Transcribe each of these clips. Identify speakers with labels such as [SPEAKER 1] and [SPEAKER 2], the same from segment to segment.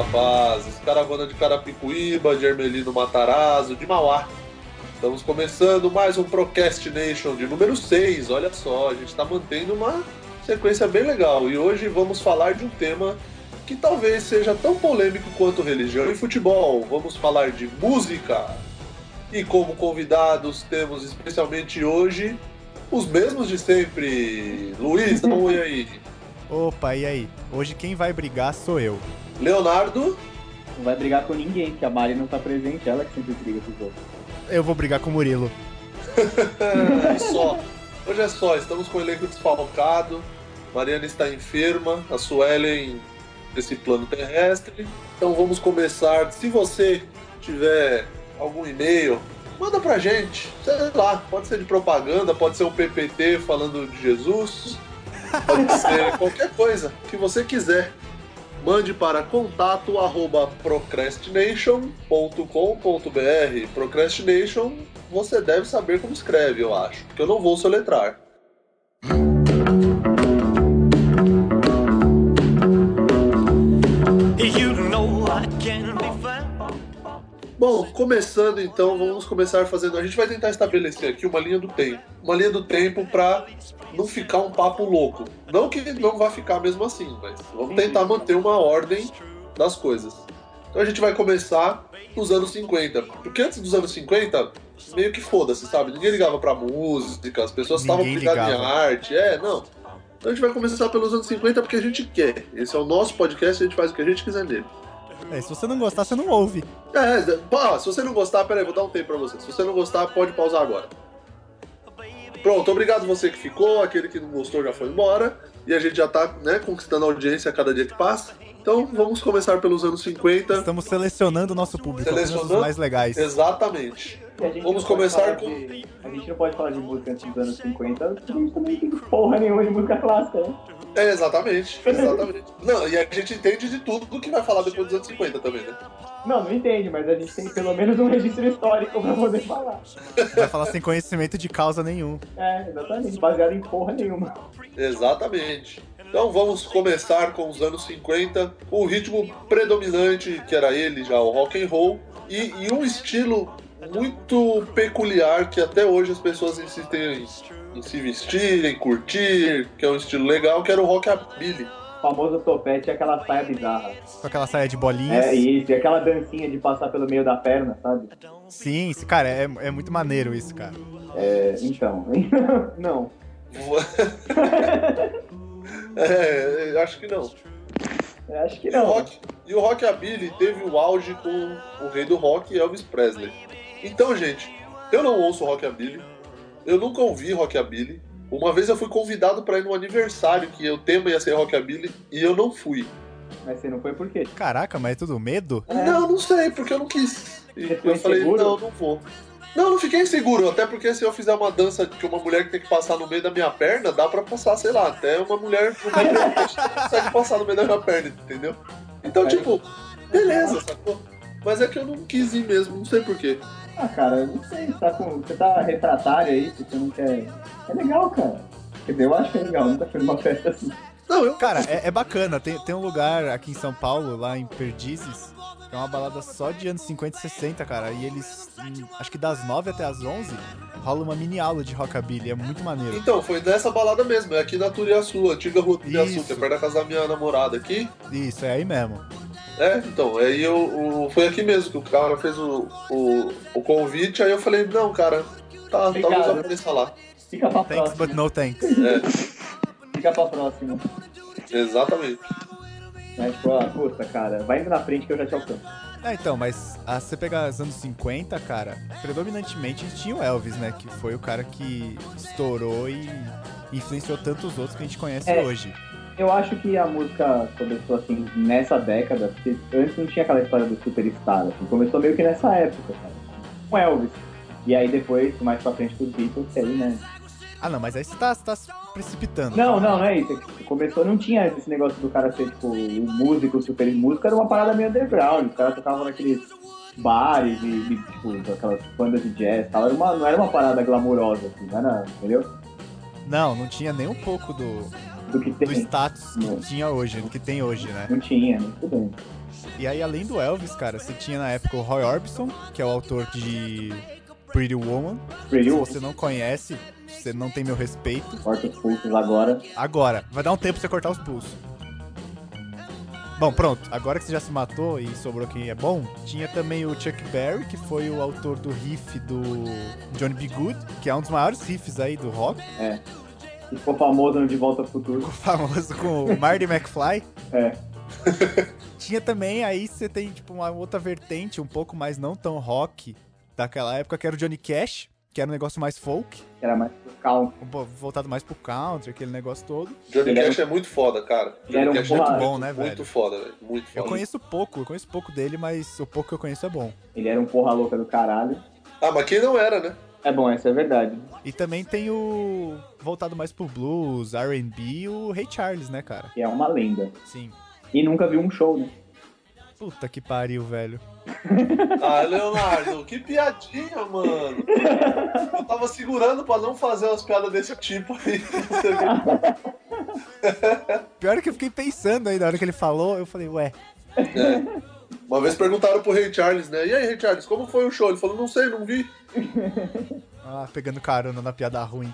[SPEAKER 1] Matarazzo, caravana de Carapicuíba, de Ermelino Matarazzo, de Mauá. Estamos começando mais um Procrastination de número 6, olha só, a gente está mantendo uma sequência bem legal. E hoje vamos falar de um tema que talvez seja tão polêmico quanto religião e futebol. Vamos falar de música. E como convidados temos especialmente hoje os mesmos de sempre. Luiz, não oi aí.
[SPEAKER 2] Opa, e aí? Hoje quem vai brigar sou eu.
[SPEAKER 1] Leonardo,
[SPEAKER 3] Não vai brigar com ninguém, que a Mari não tá presente, ela que sempre briga com os outros.
[SPEAKER 2] Eu vou brigar com o Murilo.
[SPEAKER 1] é só. Hoje é só, estamos com o elenco desfalcado. Mariana está enferma, a Suelen desse plano terrestre. Então vamos começar. Se você tiver algum e-mail, manda pra gente. Sei lá, pode ser de propaganda, pode ser um PPT falando de Jesus, pode ser qualquer coisa que você quiser. Mande para contato arroba procrastination.com.br. Procrastination, você deve saber como escreve, eu acho, porque eu não vou soletrar.
[SPEAKER 4] You know I can be found.
[SPEAKER 1] Bom, começando então, vamos começar fazendo. A gente vai tentar estabelecer aqui uma linha do tempo. Uma linha do tempo pra não ficar um papo louco. Não que não vá ficar mesmo assim, mas vamos
[SPEAKER 2] Uhum.
[SPEAKER 1] tentar manter uma ordem das coisas. Então a gente vai começar nos anos 50. Porque antes dos anos 50, meio que foda-se, sabe? Ninguém ligava pra música, as pessoas estavam
[SPEAKER 2] Ninguém
[SPEAKER 1] ligadas em
[SPEAKER 2] ligava.
[SPEAKER 1] arte. É, não. Então a gente vai começar pelos anos 50 porque a gente quer. Esse é o nosso podcast, a gente faz o que a gente quiser nele.
[SPEAKER 2] É, se você não gostar, você não ouve.
[SPEAKER 1] É, é, pô, se você não gostar, peraí, vou dar um tempo pra você. Se você não gostar, pode pausar agora. Pronto, obrigado você que ficou, aquele que não gostou já foi embora. E a gente já tá, né, conquistando audiência a cada dia que passa. Então vamos começar pelos anos 50.
[SPEAKER 2] Estamos selecionando o nosso público, apenas
[SPEAKER 1] Selecionando?
[SPEAKER 2] os mais legais.
[SPEAKER 1] Exatamente.
[SPEAKER 3] E a gente
[SPEAKER 1] Vamos
[SPEAKER 3] não pode
[SPEAKER 1] começar
[SPEAKER 3] falar
[SPEAKER 1] com-
[SPEAKER 3] de- a gente não pode falar de música antes dos anos 50, porque a gente também tem porra nenhuma de música clássica, né?
[SPEAKER 1] É, exatamente, exatamente. Não, e a gente entende de tudo que vai falar depois dos anos 50 também, né?
[SPEAKER 3] Não, não entende, mas a gente tem pelo menos um registro histórico pra poder falar.
[SPEAKER 2] Vai falar sem conhecimento de causa nenhum.
[SPEAKER 3] É, exatamente, baseado em porra nenhuma.
[SPEAKER 1] Exatamente. Então vamos começar com os anos 50, o ritmo predominante que era ele já o rock and roll e, e um estilo muito peculiar que até hoje as pessoas insistem em, em se vestirem, curtir, que é um estilo legal, que era o rockabilly.
[SPEAKER 3] O famoso topete é aquela saia bizarra.
[SPEAKER 2] Com aquela saia de bolinhas.
[SPEAKER 3] É isso, e aquela dancinha de passar pelo meio da perna, sabe?
[SPEAKER 2] Sim, isso, cara, é, é muito maneiro isso, cara.
[SPEAKER 3] É, então, não.
[SPEAKER 1] é, eu acho que não.
[SPEAKER 3] Eu Acho que
[SPEAKER 1] E o,
[SPEAKER 3] não.
[SPEAKER 1] rock, e o rockabilly teve o auge com o rei do rock, Elvis Presley. Então, gente, eu não ouço rockabilly, eu nunca ouvi rockabilly. Uma vez eu fui convidado para ir num aniversário que o tema ia ser rockabilly e eu não fui.
[SPEAKER 3] Mas você não foi por quê?
[SPEAKER 2] Caraca, mas é tudo medo?
[SPEAKER 3] É.
[SPEAKER 1] Não, não sei, porque eu não quis. E
[SPEAKER 3] Você ficou
[SPEAKER 1] eu falei,
[SPEAKER 3] inseguro?
[SPEAKER 1] não, não vou. Não, eu não fiquei inseguro, até porque se eu fizer uma dança que uma mulher tem que passar no meio da minha perna, dá pra passar, sei lá, até uma mulher não vai consegue passar no meio da minha perna, entendeu? Então,
[SPEAKER 3] É.
[SPEAKER 1] tipo, beleza, sacou? Mas é que eu não quis ir mesmo, não sei porquê.
[SPEAKER 3] Ah, cara, eu não sei, tá com- você tá retratário aí, porque você não quer. É legal, cara. Quer dizer, eu acho que é legal, nunca fui numa festa assim.
[SPEAKER 1] Não, eu.
[SPEAKER 2] Cara, é, é bacana. Tem, tem um lugar aqui em São Paulo, lá em Perdizes, que é uma balada só de anos 50 e 60, cara. E eles, hum, acho que das 9 até as 11, rola uma mini aula de rockabilly. É muito maneiro.
[SPEAKER 1] Então, foi nessa balada mesmo, é aqui na Turiaçu, antiga rua Turiaçu,
[SPEAKER 2] Isso.
[SPEAKER 1] que é perto da casa da minha namorada aqui.
[SPEAKER 2] Isso, é aí mesmo.
[SPEAKER 1] É, então, aí eu, o- foi aqui mesmo que o cara fez o, o, o convite, aí eu falei, não, cara, tá,
[SPEAKER 3] Obrigado.
[SPEAKER 1] talvez eu apareça lá.
[SPEAKER 3] Fica pra
[SPEAKER 2] Thanks, but
[SPEAKER 3] próxima.
[SPEAKER 2] no thanks.
[SPEAKER 3] Fica pra próxima.
[SPEAKER 1] Exatamente.
[SPEAKER 3] Mas, tipo, ah, puta, cara, vai indo na frente que eu já te alcanço.
[SPEAKER 2] É, então, mas ah, se você pegar os anos 50, cara, predominantemente a gente tinha o Elvis, né? Que foi o cara que estourou e influenciou tantos outros que a gente conhece
[SPEAKER 3] É.
[SPEAKER 2] hoje.
[SPEAKER 3] Eu acho que a música começou assim nessa década, porque antes não tinha aquela história do superstar, assim, começou meio que nessa época, cara. Com Elvis. E aí depois, mais pra frente, com os Beatles, que aí, né?
[SPEAKER 2] Ah, não, mas aí você tá, você tá se precipitando.
[SPEAKER 3] Não, não, não é isso. É que Começou, não tinha esse negócio do cara ser, tipo, o músico, o super músico, era uma parada meio underground. Os caras tocavam naqueles bares e, e, tipo, aquelas bandas de jazz e tal. Era uma, não era uma parada glamourosa, assim, não era, entendeu?
[SPEAKER 2] Não, não tinha nem um pouco do,
[SPEAKER 3] do que
[SPEAKER 2] do
[SPEAKER 3] tem.
[SPEAKER 2] status
[SPEAKER 3] Não.
[SPEAKER 2] que tinha hoje, que tem hoje, né?
[SPEAKER 3] Não tinha, né? Tudo bem.
[SPEAKER 2] E aí, além do Elvis, cara, você tinha na época o Roy Orbison, que é o autor de Pretty Woman.
[SPEAKER 3] Pretty
[SPEAKER 2] Se
[SPEAKER 3] Woman.
[SPEAKER 2] você não conhece, você não tem meu respeito.
[SPEAKER 3] Corta os pulsos agora.
[SPEAKER 2] Agora, vai dar um tempo pra você cortar os pulsos. Bom, pronto. Agora que você já se matou e sobrou quem é bom, tinha também o Chuck Berry, que foi o autor do riff do Johnny B. Good, que é um dos maiores riffs aí do rock.
[SPEAKER 3] E ficou famoso no De Volta ao Futuro.
[SPEAKER 2] Ficou famoso com o Marty McFly.
[SPEAKER 3] É.
[SPEAKER 2] Tinha também, aí você tem tipo uma outra vertente, um pouco mais não tão rock daquela época, que era o Johnny Cash, que era um negócio mais folk,
[SPEAKER 3] Que era mais calmo.
[SPEAKER 2] um po- voltado mais pro country, aquele negócio todo.
[SPEAKER 1] Johnny
[SPEAKER 3] Ele era
[SPEAKER 1] Cash é muito foda, cara.
[SPEAKER 3] Ele era um
[SPEAKER 1] Johnny Cash é
[SPEAKER 3] porra-
[SPEAKER 2] Muito bom, né,
[SPEAKER 1] muito
[SPEAKER 2] velho?
[SPEAKER 1] foda, velho. Muito
[SPEAKER 2] Eu
[SPEAKER 1] foda.
[SPEAKER 2] conheço pouco, eu conheço pouco dele, mas o pouco que eu conheço é bom.
[SPEAKER 3] Ele era um porra louca do caralho.
[SPEAKER 1] Ah, mas quem não era, né?
[SPEAKER 3] É bom, essa é a verdade.
[SPEAKER 2] E também tem o voltado mais pro blues, R&B, o Ray Charles, né, cara?
[SPEAKER 3] Que é uma lenda.
[SPEAKER 2] Sim.
[SPEAKER 3] E nunca viu um show, né?
[SPEAKER 2] Puta que pariu, velho.
[SPEAKER 1] Ah, Leonardo, que piadinha, mano. Eu tava segurando pra não fazer umas piadas desse tipo aí. Você viu?
[SPEAKER 2] Pior é que eu fiquei pensando aí na hora que ele falou, eu falei, ué,
[SPEAKER 1] É. Uma vez perguntaram pro Ray Charles, né? E aí, Ray Charles, como foi o show? Ele falou, não sei, não vi.
[SPEAKER 2] ah, pegando carona na piada ruim.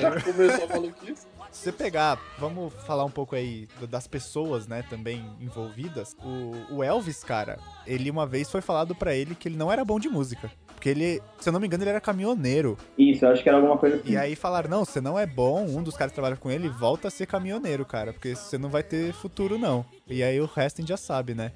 [SPEAKER 1] Já começou a maluquice.
[SPEAKER 2] Se você pegar, vamos falar um pouco aí do- das pessoas, né, também envolvidas. O, o Elvis, cara, ele uma vez foi falado pra ele que ele não era bom de música. Porque ele, se eu não me engano, ele era caminhoneiro.
[SPEAKER 3] Isso, eu acho que era alguma coisa assim.
[SPEAKER 2] E aí falaram, não, você não é bom, um dos caras que trabalha com ele, volta a ser caminhoneiro, cara, porque você não vai ter futuro, não. E aí o resto a gente já sabe, né?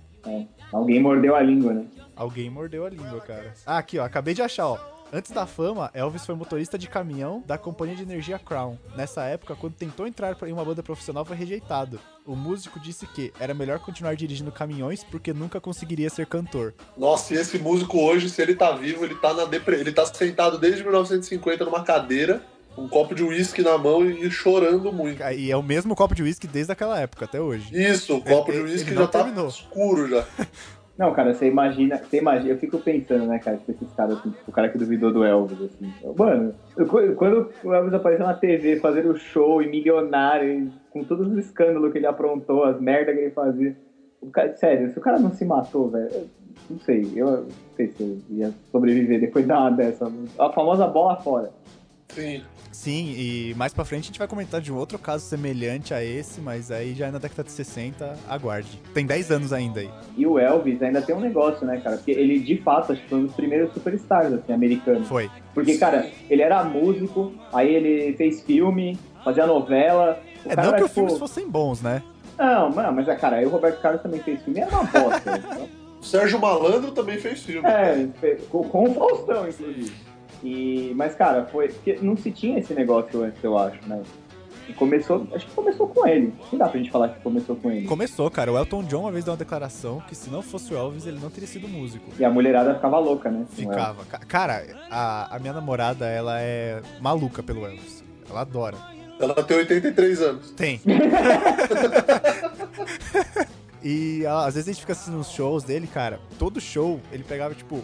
[SPEAKER 3] Alguém mordeu a língua, né?
[SPEAKER 2] Alguém mordeu a língua, cara. Ah, aqui, ó, acabei de achar, ó. Antes da fama, Elvis foi motorista de caminhão da companhia de energia Crown. Nessa época, quando tentou entrar em uma banda profissional, foi rejeitado. O músico disse que era melhor continuar dirigindo caminhões porque nunca conseguiria ser cantor.
[SPEAKER 1] Nossa, e esse músico hoje, se ele tá vivo, ele tá, na depre... ele tá sentado desde 1950 numa cadeira, com um copo de uísque na mão e e chorando muito.
[SPEAKER 2] E é o mesmo copo de uísque desde aquela época, até hoje.
[SPEAKER 1] Isso, o copo
[SPEAKER 2] Ele-
[SPEAKER 1] de uísque
[SPEAKER 2] ele não
[SPEAKER 1] já tá
[SPEAKER 2] terminou.
[SPEAKER 1] escuro já.
[SPEAKER 3] Não, cara, você imagina, você imagina, eu fico pensando, né, cara, tipo, esses caras, assim, tipo, o cara que duvidou do Elvis, assim. Mano, eu- quando o Elvis apareceu na TV fazendo show e milionário, e com todos os escândalos que ele aprontou, as merdas que ele fazia. O cara, sério, se o cara não se matou, velho, eu não sei, eu não sei se eu ia sobreviver depois da uma dessa. A famosa bola fora.
[SPEAKER 1] Sim.
[SPEAKER 2] Sim, e mais pra frente a gente vai comentar de um outro caso semelhante a esse, mas aí já é na década de 60, aguarde. Tem 10 anos ainda aí.
[SPEAKER 3] E o Elvis ainda tem um negócio, né, cara? Porque ele, de fato, acho que foi um dos primeiros superstars, assim, americanos.
[SPEAKER 2] Foi.
[SPEAKER 3] Porque, cara, ele era músico, aí ele fez filme, fazia novela. O
[SPEAKER 2] É,
[SPEAKER 3] cara
[SPEAKER 2] não que
[SPEAKER 3] tipo,
[SPEAKER 2] os filmes fossem bons, né?
[SPEAKER 3] Não, mano, mas, é, cara, aí o Roberto Carlos também fez filme, era uma bosta.
[SPEAKER 1] O Sérgio Malandro também fez filme.
[SPEAKER 3] é, fe- com, com o Faustão, inclusive. E, mas, cara, foi. Porque não se tinha esse negócio antes, eu acho, né? E começou. Acho que começou com ele. Não dá pra gente falar que começou com ele.
[SPEAKER 2] Começou, cara. O Elton John uma vez deu uma declaração que se não fosse o Elvis, ele não teria sido músico.
[SPEAKER 3] E a mulherada ficava louca, né? com o Elvis.
[SPEAKER 2] Ficava. Ca- Cara, a, a minha namorada, ela é maluca pelo Elvis. Ela adora.
[SPEAKER 1] Ela tem 83 anos.
[SPEAKER 2] Tem. e ó, às vezes a gente fica assistindo uns shows dele, cara. Todo show ele pegava, tipo,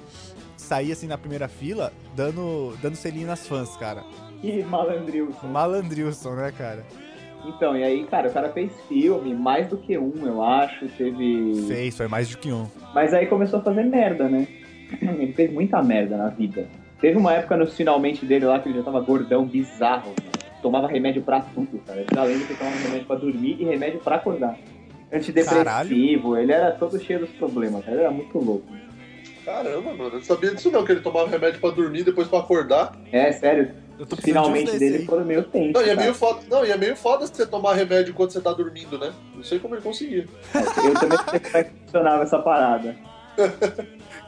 [SPEAKER 2] saía assim na primeira fila, dando, dando selinho nas fãs, cara.
[SPEAKER 3] é? Que malandril.
[SPEAKER 2] Malandrilson, né, cara?
[SPEAKER 3] Então, e aí, cara, o cara fez filme, mais do que um, eu acho. Teve.
[SPEAKER 2] Fez, foi mais do que um.
[SPEAKER 3] Mas aí começou a fazer merda, né? Ele fez muita merda na vida. Teve uma época no finalmente dele lá que ele já tava gordão, bizarro. cara. Tomava remédio pra tudo, cara. Eu já lembro que ele tomava remédio pra dormir e remédio pra acordar. Antidepressivo, ele era todo cheio dos problemas, cara. Ele era muito louco.
[SPEAKER 1] Caramba, mano, eu não sabia disso não, que ele tomava remédio pra dormir, depois pra acordar.
[SPEAKER 3] É, sério,
[SPEAKER 2] Eu tô precisando
[SPEAKER 3] os
[SPEAKER 2] de uns
[SPEAKER 3] finalmente
[SPEAKER 2] desse
[SPEAKER 3] dele
[SPEAKER 2] aí.
[SPEAKER 3] foram meio tensos.
[SPEAKER 1] Não, e é
[SPEAKER 3] cara.
[SPEAKER 1] meio foda, não, e é meio foda você tomar remédio enquanto você tá dormindo, né? Não sei como ele conseguia.
[SPEAKER 3] Eu também não sei como é que funcionava essa parada.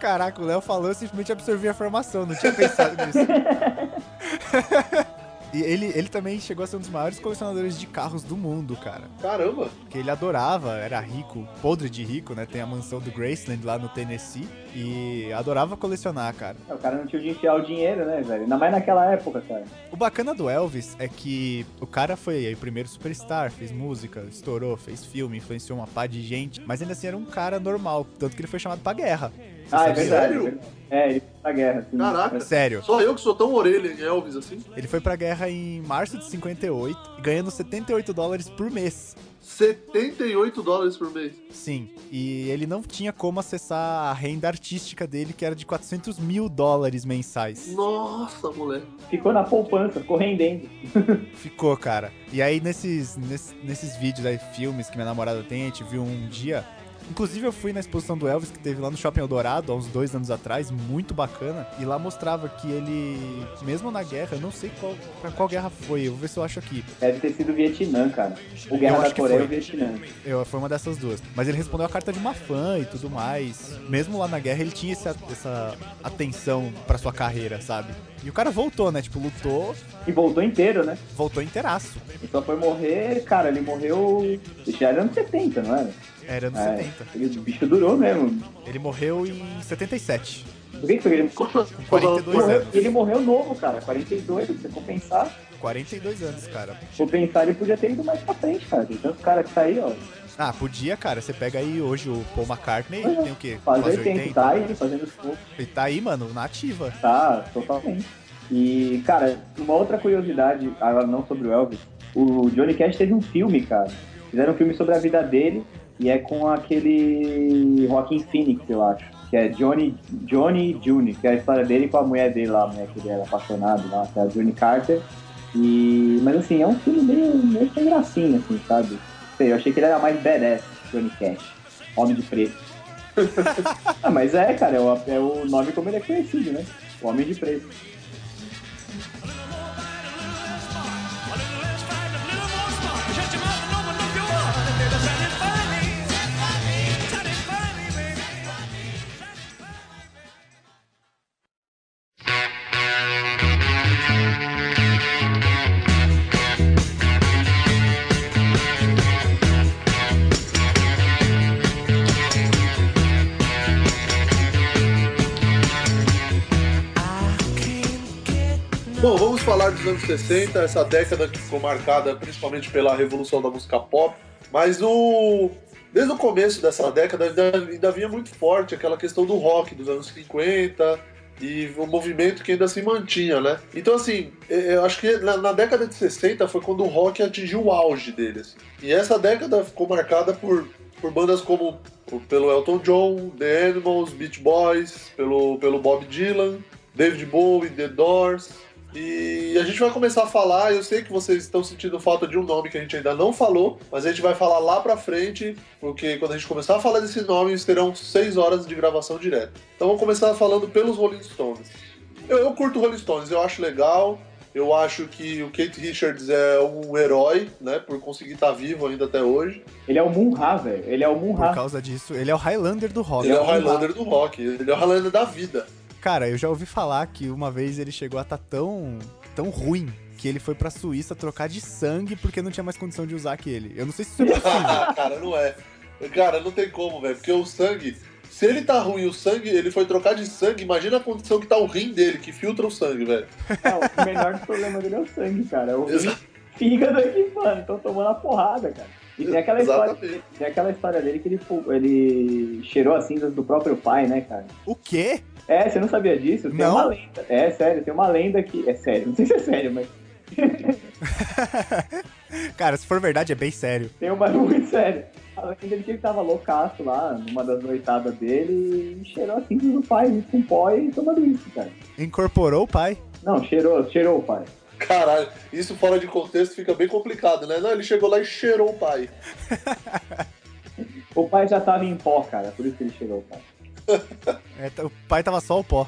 [SPEAKER 2] Caraca, o Léo falou, eu simplesmente absorvi a informação, não tinha pensado nisso. e ele, ele também chegou a ser um dos maiores colecionadores de carros do mundo, cara.
[SPEAKER 1] Caramba.
[SPEAKER 2] Porque ele adorava, era rico, podre de rico, né? Tem a mansão do Graceland lá no Tennessee. E adorava colecionar, cara.
[SPEAKER 3] O cara não tinha onde enfiar o dinheiro, né, velho? Ainda mais naquela época, cara.
[SPEAKER 2] O bacana do Elvis é que o cara foi aí o primeiro superstar, fez música, estourou, fez filme, influenciou uma pá de gente, mas ainda assim era um cara normal, tanto que ele foi chamado pra guerra.
[SPEAKER 3] Ah, é
[SPEAKER 2] sabia?
[SPEAKER 3] verdade.
[SPEAKER 1] Sério?
[SPEAKER 3] é verdade. É, ele foi pra guerra. Assim,
[SPEAKER 1] Caraca.
[SPEAKER 2] Sério.
[SPEAKER 1] Só eu que sou tão orelha em Elvis assim.
[SPEAKER 2] Ele foi pra guerra em março de 58, ganhando 78 dólares por mês.
[SPEAKER 1] 78 dólares por mês.
[SPEAKER 2] Sim. E ele não tinha como acessar a renda artística dele, que era de 400 mil dólares mensais.
[SPEAKER 1] Nossa, moleque.
[SPEAKER 3] Ficou na poupança, ficou rendendo.
[SPEAKER 2] Ficou, cara. E aí, nesses, nesses, nesses vídeos aí, filmes que minha namorada tem, a gente viu um dia. Inclusive, eu fui na exposição do Elvis que teve lá no Shopping Eldorado, há uns dois anos atrás, muito bacana. E lá mostrava que ele, mesmo na guerra, eu não sei qual, pra qual guerra foi, eu vou ver se eu acho aqui.
[SPEAKER 3] Deve ter sido o Vietnã, cara. O Guerra
[SPEAKER 2] Eu acho
[SPEAKER 3] da
[SPEAKER 2] que
[SPEAKER 3] Coreia
[SPEAKER 2] foi.
[SPEAKER 3] e o Vietnã.
[SPEAKER 2] Eu, foi uma dessas duas. Mas ele respondeu a carta de uma fã e tudo mais. Mesmo lá na guerra, ele tinha esse- essa atenção pra sua carreira, sabe? E o cara voltou, né? Tipo, lutou,
[SPEAKER 3] E voltou inteiro, né?
[SPEAKER 2] voltou inteiraço.
[SPEAKER 3] Ele só foi morrer, cara, ele morreu. Já era anos 70, não era?
[SPEAKER 2] Era nos
[SPEAKER 3] É.
[SPEAKER 2] 70.
[SPEAKER 3] Ele, o bicho durou mesmo.
[SPEAKER 2] Ele morreu em 77.
[SPEAKER 3] Por que que foi? Ele,
[SPEAKER 1] Quantos-
[SPEAKER 2] 42
[SPEAKER 1] quantos-
[SPEAKER 3] morreu,
[SPEAKER 2] anos.
[SPEAKER 3] ele morreu novo, cara. 42, se você for pensar,
[SPEAKER 2] 42 anos, cara.
[SPEAKER 3] for pensar, ele podia ter ido mais pra frente, cara. Tem tanto cara que tá aí, ó.
[SPEAKER 2] Ah, podia, cara. Você pega aí hoje o Paul McCartney,
[SPEAKER 3] Pois é.
[SPEAKER 2] tem o quê?
[SPEAKER 3] Fazer 80, tá aí, fazendo os poucos.
[SPEAKER 2] Ele tá aí, mano, na ativa.
[SPEAKER 3] Tá, totalmente. E, cara, uma outra curiosidade, agora não sobre o Elvis, o Johnny Cash teve um filme, cara. Fizeram um filme sobre a vida dele e é com aquele Joaquin Phoenix, eu acho. Que é Johnny, Johnny e June, que é a história dele com a mulher dele lá, a mulher que ele era apaixonado lá, que é a June Carter. E, mas assim, é um filme meio, meio sem gracinha, assim, sabe? Não Sei, eu achei que ele era mais badass, Johnny Cash. Homem de preto. ah, mas é, cara, é o, é o nome como ele é conhecido, né? O Homem de Preto.
[SPEAKER 1] Bom, vamos falar dos anos 60, essa década que ficou marcada principalmente pela revolução da música pop, mas o desde o começo dessa década ainda, ainda vinha muito forte aquela questão do rock dos anos 50 e o movimento que ainda se mantinha, né? Então assim, eh, eu acho que na, na década de 60 foi quando o rock atingiu o auge dele. assim. E essa década ficou marcada por, por bandas como por- pelo Elton John, The Animals, Beach Boys, pelo, pelo Bob Dylan, David Bowie, The Doors, e a gente vai começar a falar. Eu sei que vocês estão sentindo falta de um nome que a gente ainda não falou, mas a gente vai falar lá pra frente, porque quando a gente começar a falar desse nome, terão seis horas de gravação direto. Então vamos começar falando pelos Rolling Stones. Eu, eu curto Rolling Stones, eu acho legal. Eu acho que o Kate Richards é um herói, né, por conseguir estar vivo ainda até hoje.
[SPEAKER 3] Ele é o Moon velho. Ele é o Moon
[SPEAKER 2] Por causa disso, ele é o Highlander do rock.
[SPEAKER 1] Ele é o Highlander do rock, ele é o Highlander da vida.
[SPEAKER 2] Cara, eu já ouvi falar que uma vez ele chegou a estar tão, tão ruim que ele foi pra Suíça trocar de sangue porque não tinha mais condição de usar aquele. Eu não sei se isso é possível.
[SPEAKER 1] Ah, cara, não é. Cara, não tem como, velho. Porque o sangue. Se ele tá ruim o sangue, ele foi trocar de sangue, imagina a condição que tá o rim dele, que filtra o sangue, velho.
[SPEAKER 3] Não, o menor problema dele é o sangue, cara. É o
[SPEAKER 1] Exa-
[SPEAKER 3] fígado aqui, mano. Estão tomando a porrada, cara. E tem aquela, história,
[SPEAKER 1] Exatamente.
[SPEAKER 3] tem aquela história dele que ele, fu- ele cheirou as cinzas do próprio pai, né, cara?
[SPEAKER 2] o quê?
[SPEAKER 3] É, você não sabia disso? Tem
[SPEAKER 2] Não.
[SPEAKER 3] uma lenda. É, sério, tem uma lenda que. É sério, não sei se é sério, mas
[SPEAKER 2] Cara, se for verdade, é bem sério.
[SPEAKER 3] tem uma muito sério. A lenda dele que ele tava loucaço lá, numa das noitadas dele, e cheirou as cinzas do pai com pó e tomando isso, cara.
[SPEAKER 2] Incorporou o pai.
[SPEAKER 3] Não, cheirou, cheirou o pai.
[SPEAKER 1] Caralho, isso fora de contexto fica bem complicado, né? Não, ele chegou lá e cheirou o pai.
[SPEAKER 3] O pai já tava em pó, cara, por isso que ele cheirou o pai.
[SPEAKER 2] É, t- o pai tava só o pó.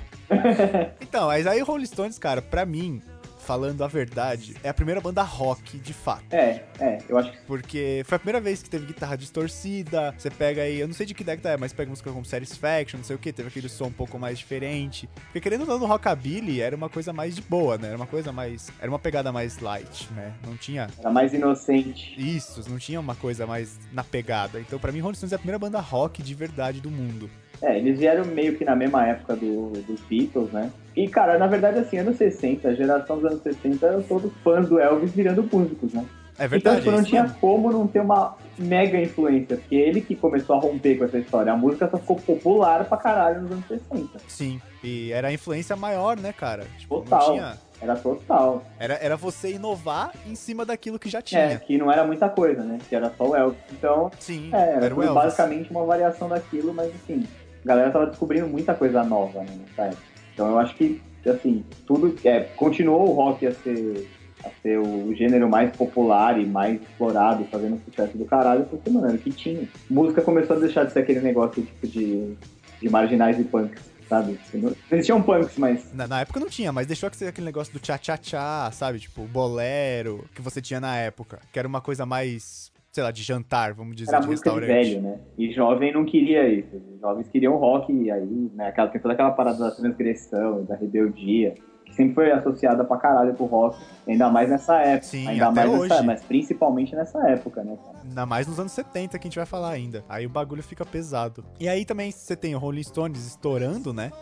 [SPEAKER 2] então, mas aí o Rolling Stones, cara, pra mim, falando a verdade, é a primeira banda rock, de fato.
[SPEAKER 3] É, é, eu acho que
[SPEAKER 2] Porque foi a primeira vez que teve guitarra distorcida. Você pega aí, eu não sei de que década é, mas pega música como Satisfaction, não sei o que, teve aquele som um pouco mais diferente. Porque querendo ou não, no Rockabilly era uma coisa mais de boa, né? Era uma coisa mais. Era uma pegada mais light, né? Não tinha
[SPEAKER 3] era mais inocente.
[SPEAKER 2] isso, não tinha uma coisa mais na pegada. Então, pra mim, Rolling Stones é a primeira banda rock de verdade do mundo.
[SPEAKER 3] É, eles vieram meio que na mesma época do, dos Beatles, né? E, cara, na verdade, assim, anos 60, a geração dos anos 60 eram todos fãs do Elvis virando músicos, né?
[SPEAKER 2] É verdade.
[SPEAKER 3] então, tipo, não
[SPEAKER 2] é isso
[SPEAKER 3] tinha
[SPEAKER 2] mesmo.
[SPEAKER 3] como não ter uma mega influência, porque ele que começou a romper com essa história. A música só ficou popular pra caralho nos anos 60.
[SPEAKER 2] Sim. E era a influência maior, né, cara? Tipo,
[SPEAKER 3] Total.
[SPEAKER 2] não tinha.
[SPEAKER 3] Era total.
[SPEAKER 2] Era, era você inovar em cima daquilo que já tinha.
[SPEAKER 3] É, que não era muita coisa, né? Que era só o Elvis. Então,
[SPEAKER 2] Sim,
[SPEAKER 3] é, era,
[SPEAKER 2] era o
[SPEAKER 3] tudo
[SPEAKER 2] Elvis.
[SPEAKER 3] basicamente uma variação daquilo, mas assim, a galera tava descobrindo muita coisa nova, né? Nessa época. Então eu acho que, assim, tudo. É, continuou o rock a ser, a ser o gênero mais popular e mais explorado, fazendo sucesso do caralho, porque, mano, era o que tinha. Música começou a deixar de ser aquele negócio tipo de, de marginais e punks, sabe? Tipo, Não existiam punks, mas
[SPEAKER 2] Na, na época não tinha, mas deixou que ser aquele negócio do tchá-tchá-tchá, sabe? Tipo, bolero, que você tinha na época. Que era uma coisa mais, sei lá, de jantar, vamos dizer,
[SPEAKER 3] Era
[SPEAKER 2] de
[SPEAKER 3] música de
[SPEAKER 2] restaurante.
[SPEAKER 3] velho, né? E jovem não queria isso. Os jovens queriam rock, e aí, né? Aquela, tem toda aquela parada da transgressão, da rebeldia, que sempre foi associada pra caralho com o rock, ainda mais nessa época.
[SPEAKER 2] Sim,
[SPEAKER 3] né? ainda
[SPEAKER 2] até
[SPEAKER 3] mais nessa,
[SPEAKER 2] hoje.
[SPEAKER 3] mas principalmente nessa época, né, cara?
[SPEAKER 2] Ainda mais nos anos 70 que a gente vai falar ainda. Aí o bagulho fica pesado. E aí também você tem o Rolling Stones estourando, né?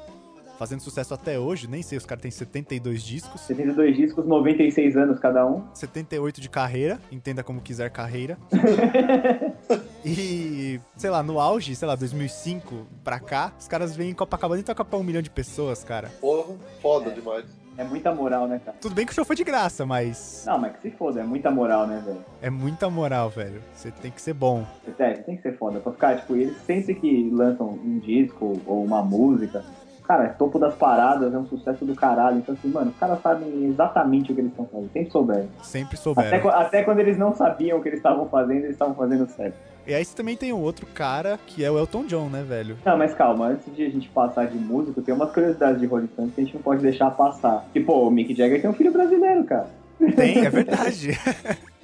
[SPEAKER 2] Fazendo sucesso até hoje, nem sei, os caras têm 72 discos,
[SPEAKER 3] 72 discos, 96 anos cada um.
[SPEAKER 2] 78 de carreira, entenda como quiser carreira. e, sei lá, no auge, sei lá, 2005 pra cá, os caras vêm em Copacabana e tocam pra um milhão de pessoas, cara.
[SPEAKER 1] Porra, foda
[SPEAKER 3] É.
[SPEAKER 1] demais.
[SPEAKER 3] É muita moral, né, cara?
[SPEAKER 2] Tudo bem que o show foi de graça, mas
[SPEAKER 3] Não, mas que se foda, é muita moral, né, velho?
[SPEAKER 2] é muita moral, velho. Você tem que ser bom.
[SPEAKER 3] Sério, É, tem que ser foda. Pra ficar, tipo, eles sempre que lançam um disco ou uma música, cara, é topo das paradas, é um sucesso do caralho. Então, assim, mano, os caras sabem exatamente o que eles estão fazendo, sempre souberam.
[SPEAKER 2] Sempre
[SPEAKER 3] Até,
[SPEAKER 2] souberam.
[SPEAKER 3] qu- até quando eles não sabiam o que eles estavam fazendo, eles estavam fazendo certo.
[SPEAKER 2] E aí você também tem um outro cara que é o Elton John, né, velho?
[SPEAKER 3] Não, mas calma, antes de a gente passar de músico, tem umas curiosidades de Rolling Stones que a gente não pode deixar passar. Tipo, o Mick Jagger tem um filho brasileiro, cara.
[SPEAKER 2] Tem, é verdade.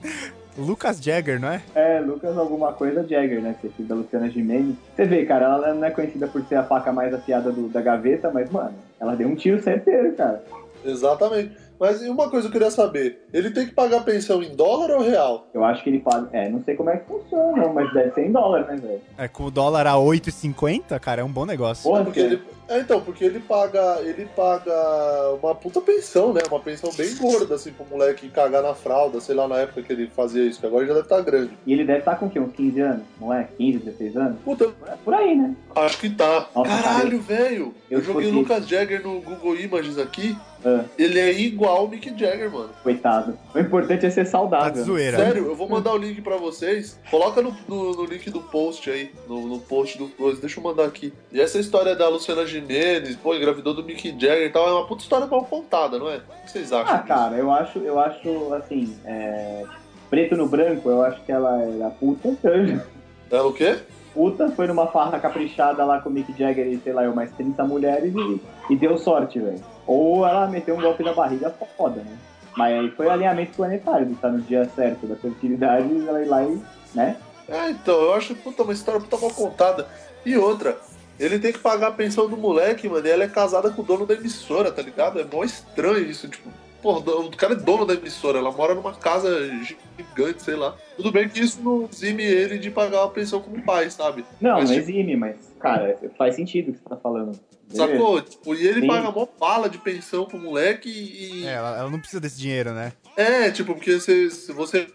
[SPEAKER 2] Lucas Jagger, não é?
[SPEAKER 3] É, Lucas alguma coisa Jagger, né? Que é filho da Luciana Gimenez. Você vê, cara, ela não é conhecida por ser a faca mais afiada do- da gaveta, mas, mano, ela deu um tiro certeiro, cara.
[SPEAKER 1] Exatamente. Mas e uma coisa que eu queria saber: ele tem que pagar pensão em dólar ou real?
[SPEAKER 3] Eu acho que ele paga. É, não sei como é que funciona, mas deve ser em dólar, né, velho?
[SPEAKER 2] É, com o dólar a 8,50, cara, é um bom negócio.
[SPEAKER 3] Porra,
[SPEAKER 1] Porque
[SPEAKER 3] cara.
[SPEAKER 1] ele- é, então, porque ele paga, ele paga uma puta pensão, né? Uma pensão bem gorda, assim, pro moleque cagar na fralda, sei lá, na época que ele fazia isso, que agora já deve estar grande.
[SPEAKER 3] E ele deve estar com o quê? Uns 15 anos? Não é? 15, 16 anos?
[SPEAKER 1] Puta,
[SPEAKER 3] É Por aí, né?
[SPEAKER 1] acho que tá.
[SPEAKER 3] Nossa,
[SPEAKER 1] Caralho, velho!
[SPEAKER 3] Eu
[SPEAKER 1] Eu joguei
[SPEAKER 3] fodi.
[SPEAKER 1] Lucas Jagger no Google Images aqui,
[SPEAKER 3] Ah,
[SPEAKER 1] ele é igual o Mick Jagger, mano.
[SPEAKER 3] coitado. O importante é ser
[SPEAKER 2] Tá de
[SPEAKER 3] saudável.
[SPEAKER 2] zoeira.
[SPEAKER 1] Sério, eu vou
[SPEAKER 3] É.
[SPEAKER 1] mandar o link pra vocês. Coloca no, no- no link do post aí, no, no post do coisa. Deixa eu mandar aqui. E essa história da Luciana Gimenez, pô, engravidou do Mick Jagger e tal, é uma puta história mal contada, não é? O que vocês acham?
[SPEAKER 3] Ah,
[SPEAKER 1] disso?
[SPEAKER 3] cara, eu acho, eu acho assim, é, preto no branco, eu acho que ela era puta.
[SPEAKER 1] É o quê?
[SPEAKER 3] puta, foi numa farra caprichada lá com o Mick Jagger e sei lá, eu mais 30 mulheres e, e deu sorte, velho. Ou ela meteu um golpe na barriga foda, né? Mas aí foi alinhamento planetário, de tá no dia certo da fertilidade e ela ir lá e, né?
[SPEAKER 1] É, então, eu acho puta, uma história puta mal contada. E outra, ele tem que pagar a pensão do moleque, mano, e ela é casada com o dono da emissora, tá ligado? É mó estranho isso, tipo. Porra, o cara é dono da emissora, ela mora numa casa gigante, sei lá. Tudo bem que isso não exime ele de pagar uma pensão como pai, sabe?
[SPEAKER 3] Não,
[SPEAKER 1] Mas,
[SPEAKER 3] não
[SPEAKER 1] tipo-
[SPEAKER 3] exime, mas, cara, faz sentido o que você tá falando. Beleza?
[SPEAKER 1] Sacou? Tipo, e ele
[SPEAKER 3] Sim.
[SPEAKER 1] paga mó bala de pensão pro moleque e.
[SPEAKER 2] É, ela, ela não precisa desse dinheiro, né?
[SPEAKER 1] É, tipo, porque você, se você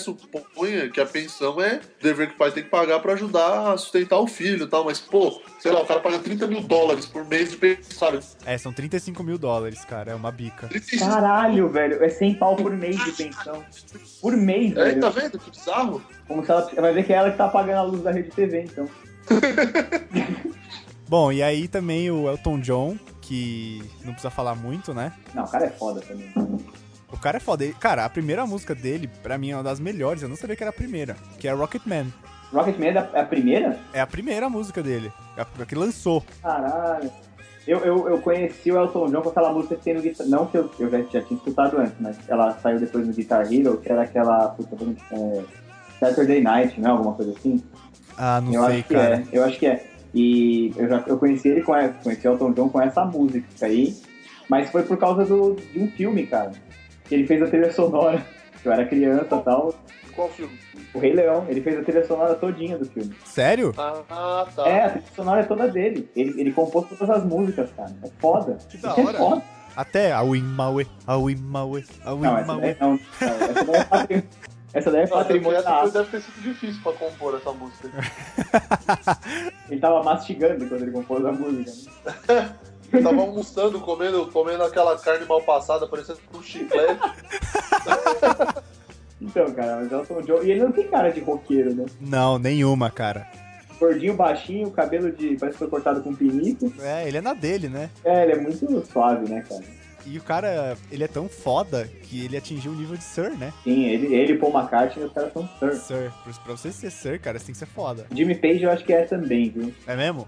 [SPEAKER 1] suponha que a pensão é o dever que o pai tem que pagar pra ajudar a sustentar o filho e tal, mas, pô, sei lá, o cara paga 30 mil dólares por mês de pensão,
[SPEAKER 2] É, são 35 mil dólares, cara, é uma bica.
[SPEAKER 1] 36
[SPEAKER 3] Caralho, velho, é 100 pau por mês de pensão. Por mês,
[SPEAKER 1] É,
[SPEAKER 3] velho.
[SPEAKER 1] tá vendo? Que bizarro.
[SPEAKER 3] Como se ela. Vai ver que é ela que tá pagando a luz da rede TV, então.
[SPEAKER 2] Bom, e aí também o Elton John, que não precisa falar muito, né?
[SPEAKER 3] Não, o cara é foda também.
[SPEAKER 2] O cara é foda. Ele- Cara, a primeira música dele, pra mim, é uma das melhores, eu não sabia que era a primeira, que é Rocketman.
[SPEAKER 3] Rocketman é da- é a primeira?
[SPEAKER 2] É a primeira música dele, é a que lançou.
[SPEAKER 3] Caralho. Eu, eu, eu conheci o Elton John com aquela música que tem no Guitar... Não que eu, eu já, já tinha escutado antes, mas ela saiu depois no Guitar Hero, que era aquela... Puta, como que é, Saturday Night, não é? Alguma coisa assim?
[SPEAKER 2] Ah, não
[SPEAKER 3] eu
[SPEAKER 2] sei,
[SPEAKER 3] acho que
[SPEAKER 2] cara.
[SPEAKER 3] é. Eu acho que é. E eu, já, eu conheci ele com essa, conheci o Elton John com essa música aí, mas foi por causa do, de um filme, cara. Que ele fez a trilha sonora. Eu era criança e tal.
[SPEAKER 1] Qual filme?
[SPEAKER 3] O Rei Leão, ele fez a trilha sonora todinha do filme.
[SPEAKER 2] Sério?
[SPEAKER 1] Ah, tá.
[SPEAKER 3] É, a trilha sonora é toda dele. Ele, ele compôs todas as músicas, cara. É foda.
[SPEAKER 2] Que da
[SPEAKER 3] Isso é
[SPEAKER 2] hora.
[SPEAKER 3] foda.
[SPEAKER 2] Até a Wimawe, a Wimawe, a
[SPEAKER 3] Não, essa
[SPEAKER 2] Wimawe.
[SPEAKER 3] daí não. Essa daí é patri- Essa daí é patrimônio da África.
[SPEAKER 1] deve ter sido difícil pra compor essa música.
[SPEAKER 3] Ele tava mastigando quando ele compôs a música. né?
[SPEAKER 1] Eu tava almoçando, comendo, comendo aquela carne mal passada, parecendo um chiclete.
[SPEAKER 3] Então, cara, mas Elton John. E ele não tem cara de roqueiro, né?
[SPEAKER 2] Não, nenhuma, cara.
[SPEAKER 3] Gordinho, baixinho, cabelo de. parece que foi cortado com pinico.
[SPEAKER 2] É, ele é na dele, né?
[SPEAKER 3] É, ele é muito suave, né, cara?
[SPEAKER 2] E o cara, ele é tão foda que ele atingiu o nível de Sir, né?
[SPEAKER 3] Sim, ele, ele Paul McCartney, os caras são surf.
[SPEAKER 2] Sir. Pra pra você ser Sir, cara, você tem que ser foda.
[SPEAKER 3] Jimmy Page eu acho que é também, viu?
[SPEAKER 2] É mesmo?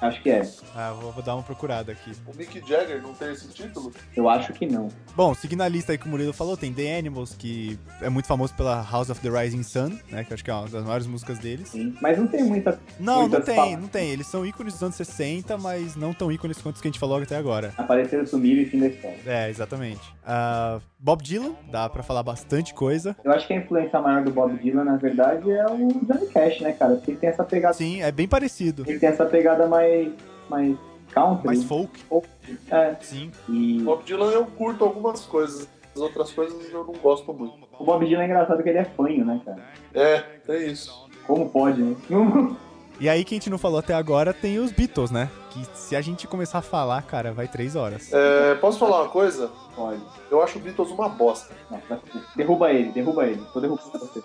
[SPEAKER 3] Acho que é.
[SPEAKER 2] Ah, vou, vou dar uma procurada aqui.
[SPEAKER 1] O Mick Jagger não tem esse título?
[SPEAKER 3] Eu acho que não.
[SPEAKER 2] Bom, seguindo a lista aí que o Murilo falou, tem The Animals, que é muito famoso pela House of the Rising Sun, né? Que eu acho que é uma das maiores músicas deles.
[SPEAKER 3] Sim. Mas não tem muita.
[SPEAKER 2] Não, não
[SPEAKER 3] muitas
[SPEAKER 2] tem,
[SPEAKER 3] palavras.
[SPEAKER 2] não tem. Eles são ícones dos anos 60, mas não tão ícones quanto os que a gente falou até agora.
[SPEAKER 3] Apareceram, sumiram e fim da história.
[SPEAKER 2] É, exatamente. Ah, Bob Dylan, dá pra falar bastante coisa.
[SPEAKER 3] Eu acho que a influência maior do Bob Dylan, na verdade, é o Johnny Cash, né, cara? Porque ele tem essa pegada.
[SPEAKER 2] Sim, é bem parecido.
[SPEAKER 3] Ele tem essa pegada mais. mais country.
[SPEAKER 2] Mais folk,
[SPEAKER 3] É.
[SPEAKER 2] sim.
[SPEAKER 3] E
[SPEAKER 1] Bob Dylan eu curto algumas coisas, as outras coisas eu não gosto muito.
[SPEAKER 3] o Bob Dylan é engraçado que ele é fanho, né, cara?
[SPEAKER 1] É, é isso.
[SPEAKER 3] Como pode, né?
[SPEAKER 2] E aí, que a gente não falou até agora, tem os Beatles, né? Que se a gente começar a falar, cara, vai três horas.
[SPEAKER 1] É, posso falar uma coisa?
[SPEAKER 3] pode.
[SPEAKER 1] Eu acho o Beatles uma bosta.
[SPEAKER 3] Não, vai- derruba ele, derruba ele. Tô derrubando você.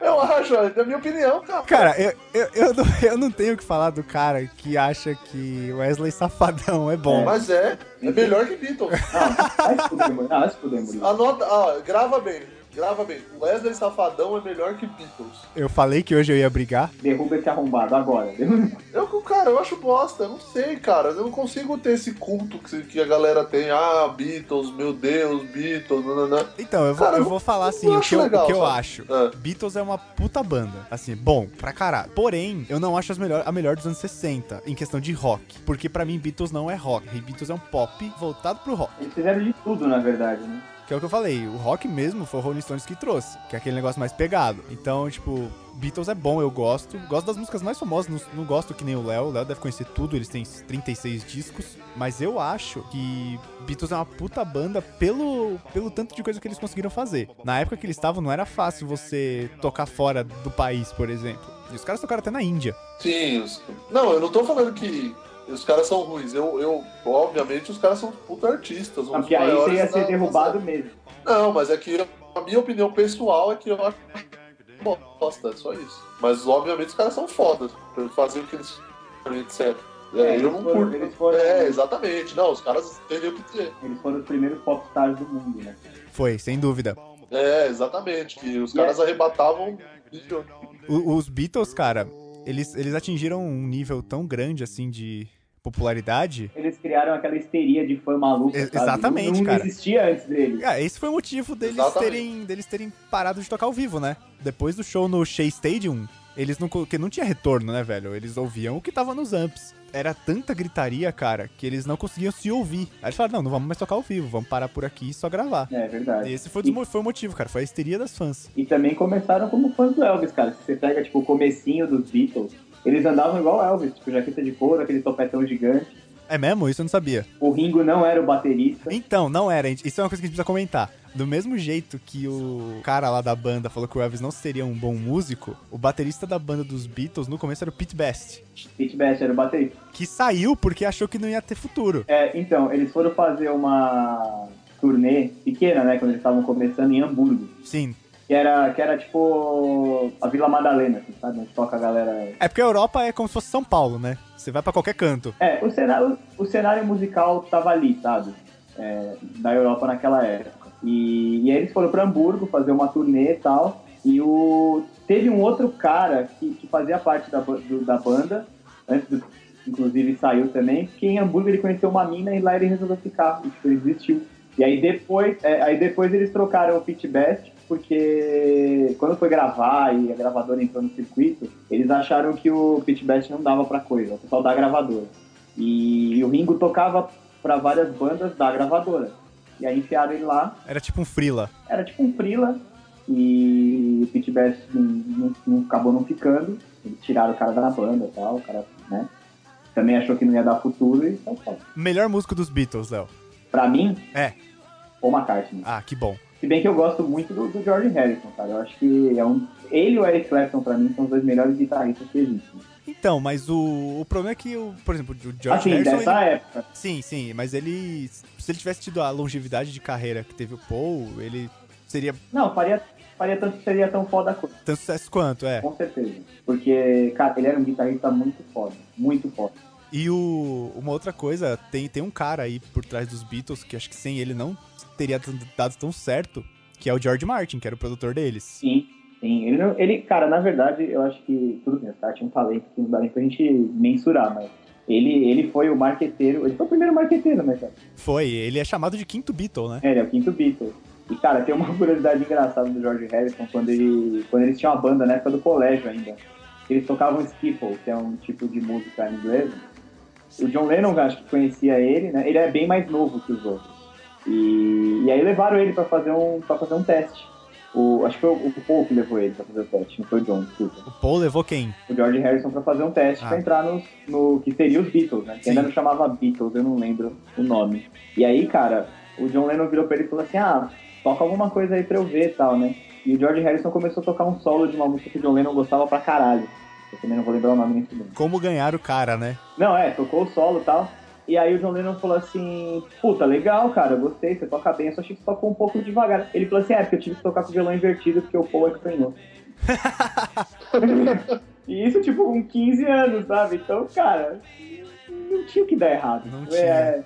[SPEAKER 1] Eu acho, é a minha opinião, cara.
[SPEAKER 2] Cara, eu, eu, eu, não, eu não tenho o que falar do cara que acha que Wesley Safadão é bom.
[SPEAKER 1] Mas é, é melhor que Beatles.
[SPEAKER 3] Não, vai se fuder, Murilo. Não, vai se fuder, Murilo.
[SPEAKER 1] Anota, ah, grava bem, grava bem. Wesley Safadão é melhor que Beatles.
[SPEAKER 2] Eu falei que hoje eu ia brigar.
[SPEAKER 3] Derruba esse arrombado agora.
[SPEAKER 1] Eu, cara, eu acho bosta, eu não sei, cara. Eu não consigo ter esse culto que, que a galera tem. Ah, Beatles, meu Deus, Beatles, nananã.
[SPEAKER 2] Então, eu vou,
[SPEAKER 1] Cara,
[SPEAKER 2] eu vou falar
[SPEAKER 1] eu
[SPEAKER 2] assim, o
[SPEAKER 1] acho
[SPEAKER 2] que eu,
[SPEAKER 1] legal,
[SPEAKER 2] o que eu
[SPEAKER 1] sabe?
[SPEAKER 2] acho.
[SPEAKER 1] Ah.
[SPEAKER 2] Beatles é uma puta banda. Assim, bom, pra caralho. Porém, eu não acho as melhor, a melhor dos anos 60, em questão de rock. Porque pra mim, Beatles não é rock. E Beatles é um pop voltado pro rock.
[SPEAKER 3] Eles fizeram de tudo, na verdade, né?
[SPEAKER 2] Que é o que eu falei, o rock mesmo foi o Rolling Stones que trouxe, que é aquele negócio mais pegado. Então, tipo, Beatles é bom, eu gosto. Gosto das músicas mais famosas, não, não gosto que nem o Léo. O Léo deve conhecer tudo, eles têm 36 discos. Mas eu acho que Beatles é uma puta banda pelo, pelo tanto de coisa que eles conseguiram fazer. Na época que eles estavam, não era fácil você tocar fora do país, por exemplo. E os caras tocaram até na Índia.
[SPEAKER 1] Sim, os- não, eu não tô falando que os caras são ruins. Eu, eu obviamente, os caras são puta artistas. uns
[SPEAKER 3] Não, porque aí você
[SPEAKER 1] maiores
[SPEAKER 3] ia
[SPEAKER 1] da-
[SPEAKER 3] ser derrubado mesmo.
[SPEAKER 1] Não, mas é que a minha opinião pessoal é que eu acho bosta, é só isso. Mas obviamente os caras são fodas por fazer o que eles fazem, etc. É,
[SPEAKER 3] É,
[SPEAKER 1] eu
[SPEAKER 3] eles
[SPEAKER 1] não
[SPEAKER 3] foram-
[SPEAKER 1] curto.
[SPEAKER 3] eles foram-
[SPEAKER 1] É, exatamente. Não, os caras têm nem o que dizer.
[SPEAKER 3] Eles foram os primeiros popstars do mundo, né?
[SPEAKER 2] Foi, sem dúvida.
[SPEAKER 1] É, exatamente. Que
[SPEAKER 3] é-
[SPEAKER 1] os caras arrebatavam milhões.
[SPEAKER 2] O- os Beatles, cara, eles, eles atingiram um nível tão grande, assim, de popularidade
[SPEAKER 3] Eles criaram aquela histeria de fã maluco.
[SPEAKER 2] Ex-
[SPEAKER 3] sabe?
[SPEAKER 2] exatamente,
[SPEAKER 3] não, não
[SPEAKER 2] cara.
[SPEAKER 3] existia antes dele.
[SPEAKER 2] Ah, esse foi o motivo deles
[SPEAKER 1] Exatamente.
[SPEAKER 2] terem, deles terem parado de tocar ao vivo, né? Depois do show no Shea Stadium, eles não, co- que não tinha retorno, né, velho? Eles ouviam o que tava nos amps. Era tanta gritaria, cara, que eles não conseguiam se ouvir. Aí eles falaram, não, não vamos mais tocar ao vivo, vamos parar por aqui e só gravar.
[SPEAKER 3] É verdade.
[SPEAKER 2] E esse foi, o desmo- foi o motivo, cara, foi a histeria das fãs.
[SPEAKER 3] E também começaram como fãs do Elvis, cara. Se você pega, tipo, o comecinho dos Beatles, eles andavam igual Elvis, tipo, jaqueta de couro, aquele topetão gigante.
[SPEAKER 2] É mesmo? Isso eu não sabia.
[SPEAKER 3] O Ringo não era o baterista.
[SPEAKER 2] Então, não era, gente. isso é uma coisa que a gente precisa comentar. Do mesmo jeito que o cara lá da banda falou que o Elvis não seria um bom músico, o baterista da banda dos Beatles no começo era o Pete Best.
[SPEAKER 3] Pete Best era o baterista.
[SPEAKER 2] que saiu porque achou que não ia ter futuro.
[SPEAKER 3] É, então, eles foram fazer uma turnê pequena, né? Quando eles estavam começando em Hamburgo.
[SPEAKER 2] Sim.
[SPEAKER 3] Que era, que era tipo a Vila Madalena, assim, sabe? Onde toca a galera.
[SPEAKER 2] É porque a Europa é como se fosse São Paulo, né? Você vai pra qualquer canto.
[SPEAKER 3] É, o cenário, o cenário musical tava ali, sabe? É, da Europa naquela época. E, e aí eles foram pra Hamburgo fazer uma turnê e tal. E o, teve um outro cara que, que fazia parte da, ba- do- da banda, antes do, inclusive saiu também, que em Hamburgo ele conheceu uma mina e lá ele resolveu ficar, e, tipo, ele desistiu. E aí depois, é, aí depois eles trocaram o Pit Best, porque quando foi gravar e a gravadora entrou no circuito, eles acharam que o Pit Best não dava pra coisa, o pessoal da gravadora. E o Ringo tocava pra várias bandas da gravadora. E aí enfiaram ele lá,
[SPEAKER 2] Era tipo um frila.
[SPEAKER 3] era tipo um frila, e o Pit Best não, não- não- acabou não ficando, eles tiraram o cara da banda e tal, o cara, né? Também achou que não ia dar futuro e tal, tal.
[SPEAKER 2] Melhor músico dos Beatles, Léo.
[SPEAKER 3] Pra mim,
[SPEAKER 2] É.
[SPEAKER 3] Paul McCartney.
[SPEAKER 2] Ah, que bom.
[SPEAKER 3] Se bem que eu gosto muito do, do George Harrison, cara. Eu acho que é um. Ele e o Eric Clapton, pra mim, são os dois melhores guitarristas que existem.
[SPEAKER 2] Então, mas o, o problema é que, o, por exemplo, o George
[SPEAKER 3] assim,
[SPEAKER 2] Harrison... ele-
[SPEAKER 3] dessa época.
[SPEAKER 2] Sim, sim, mas ele... Se ele tivesse tido a longevidade de carreira que teve o Paul, ele seria
[SPEAKER 3] Não, faria, faria tanto seria tão foda quanto.
[SPEAKER 2] tanto sucesso quanto, é.
[SPEAKER 3] Com certeza. Porque, cara, ele era um guitarrista muito foda. Muito foda.
[SPEAKER 2] E o, uma outra coisa, tem, tem um cara aí por trás dos Beatles que acho que sem ele não teria t- dado tão certo, que é o George Martin, que era o produtor deles.
[SPEAKER 3] Sim, sim. Ele, não- ele, cara, na verdade, eu acho que tudo bem, o cara tinha um talento que não dá nem pra gente mensurar, mas ele, ele foi o marqueteiro, ele foi o primeiro marqueteiro, né, cara?
[SPEAKER 2] Foi, ele é chamado de quinto Beatle, né?
[SPEAKER 3] É, ele é o quinto Beatle. E, cara, tem uma curiosidade engraçada do George Harrison quando ele quando eles tinham uma banda na época do colégio ainda. Eles tocavam skiffle, que é um tipo de música inglesa. O John Lennon, acho que conhecia ele, né? Ele é bem mais novo que os outros. E, e aí levaram ele pra fazer um para fazer um teste. O, acho que foi o, o Paul que levou ele pra fazer o teste, não foi o John, desculpa
[SPEAKER 2] O Paul levou quem?
[SPEAKER 3] o George Harrison pra fazer um teste
[SPEAKER 2] Ah.
[SPEAKER 3] pra entrar nos- no que seria os Beatles, né? Que
[SPEAKER 2] Sim.
[SPEAKER 3] ainda não chamava Beatles, eu não lembro o nome. E aí, cara, o John Lennon virou pra ele e falou assim: ah, toca alguma coisa aí pra eu ver e tal, né? E o George Harrison começou a tocar um solo de uma música que o John Lennon gostava pra caralho. Eu também não vou lembrar o nome nem tudo.
[SPEAKER 2] Como ganhar o cara, né?
[SPEAKER 3] Não, é, tocou o solo e tal. E aí o John Lennon falou assim, puta, legal, cara, eu gostei, você toca bem, eu só achei que você tocou um pouco devagar. Ele falou assim, é, porque eu tive que tocar com o violão invertido, porque o Paul é que ganhou. e isso, tipo, com 15 anos, sabe? Então, cara, não tinha o que dar errado.
[SPEAKER 2] Não
[SPEAKER 3] foi,
[SPEAKER 2] tinha.
[SPEAKER 3] é,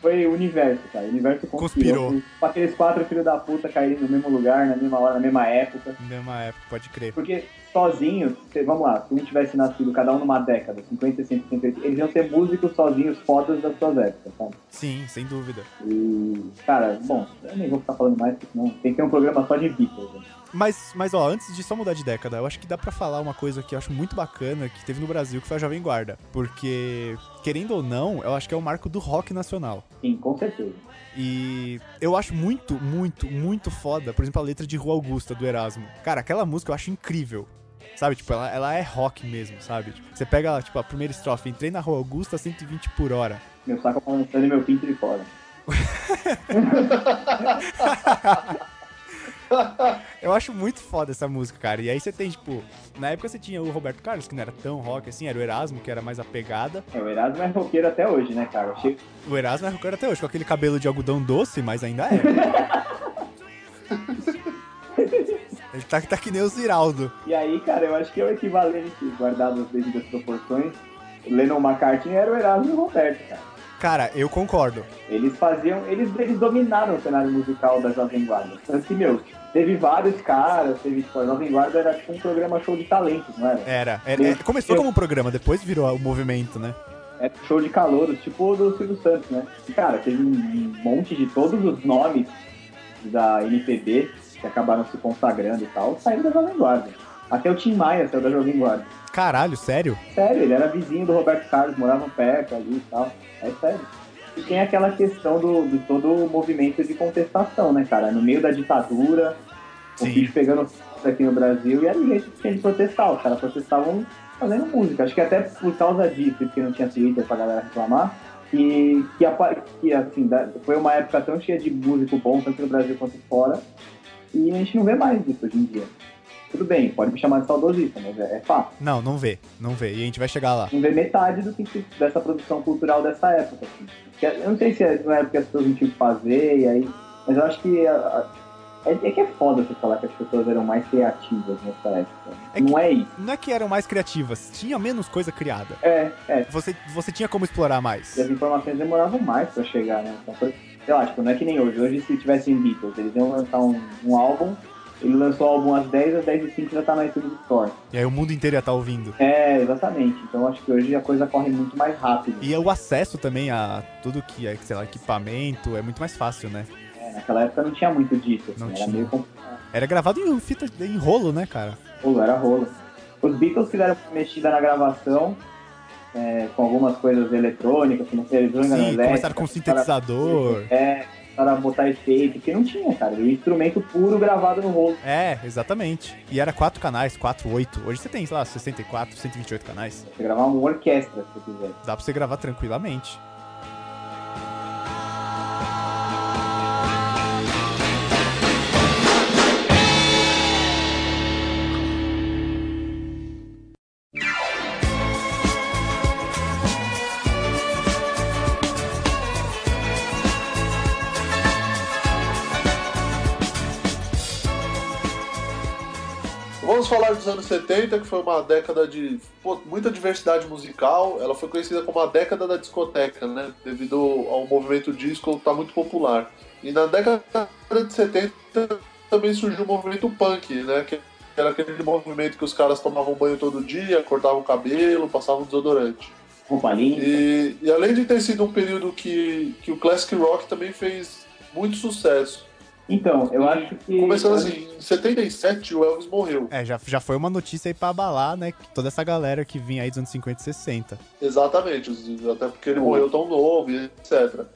[SPEAKER 3] foi o universo, cara. O universo conspirou.
[SPEAKER 2] Conspirou.
[SPEAKER 3] com- Com aqueles quatro filhos da puta caírem no mesmo lugar, na mesma hora, na mesma época.
[SPEAKER 2] Mesma época, pode crer.
[SPEAKER 3] Porque sozinhos, se- vamos lá, se um tivesse nascido cada um numa década, 50, 60, 70, eles iam ser músicos sozinhos, fodas das suas épocas, sabe?
[SPEAKER 2] Sim, sem dúvida.
[SPEAKER 3] E, cara, bom, eu nem vou ficar falando mais, porque senão tem que ter um programa só de Beatles. Né?
[SPEAKER 2] Mas, mas ó, antes de só mudar de década, eu acho que dá pra falar uma coisa que eu acho muito bacana que teve no Brasil, que foi a Jovem Guarda. Porque, querendo ou não, eu acho que é o marco do rock nacional.
[SPEAKER 3] Sim, com certeza.
[SPEAKER 2] E eu acho muito, muito, muito foda, por exemplo, a letra de Rua Augusta do Erasmo. Cara, aquela música eu acho incrível. Sabe, tipo, ela, ela é rock mesmo, sabe? Tipo, você pega, tipo, a primeira estrofe, entrei na Rua Augusta a 120 por hora.
[SPEAKER 3] Meu saco balançando e meu pinto de fora.
[SPEAKER 2] Eu acho muito foda essa música, cara. E aí você tem, tipo, na época você tinha o Roberto Carlos, que não era tão rock assim, era o Erasmo, que era mais a pegada.
[SPEAKER 3] É, o Erasmo é roqueiro até hoje, né, cara? Eu achei-
[SPEAKER 2] O Erasmo é roqueiro até hoje, com aquele cabelo de algodão doce, mas ainda é. Ele tá, tá que nem o Ziraldo.
[SPEAKER 3] E aí, cara, eu acho que é o equivalente, guardado as devidas proporções, Lennon McCartney era o Erasmo e o Roberto, cara.
[SPEAKER 2] Cara, eu concordo.
[SPEAKER 3] Eles faziam, eles, eles dominaram o cenário musical da Jovem Guarda. Tanto que, meu, teve vários caras, teve, tipo, a Jovem Guarda era tipo um programa show de talentos, não era?
[SPEAKER 2] Era. era- é, começou
[SPEAKER 3] Eu-
[SPEAKER 2] como um programa, depois virou o movimento, né?
[SPEAKER 3] Era É show de calouros, tipo o do Silvio Santos, né? E, cara, teve um monte de todos os nomes da NPB que acabaram se consagrando e tal, saindo da Jovem Guarda. Até o Tim Maia saiu da Jovem Guarda.
[SPEAKER 2] Caralho, sério?
[SPEAKER 3] Sério, ele era vizinho do Roberto Carlos, moravam perto ali e tal. É sério. E tem aquela questão do, de todo o movimento de contestação, né, cara? No meio da ditadura,
[SPEAKER 2] Sim.
[SPEAKER 3] o bicho pegando fogo aqui no Brasil, e era o jeito que tinha de protestar. Os caras protestavam fazendo música. Acho que até por causa disso, porque não tinha Twitter pra galera reclamar, e que, apa- que assim, da- foi uma época tão cheia de músico bom, tanto no Brasil quanto fora, e a gente não vê mais isso hoje em dia. Tudo bem, pode me chamar de saudosista, mas é- é fato
[SPEAKER 2] Não, não vê, não vê. E a gente vai chegar lá.
[SPEAKER 3] não vê metade do que se- dessa produção cultural dessa época. assim. Que Eu não sei se é- não é porque as pessoas não tinham o que fazer, e aí, mas eu acho que. a- a- é, é que é foda você falar que as pessoas eram mais criativas nessa época.
[SPEAKER 2] É
[SPEAKER 3] não
[SPEAKER 2] que-
[SPEAKER 3] é isso.
[SPEAKER 2] Não é que eram mais criativas, tinha menos coisa criada.
[SPEAKER 3] É, é.
[SPEAKER 2] Você, você tinha como explorar mais.
[SPEAKER 3] E as informações demoravam mais pra chegar, né? Então, por- sei lá, tipo, não é que nem hoje. Hoje, se tivessem Beatles, eles iam lançar um, um álbum. Ele lançou o álbum às 10, às 10 e 5 já tá na iTunes Store.
[SPEAKER 2] E aí o mundo inteiro ia estar ouvindo.
[SPEAKER 3] É, exatamente. Então acho que hoje a coisa corre muito mais rápido. né?
[SPEAKER 2] E o acesso também a tudo que é, sei lá, equipamento, é muito mais fácil, né?
[SPEAKER 3] né? Naquela época não tinha muito disso, assim,
[SPEAKER 2] Não
[SPEAKER 3] era
[SPEAKER 2] tinha.
[SPEAKER 3] meio complicado.
[SPEAKER 2] Era gravado em um fita, em rolo, né, cara?
[SPEAKER 3] Rolo, era rolo. Os Beatles fizeram uma mexida na gravação, é, com algumas coisas eletrônicas, que não sei, eletrônica, não,
[SPEAKER 2] Sim,
[SPEAKER 3] elétrica,
[SPEAKER 2] começaram com sintetizador.
[SPEAKER 3] É, para botar efeito, que não tinha, cara. O instrumento puro gravado no rolo.
[SPEAKER 2] É, exatamente. E era quatro canais, quatro, oito. Hoje você tem, sei lá, 64, 128 canais.
[SPEAKER 3] Você gravar uma orquestra, se você quiser.
[SPEAKER 2] Dá pra você gravar tranquilamente.
[SPEAKER 4] Thank
[SPEAKER 1] vamos falar dos anos 70, que foi uma década de pô, muita diversidade musical. Ela foi conhecida como a década da discoteca, né? Devido ao movimento disco estar muito popular. E na década de 70 também surgiu o movimento punk, né? Que era aquele movimento que os caras tomavam banho todo dia, cortavam o cabelo, passavam desodorante.
[SPEAKER 3] Roupa linda.
[SPEAKER 1] E, e além de ter sido um período que, que o classic rock também fez muito sucesso.
[SPEAKER 3] Então, eu acho que.
[SPEAKER 1] Começando assim, em 77 o Elvis morreu.
[SPEAKER 2] É, já, já foi uma notícia aí pra abalar, né? que Toda essa galera que vinha aí dos anos 50 e 60.
[SPEAKER 1] Exatamente, os- até porque ele morreu tão novo, e etc.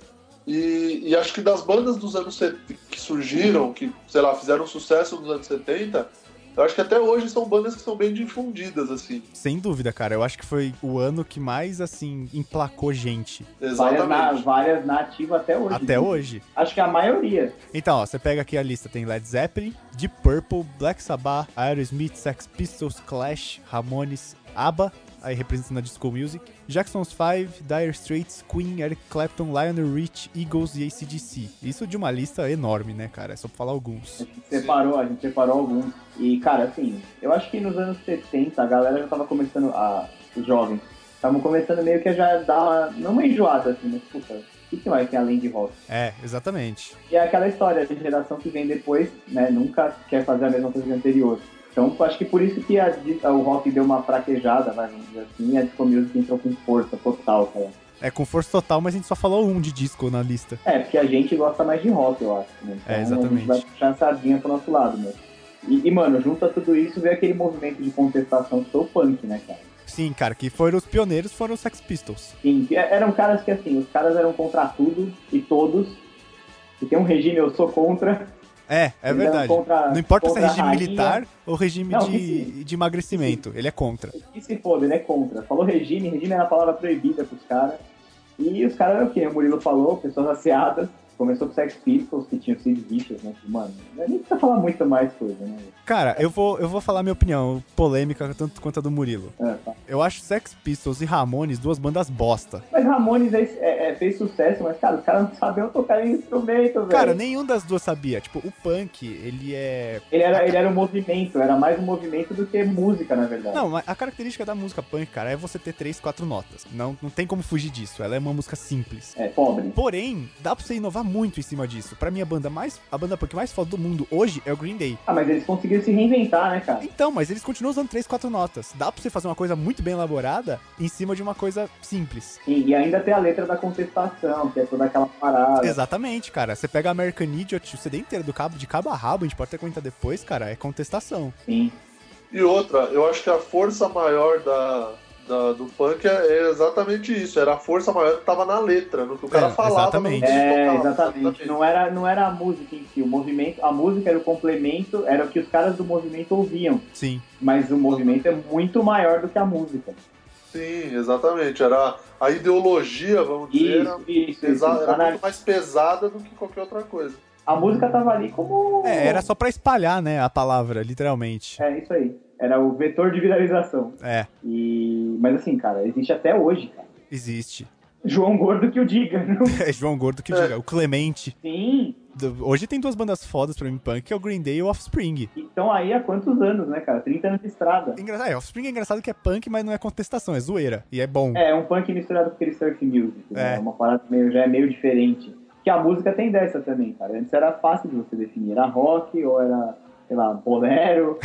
[SPEAKER 1] E, e acho que das bandas dos anos 70 que surgiram, que, sei lá, fizeram sucesso nos anos 70, eu acho que até hoje são bandas que são bem difundidas, assim.
[SPEAKER 2] Sem dúvida, cara. Eu acho que foi o ano que mais, assim, emplacou gente.
[SPEAKER 3] Várias, na,
[SPEAKER 1] Exatamente.
[SPEAKER 3] várias na ativa até hoje.
[SPEAKER 2] Até hoje.
[SPEAKER 3] Acho que a maioria.
[SPEAKER 2] Então, ó, você pega aqui a lista. Tem Led Zeppelin, Deep Purple, Black Sabbath, Aerosmith, Sex Pistols, Clash, Ramones, ABBA, aí representando a Disco Music, Jackson's Five, Dire Straits, Queen, Eric Clapton, Lionel Rich, Eagles e ACDC. Isso de uma lista enorme, né, cara? É só pra falar alguns.
[SPEAKER 3] A gente separou, a gente separou alguns. E, cara, assim, eu acho que nos anos 70 a galera já tava começando, a, os jovens, estavam começando meio que a já dar, não uma enjoada, assim, mas, puta, o que, que mais tem além de rock?
[SPEAKER 2] É, exatamente.
[SPEAKER 3] E é aquela história, a geração que vem depois, né, nunca quer fazer a mesma coisa que a anterior. Então, eu acho que por isso que a di- o rock deu uma fraquejada, vai, vamos dizer assim, e a disco music entrou com força total, cara.
[SPEAKER 2] É com força total, mas a gente só falou um de disco na lista.
[SPEAKER 3] É, porque a gente gosta mais de rock, eu acho. Né?
[SPEAKER 2] É,
[SPEAKER 3] A
[SPEAKER 2] exatamente.
[SPEAKER 3] gente vai puxar a sardinha pro nosso lado, né? E, e, mano, junto a tudo isso veio aquele movimento de contestação que foi o punk, né, cara?
[SPEAKER 2] Sim, cara, que foram os pioneiros, foram os Sex Pistols.
[SPEAKER 3] Sim, que eram caras que, assim, os caras eram contra tudo e todos. E tem um regime, eu sou contra.
[SPEAKER 2] É, é
[SPEAKER 3] Eles
[SPEAKER 2] verdade.
[SPEAKER 3] eram um contra-
[SPEAKER 2] Não importa se é
[SPEAKER 3] contra a
[SPEAKER 2] regime
[SPEAKER 3] rainha.
[SPEAKER 2] militar ou regime
[SPEAKER 3] Não, que
[SPEAKER 2] de, de emagrecimento, ele é contra.
[SPEAKER 3] E se foda, ele é contra. Falou regime, regime era a palavra proibida pros caras. E os caras eram o quê? O Murilo falou, pessoas asseadas. Começou com Sex Pistols, que tinham sido bichos, né? Que, mano, nem precisa falar muito mais coisa, né?
[SPEAKER 2] Cara, eu vou, eu vou falar minha opinião, polêmica tanto quanto a do Murilo.
[SPEAKER 3] É, tá.
[SPEAKER 2] Eu acho Sex Pistols e Ramones duas bandas bosta.
[SPEAKER 3] Mas Ramones é- é- é- fez sucesso, mas, cara, os caras não sabiam tocar em instrumento, velho.
[SPEAKER 2] Cara, nenhum das duas sabia. Tipo, o punk, ele é.
[SPEAKER 3] ele, era, ele era um movimento, era mais um movimento do que música, na verdade.
[SPEAKER 2] Não, mas a característica da música punk, cara, é você ter três, quatro notas. Não, não tem como fugir disso. Ela é uma música simples.
[SPEAKER 3] É, pobre.
[SPEAKER 2] Porém, dá pra você inovar muito em cima disso. Pra mim, a banda mais. A banda punk mais foda do mundo hoje é o Green Day.
[SPEAKER 3] Ah, mas eles conseguiram se reinventar, né, cara?
[SPEAKER 2] Então, mas eles continuam usando três, quatro notas. Dá pra você fazer uma coisa muito bem elaborada em cima de uma coisa simples.
[SPEAKER 3] E, e ainda tem a letra da contestação, que é toda aquela parada.
[SPEAKER 2] Exatamente, cara. Você pega American Idiot, o CD inteiro do cabo, de cabo a rabo, a gente pode até comentar depois, cara, é contestação.
[SPEAKER 3] Sim.
[SPEAKER 1] E outra, eu acho que a força maior da, da- do punk é, é exatamente isso. Era a força maior que tava na letra, no que o cara
[SPEAKER 2] É,
[SPEAKER 1] falava.
[SPEAKER 2] exatamente.
[SPEAKER 1] no que ele
[SPEAKER 3] É,
[SPEAKER 1] tocava,
[SPEAKER 3] exatamente. Não era, não era a música em si, o movimento, a música era o complemento, era o que os caras do movimento ouviam.
[SPEAKER 2] Sim.
[SPEAKER 3] Mas o movimento é muito maior do que a música.
[SPEAKER 1] Sim, exatamente. Era a ideologia, vamos dizer, era,
[SPEAKER 3] Isso, isso, isso.
[SPEAKER 1] pesa- era
[SPEAKER 3] Ana-
[SPEAKER 1] muito mais pesada do que qualquer outra coisa.
[SPEAKER 3] A música tava ali como.
[SPEAKER 2] É, era só pra espalhar, né, a palavra, literalmente.
[SPEAKER 3] É, isso aí. Era o vetor de viralização.
[SPEAKER 2] É,
[SPEAKER 3] E... Mas assim, cara, existe até hoje, cara.
[SPEAKER 2] existe.
[SPEAKER 3] João Gordo que o diga, não?
[SPEAKER 2] É João Gordo que
[SPEAKER 1] É.
[SPEAKER 2] diga, o Clemente.
[SPEAKER 3] Sim.
[SPEAKER 2] Do- Hoje tem duas bandas fodas pra mim, punk, que é o Green Day e o Offspring.
[SPEAKER 3] Então aí há quantos anos, né, cara? 30 anos de estrada.
[SPEAKER 2] Engra... É, Offspring é engraçado que é punk, mas não é contestação, é zoeira. E é bom.
[SPEAKER 3] É, um punk misturado com aquele surf music, né?
[SPEAKER 2] É.
[SPEAKER 3] Uma parada meio, já é meio diferente. Que a música tem dessa também, cara. Antes era fácil de você definir. Era rock, ou era, sei lá, bolero,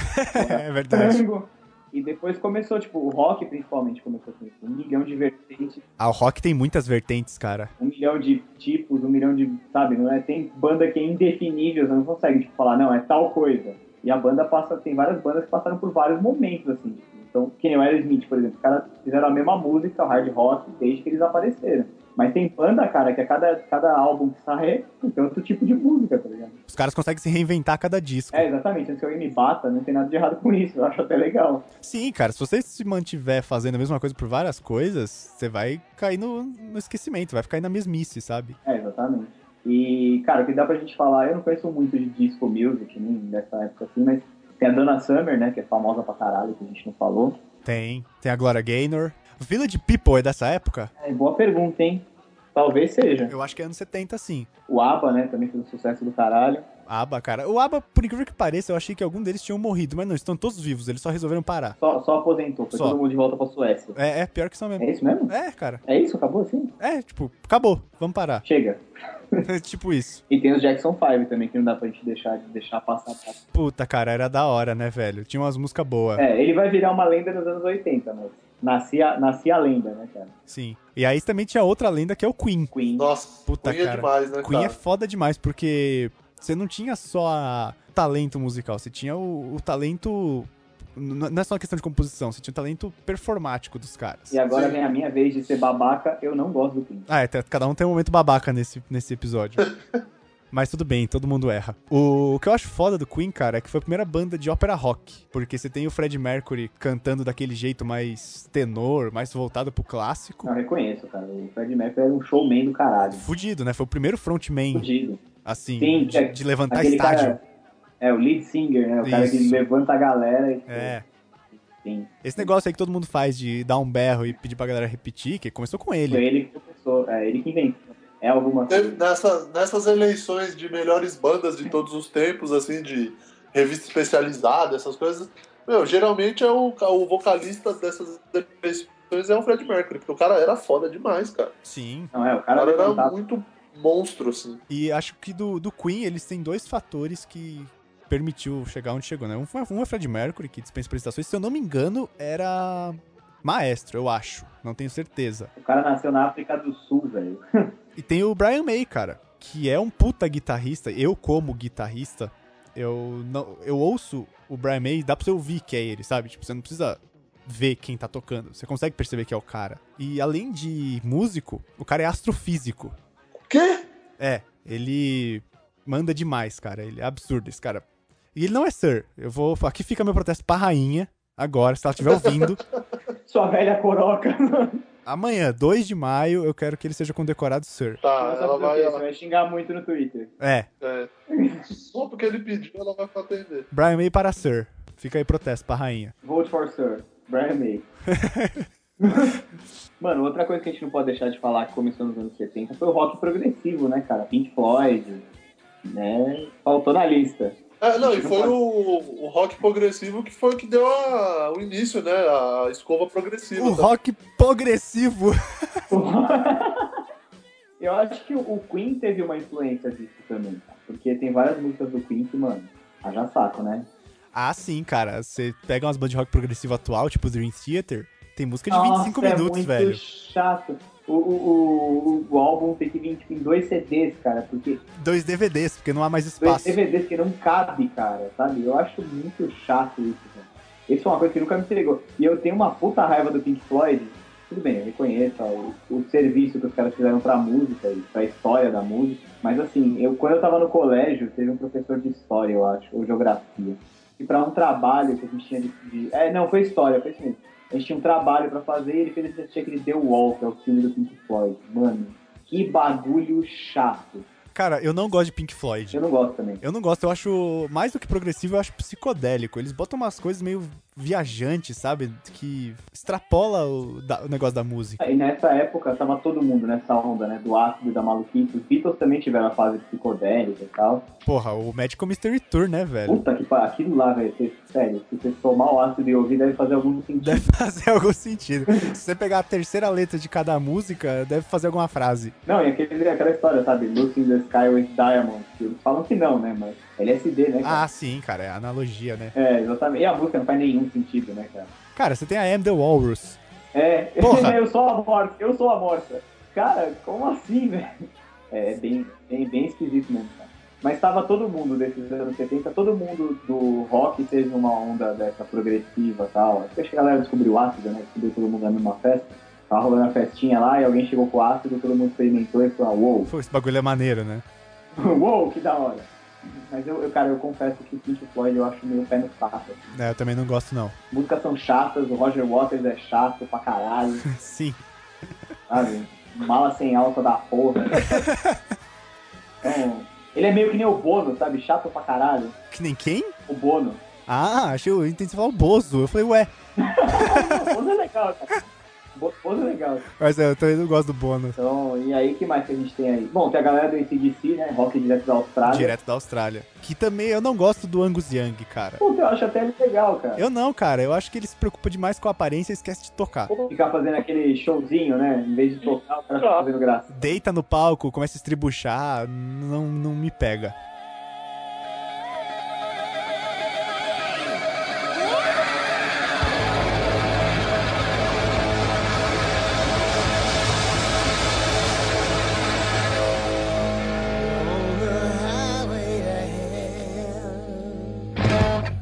[SPEAKER 2] É, verdade.
[SPEAKER 3] tango. E depois começou, tipo, o rock principalmente começou com isso. Um milhão de vertentes,
[SPEAKER 2] Ah, o rock tem muitas vertentes, cara.
[SPEAKER 3] um milhão de tipos, um milhão de. Sabe, não é? Tem banda que é indefinível, você não consegue tipo, falar, não, é tal coisa. E a banda passa, tem várias bandas que passaram por vários momentos, assim. tipo, Então, que nem o Aerosmith, por exemplo, os caras fizeram a mesma música, o hard rock, desde que eles apareceram. Mas tem banda, cara, que a cada, cada álbum que sai é tem outro tipo de música, tá ligado?
[SPEAKER 2] Os caras conseguem se reinventar a cada disco.
[SPEAKER 3] É, exatamente. Antes que alguém me bata, não tem nada de errado com isso. Eu acho até legal.
[SPEAKER 2] Sim, cara, se você se mantiver fazendo a mesma coisa por várias coisas, você vai cair no, no esquecimento, vai ficar aí na mesmice, sabe?
[SPEAKER 3] É, exatamente. E, cara, o que dá pra gente falar, eu não conheço muito de disco music, nem dessa época assim, mas tem a Donna Summer, né, que é famosa pra caralho, que a gente não falou.
[SPEAKER 2] Tem. Tem a Gloria Gaynor. Village People é dessa época?
[SPEAKER 3] É, boa pergunta, hein? Talvez seja.
[SPEAKER 2] Eu acho que é anos 70, sim.
[SPEAKER 3] O ABBA, né, também fez um sucesso do caralho.
[SPEAKER 2] ABBA, cara. O ABBA, por incrível que pareça, eu achei que algum deles tinham morrido, mas não, estão todos vivos, eles só resolveram parar.
[SPEAKER 3] Só, só aposentou, foi
[SPEAKER 2] Só.
[SPEAKER 3] todo mundo de volta pra Suécia.
[SPEAKER 2] É, é pior que são mesmo.
[SPEAKER 3] É isso mesmo?
[SPEAKER 2] É, cara.
[SPEAKER 3] É isso? Acabou assim?
[SPEAKER 2] É, tipo, acabou, vamos parar.
[SPEAKER 3] Chega.
[SPEAKER 2] tipo isso.
[SPEAKER 3] E tem os Jackson 5 também, que não dá pra gente deixar, deixar passar.
[SPEAKER 2] Puta, cara, era da hora, né, velho? Tinha umas músicas boas.
[SPEAKER 3] É, ele vai virar uma lenda nos anos 80, mas nascia, nascia a lenda, né, cara?
[SPEAKER 2] Sim. E aí também tinha outra lenda que é o Queen.
[SPEAKER 3] Queen.
[SPEAKER 1] Nossa,
[SPEAKER 2] Puta,
[SPEAKER 1] Queen é
[SPEAKER 2] cara.
[SPEAKER 1] demais, né,
[SPEAKER 2] Queen é
[SPEAKER 1] cara?
[SPEAKER 2] foda demais, porque você não tinha só a- talento musical, você tinha o, o talento. n- Não é só uma questão de composição, você tinha o talento performático dos caras.
[SPEAKER 3] E agora
[SPEAKER 1] Sim.
[SPEAKER 3] vem a minha vez de ser babaca, eu não gosto do Queen.
[SPEAKER 2] Ah, é, tá- cada um tem um momento babaca nesse, nesse episódio. Mas tudo bem, todo mundo erra. O, o que eu acho foda do Queen, cara, é que foi a primeira banda de ópera rock. Porque você tem o Fred Mercury cantando daquele jeito mais tenor, mais voltado pro clássico.
[SPEAKER 3] Eu reconheço, cara. O Fred Mercury era um showman do caralho.
[SPEAKER 2] Fudido, né? Foi o primeiro frontman,
[SPEAKER 3] Fudido.
[SPEAKER 2] assim,
[SPEAKER 3] Sim,
[SPEAKER 2] de,
[SPEAKER 3] é,
[SPEAKER 2] de levantar
[SPEAKER 3] Aquele
[SPEAKER 2] estádio.
[SPEAKER 3] cara. É, o lead singer, né? O cara que
[SPEAKER 2] Isso.
[SPEAKER 3] levanta a galera e.
[SPEAKER 2] É.
[SPEAKER 3] Sim.
[SPEAKER 2] Esse negócio aí que todo mundo faz de dar um berro e pedir pra galera repetir, que começou com ele.
[SPEAKER 3] Foi ele que começou, é ele que inventou. É alguma
[SPEAKER 1] Teve
[SPEAKER 3] coisa.
[SPEAKER 1] nessa- nessas eleições de melhores bandas de todos os tempos, assim, de revista especializada, essas coisas, meu, geralmente é o, o vocalista dessas eleições é o Fred Mercury, porque o cara era foda demais, cara.
[SPEAKER 2] Sim.
[SPEAKER 3] Não, é, o
[SPEAKER 1] O
[SPEAKER 3] cara
[SPEAKER 1] cara era
[SPEAKER 3] levantava.
[SPEAKER 1] muito monstro, assim.
[SPEAKER 2] E acho que do, do Queen eles têm dois fatores que permitiu chegar onde chegou, né? Um, foi- um é Fred Mercury, que dispensa prestações. Se eu não me engano, era maestro, eu acho. Não tenho certeza.
[SPEAKER 1] um-
[SPEAKER 3] O cara nasceu na África do Sul, velho.
[SPEAKER 2] E tem o Brian May, cara, que é um puta guitarrista. Eu, como guitarrista, eu não eu ouço o Brian May, dá pra você ouvir que é ele, sabe? Tipo, você não precisa ver quem tá tocando. Você consegue perceber que é o cara. E além de músico, o cara é astrofísico.
[SPEAKER 1] Quê?
[SPEAKER 2] É, ele manda demais, cara. Ele é absurdo esse cara. E ele não é Sir. Eu vou. Aqui fica meu protesto pra rainha, agora, se ela estiver ouvindo.
[SPEAKER 3] Sua velha coroca.
[SPEAKER 2] Amanhã, 2 de maio, eu quero que ele seja condecorado Sir.
[SPEAKER 1] Tá,
[SPEAKER 3] Nossa,
[SPEAKER 1] ela
[SPEAKER 3] por
[SPEAKER 1] vai.
[SPEAKER 3] quê? Você
[SPEAKER 1] Ela,
[SPEAKER 3] vai xingar muito no Twitter.
[SPEAKER 2] É,
[SPEAKER 1] é. Só porque ele pediu, ela vai atender.
[SPEAKER 2] Brian May para Sir. Fica aí protesto pra rainha.
[SPEAKER 3] Vote for Sir. Brian May. Mano, outra coisa que a gente não pode deixar de falar que começou nos anos 70 foi o rock progressivo, né, cara? Pink Floyd, né? Faltou na lista.
[SPEAKER 1] É, não, e foi o, o rock progressivo que foi o que deu a- o início, né? A escova progressiva.
[SPEAKER 2] O
[SPEAKER 1] tá?
[SPEAKER 2] rock progressivo.
[SPEAKER 3] Eu acho que o Queen teve uma influência disso também, cara. Porque tem várias músicas do Queen que, mano, haja saco, né?
[SPEAKER 2] Ah, sim, cara. Você pega umas bandas de rock progressivo atual, tipo Dream Theater, tem música de
[SPEAKER 3] Nossa,
[SPEAKER 2] 25
[SPEAKER 3] é
[SPEAKER 2] minutos,
[SPEAKER 3] muito
[SPEAKER 2] velho.
[SPEAKER 3] chato. O, o, o, o álbum tem que vir tipo, em dois CDs, cara, porque
[SPEAKER 2] Dois DVDs, porque não há mais
[SPEAKER 3] dois
[SPEAKER 2] espaço.
[SPEAKER 3] DVDs que não cabe, cara, sabe? Eu acho muito chato isso, cara. Isso é uma coisa que nunca me pegou. E eu tenho uma puta raiva do Pink Floyd. Tudo bem, eu reconheço ó, o, o serviço que os caras fizeram pra música e pra história da música. Mas assim, eu quando eu tava no colégio, teve um professor de história, eu acho, ou geografia. E pra um trabalho que a gente tinha de. de- é, não, foi história, foi isso mesmo. A gente tinha um trabalho pra fazer e ele fez a gente assistir aquele The Wall, que é o filme do Pink Floyd. Mano, que bagulho chato.
[SPEAKER 2] Cara, eu não gosto de Pink Floyd.
[SPEAKER 3] Eu não gosto também.
[SPEAKER 2] Eu não gosto, eu acho. Mais do que progressivo, eu acho psicodélico. Eles botam umas coisas meio viajantes, sabe? Que extrapola o, da- o negócio da música.
[SPEAKER 3] E nessa época tava todo mundo nessa onda, né? Do ácido, da maluquice. Os Beatles também tiveram a fase psicodélica e tal.
[SPEAKER 2] Porra, o Magical Mystery Tour, né, velho?
[SPEAKER 3] Puta que pariu, aquilo lá, velho. você- Sério, se você tomar o ácido e ouvir, deve fazer algum sentido.
[SPEAKER 2] Deve fazer algum sentido. Se você pegar a terceira letra de cada música, deve fazer alguma frase.
[SPEAKER 3] Não, e aquele, aquela história, sabe? Lucy in the Sky with Diamonds. que Eles falam que não, né? Mas LSD, né? cara?
[SPEAKER 2] Ah, sim, cara, é analogia, né?
[SPEAKER 3] É, exatamente. E a música não faz nenhum sentido, né, cara?
[SPEAKER 2] Cara, você tem a Am the Walrus.
[SPEAKER 3] É,
[SPEAKER 2] Porra!
[SPEAKER 3] eu sou a morte, eu sou a morta. Cara, como assim, velho? É bem, bem, bem esquisito mesmo, cara. Mas tava todo mundo desses anos 70, todo mundo do rock teve uma onda dessa progressiva e tal. Até que a galera descobriu o ácido, né? Descobriu todo mundo na mesma festa. Tava rolando a festinha lá e alguém chegou com ácido, todo mundo experimentou e falou, uou,
[SPEAKER 2] Pô, esse bagulho é maneiro, né?
[SPEAKER 3] uou, que da hora. Mas eu, eu, cara, eu confesso que Pink Floyd eu acho meio pé no saco. assim.
[SPEAKER 2] É, eu também não gosto, não.
[SPEAKER 3] Músicas são chatas, o Roger Waters é chato pra caralho.
[SPEAKER 2] Sim.
[SPEAKER 3] sabe? Mala sem alça da porra. Então, ele é meio que nem o Bono, sabe? Chato pra caralho.
[SPEAKER 2] Que nem quem?
[SPEAKER 3] O Bono.
[SPEAKER 2] Ah, achei eu entendi você falar o Bozo. Eu falei, ué,
[SPEAKER 3] O Bono é legal, cara. Bo- Bozo é legal.
[SPEAKER 2] Mas é, eu também não gosto do Bono.
[SPEAKER 3] Então, e aí, que mais que a gente tem aí? Bom, tem a galera do ACDC, né? Rock direto da Austrália.
[SPEAKER 2] Direto da Austrália. Que também eu não gosto do Angus Young, cara.
[SPEAKER 3] Puta, eu acho até ele legal, cara.
[SPEAKER 2] Eu não, cara. Eu acho que ele se preocupa demais com a aparência e esquece de tocar.
[SPEAKER 3] Ficar fazendo aquele showzinho, né? Em vez de tocar, o cara fica fazendo graça.
[SPEAKER 2] Deita no palco, começa a estribuchar, não, não me pega.
[SPEAKER 5] on the highway to hell.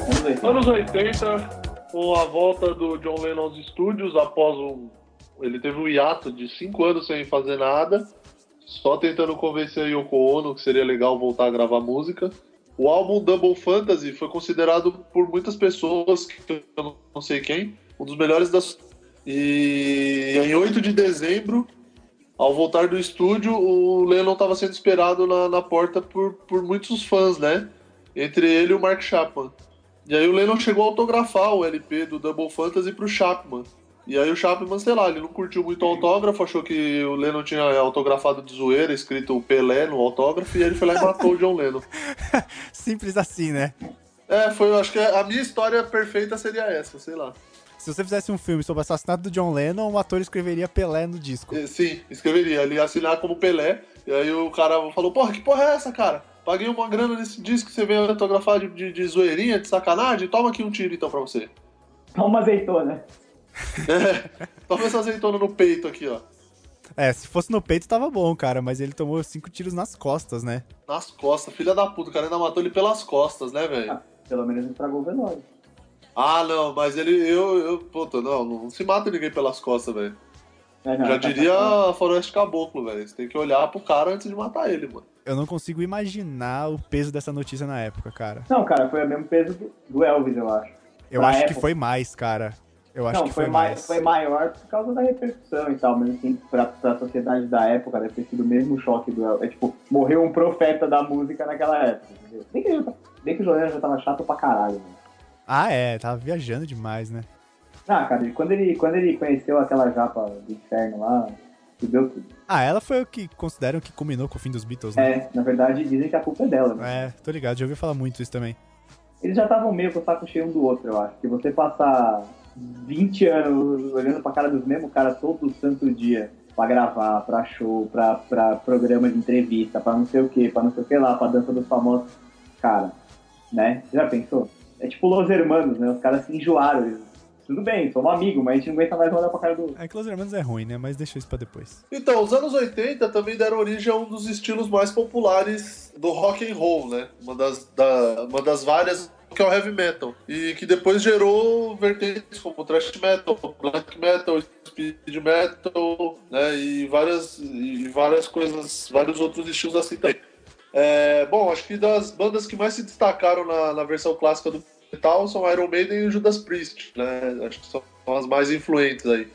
[SPEAKER 3] Vamos ver.
[SPEAKER 1] Anos 80, com a volta do John Lennon aos estúdios, após um. Ele teve um hiato de cinco anos sem fazer nada, só tentando convencer a Yoko Ono que seria legal voltar a gravar música. O álbum Double Fantasy foi considerado por muitas pessoas, que eu não sei quem, um dos melhores da. su- E em 8 de dezembro, ao voltar do estúdio, o Lennon estava sendo esperado na, na porta por, por muitos fãs, né? Entre ele e o Mark Chapman. E aí o Lennon chegou a autografar o LP do Double Fantasy pro Chapman. E aí o Chapman, sei lá, ele não curtiu muito o autógrafo, achou que o Lennon tinha autografado de zoeira, escrito Pelé no autógrafo, e ele foi lá e matou o John Lennon.
[SPEAKER 2] Simples assim, né?
[SPEAKER 1] É, foi, eu acho que a minha história perfeita seria essa, sei lá.
[SPEAKER 2] Se você fizesse um filme sobre o assassinato do John Lennon, o ator escreveria Pelé no disco.
[SPEAKER 1] E, Sim, escreveria, ele ia assinar como Pelé, e aí o cara falou, porra, que porra é essa, cara? Paguei uma grana nesse disco, você veio autografar de, de, de zoeirinha, de sacanagem? Toma aqui um tiro então pra você.
[SPEAKER 3] Toma uma azeitona.
[SPEAKER 1] É, toma essa azeitona no peito aqui, ó.
[SPEAKER 2] É, se fosse no peito tava bom, cara, mas ele tomou cinco tiros nas costas, né?
[SPEAKER 1] Nas costas, filha da puta, o cara ainda matou ele pelas costas, né, velho?
[SPEAKER 3] Ah, pelo menos não estragou o velório.
[SPEAKER 1] Ah, não, mas ele, eu, eu, puta, não, não se mata ninguém pelas costas, velho.
[SPEAKER 3] É, não,
[SPEAKER 1] Já
[SPEAKER 3] tá- tá-
[SPEAKER 1] diria a Floresta Caboclo, velho. Você tem que olhar pro cara antes de matar ele, mano.
[SPEAKER 2] Eu não consigo imaginar o peso dessa notícia na época, cara.
[SPEAKER 3] Não, cara, foi o mesmo peso do- do Elvis, eu acho.
[SPEAKER 2] Eu
[SPEAKER 3] Na
[SPEAKER 2] acho que
[SPEAKER 3] época.
[SPEAKER 2] foi mais, cara. Eu acho
[SPEAKER 3] não,
[SPEAKER 2] que foi,
[SPEAKER 3] mai-
[SPEAKER 2] mais.
[SPEAKER 3] foi maior por causa da repercussão e tal, mas assim, pra, pra sociedade da época deve ter sido o mesmo choque do Elvis. É tipo, morreu um profeta da música naquela época, entendeu? Nem que, ele já- tá, nem que o Juliano já tava chato pra caralho, né?
[SPEAKER 2] Ah, é, tava viajando demais, né?
[SPEAKER 3] Ah, cara, ele- quando ele, quando ele conheceu aquela japa do inferno lá, que deu tudo.
[SPEAKER 2] Ah, ela foi o que consideram que culminou com o fim dos Beatles, né?
[SPEAKER 3] É, na verdade dizem que a culpa é dela, né?
[SPEAKER 2] É, tô ligado, já ouvi falar muito isso também.
[SPEAKER 3] Eles já estavam meio com o saco cheio um do outro, eu acho. Se você passar 20 anos olhando pra cara dos mesmos caras todo santo dia pra gravar, pra show, pra, pra programa de entrevista, pra não sei o que, pra não sei o que lá, pra dança dos famosos, cara, né? Já pensou? É tipo Los Hermanos, né? Os caras se enjoaram. Eles, Tudo bem, somos amigos, mas a gente não aguenta mais olhar pra cara do outro.
[SPEAKER 2] É que Los Hermanos é ruim, né? Mas deixa isso pra depois.
[SPEAKER 1] Então, os anos 80 também deram origem a um dos estilos mais populares do rock and roll, né? Uma das, da- uma das várias que é o heavy metal. E que depois gerou vertentes como thrash metal, black metal, speed metal, né? E várias, e várias coisas, vários outros estilos assim também. É, bom, acho que das bandas que mais se destacaram na, na versão clássica do metal são Iron Maiden e Judas Priest, né? Acho que são as mais influentes aí.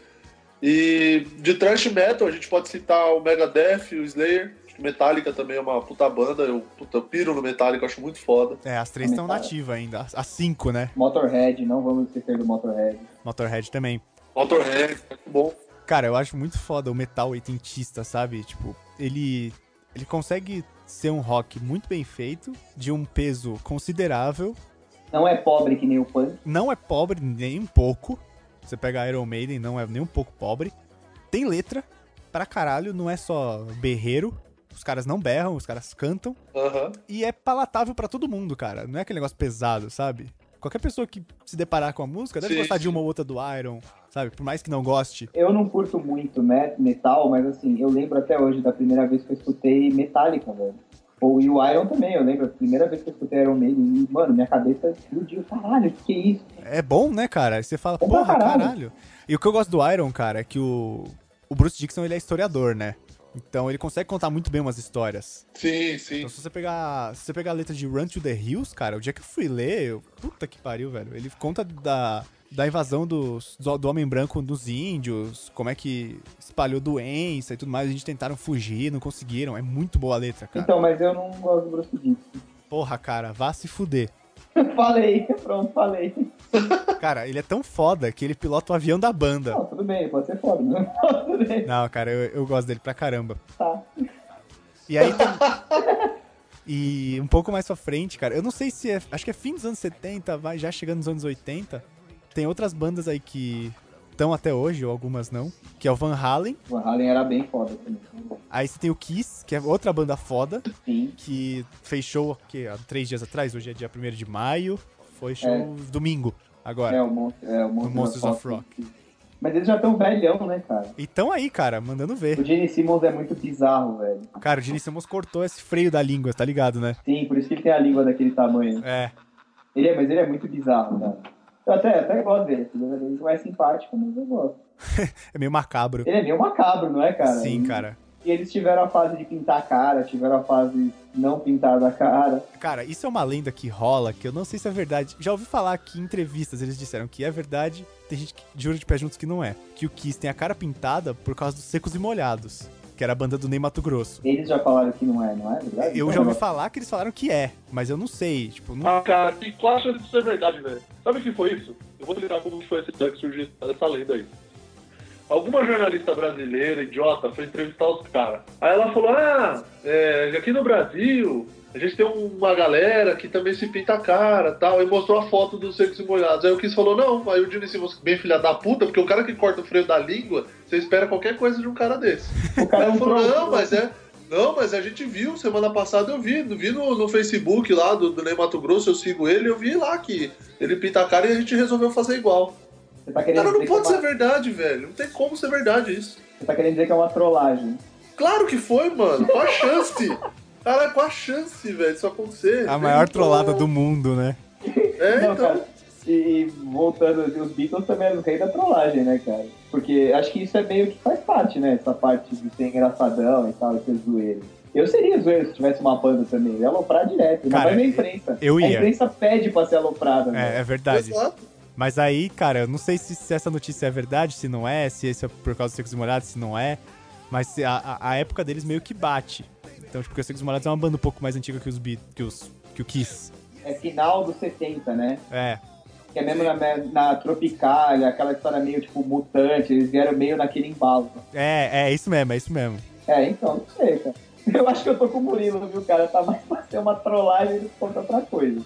[SPEAKER 1] E de thrash metal, a gente pode citar o Megadeth, o Slayer. Acho que Metallica também é uma puta banda. Eu, puta, eu piro no Metallica, acho muito foda.
[SPEAKER 2] É, as três
[SPEAKER 3] Ah,
[SPEAKER 2] estão
[SPEAKER 3] cara.
[SPEAKER 2] nativas ainda. As as cinco, né?
[SPEAKER 3] Motorhead, não vamos esquecer do Motorhead.
[SPEAKER 2] Motorhead também.
[SPEAKER 1] Motorhead, muito bom.
[SPEAKER 2] Cara, eu acho muito foda o metal oitentista, sabe? Tipo, ele. Ele consegue ser um rock muito bem feito, de um peso considerável.
[SPEAKER 3] Não é pobre que nem o punk.
[SPEAKER 2] Não é pobre nem um pouco. Você pega Iron Maiden, não é nem um pouco pobre. Tem letra pra caralho, não é só berreiro. Os caras não berram, os caras cantam.
[SPEAKER 1] Aham.
[SPEAKER 2] e é palatável pra todo mundo, cara. Não é aquele negócio pesado, sabe? Qualquer pessoa que se deparar com a música deve
[SPEAKER 1] Sim,
[SPEAKER 2] gostar de
[SPEAKER 1] sim.
[SPEAKER 2] uma ou outra do Iron, sabe? Por mais que não goste.
[SPEAKER 3] Eu não curto muito me- metal, mas assim, eu lembro até hoje da primeira vez que eu escutei Metallica, velho. Ou, e o Iron também, eu lembro, a primeira vez que eu escutei Iron Maiden, e, mano, minha cabeça explodiu, caralho, que que é isso?
[SPEAKER 2] É bom, né, cara? Aí Você fala,
[SPEAKER 3] É Bom pra
[SPEAKER 2] porra,
[SPEAKER 3] caralho."
[SPEAKER 2] caralho. E o que eu gosto do Iron, cara, é que o, o Bruce Dixon, ele é historiador, né? Então ele consegue contar muito bem umas histórias.
[SPEAKER 1] Sim, sim.
[SPEAKER 2] Então se você pegar, se você pegar a letra de Run to the Hills, cara, o dia que eu fui ler, eu, puta que pariu, velho. Ele conta da da invasão dos- do, do homem branco nos índios, como é que espalhou doença e tudo mais. A gente tentaram fugir, não conseguiram. É muito boa a letra, cara.
[SPEAKER 3] Então, mas eu não gosto do Bruce Dixon.
[SPEAKER 2] Porra, cara, vá se fuder.
[SPEAKER 3] falei, pronto, falei.
[SPEAKER 2] Cara, ele é tão foda que ele pilota o avião da banda.
[SPEAKER 3] Não, tudo bem, pode ser foda, não tudo bem,
[SPEAKER 2] Não, cara, eu, eu gosto dele pra caramba.
[SPEAKER 3] tá.
[SPEAKER 2] E aí tem... E um pouco mais pra frente, cara, eu não sei se é. Acho que é fim dos anos 70, vai já chegando nos anos 80. Tem outras bandas aí que estão até hoje, ou algumas não, que é o Van Halen.
[SPEAKER 3] Van Halen era bem foda também.
[SPEAKER 2] Aí você tem o Kiss, que é outra banda foda,
[SPEAKER 3] Sim.
[SPEAKER 2] que fez show que, há três dias atrás, hoje é dia 1 de maio, foi show domingo, agora.
[SPEAKER 3] É o, Mon é, o
[SPEAKER 2] Monsters
[SPEAKER 3] Monsters,
[SPEAKER 2] of
[SPEAKER 3] Mas eles já estão velhão, né, cara?
[SPEAKER 2] E tão aí, cara, mandando ver.
[SPEAKER 3] O Gene Simmons é muito bizarro, velho.
[SPEAKER 2] Cara, o Gene Simmons cortou esse freio da língua, tá ligado, né?
[SPEAKER 3] Sim, por isso que ele tem a língua daquele tamanho.
[SPEAKER 2] É.
[SPEAKER 3] Ele é, mas ele é muito bizarro, cara. Eu até, até gosto dele. assim, Ele não é simpático, mas eu gosto.
[SPEAKER 2] É meio macabro.
[SPEAKER 3] Ele é meio macabro, não é, cara?
[SPEAKER 2] Sim,
[SPEAKER 3] E-
[SPEAKER 2] cara.
[SPEAKER 3] E eles tiveram a fase de pintar a cara, tiveram a fase não pintada a cara.
[SPEAKER 2] Cara, isso é uma lenda que rola, que eu não sei se é verdade. Já ouvi falar que em entrevistas eles disseram que é verdade, tem gente que jura de pé juntos que não é. Que o Kiss tem a cara pintada por causa dos Secos e Molhados, que era a banda do Ney Mato Grosso.
[SPEAKER 3] Eles já falaram que não é, não é verdade?
[SPEAKER 2] Eu já ouvi falar que eles falaram que é, mas eu não sei, tipo, não...
[SPEAKER 1] Ah, cara, que quase chance disso é verdade, velho. Sabe o que foi isso? Eu vou ligar como que foi esse dia que surgiu essa lenda aí. Alguma jornalista brasileira, idiota, foi entrevistar os caras. Aí ela falou, ah, é, aqui no Brasil, a gente tem uma galera que também se pinta a cara tal. E mostrou a foto dos secos e molhados. Aí o Kiss falou, não. Aí o Dini Simmons, bem filha da puta, porque o cara que corta o freio da língua, você espera qualquer coisa de um cara desse.
[SPEAKER 3] O cara é
[SPEAKER 1] Ela
[SPEAKER 3] um
[SPEAKER 1] falou,
[SPEAKER 3] tronco.
[SPEAKER 1] não, mas é. Não, mas a gente viu, semana passada eu vi, vi no, no Facebook lá do, do Ney Mato Grosso, eu sigo ele, eu vi lá que ele pinta a cara e a gente resolveu fazer igual.
[SPEAKER 3] Você tá querendo
[SPEAKER 1] Cara, não
[SPEAKER 3] dizer que
[SPEAKER 1] pode
[SPEAKER 3] é uma-
[SPEAKER 1] ser verdade, velho. Não tem como ser verdade isso.
[SPEAKER 3] Você tá querendo dizer que é uma trollagem.
[SPEAKER 1] Claro que foi, mano. Qual a chance? Cara, qual a chance, velho, isso acontecer? Então,
[SPEAKER 2] A maior trollada do mundo, né?
[SPEAKER 1] É,
[SPEAKER 3] Não,
[SPEAKER 1] então.
[SPEAKER 3] cara. E, e voltando, assim, os Beatles também eram o rei da trollagem, né, cara? Porque acho que isso é meio que faz parte, né? Essa parte de ser engraçadão e tal, e ser zoeiro. Eu seria zoeiro se tivesse uma banda também. Eu ia aloprar direto,
[SPEAKER 2] Cara,
[SPEAKER 3] não vai na
[SPEAKER 2] eu-
[SPEAKER 3] imprensa.
[SPEAKER 2] eu
[SPEAKER 3] A
[SPEAKER 2] ia.
[SPEAKER 3] imprensa pede pra ser aloprada, né?
[SPEAKER 2] É, é verdade.
[SPEAKER 1] Exato.
[SPEAKER 2] Mas aí, cara, eu não sei se, se essa notícia é verdade, se não é, se isso é por causa dos Secos e Molhados, se não é. Mas se a, a- a época deles meio que bate. Então, tipo, porque os Secos e Molhados é uma banda um pouco mais antiga que os Beat- que os que o Kiss.
[SPEAKER 3] É final dos 70, né?
[SPEAKER 2] É,
[SPEAKER 3] Que é mesmo na, na Tropicália, aquela história meio tipo mutante, eles vieram meio naquele embalo.
[SPEAKER 2] é, é isso mesmo, é isso mesmo.
[SPEAKER 3] É, então, não sei, cara. Eu acho que eu tô com o Murilo, viu, cara? Tá mais pra ser uma trollagem do que qualquer outra coisa.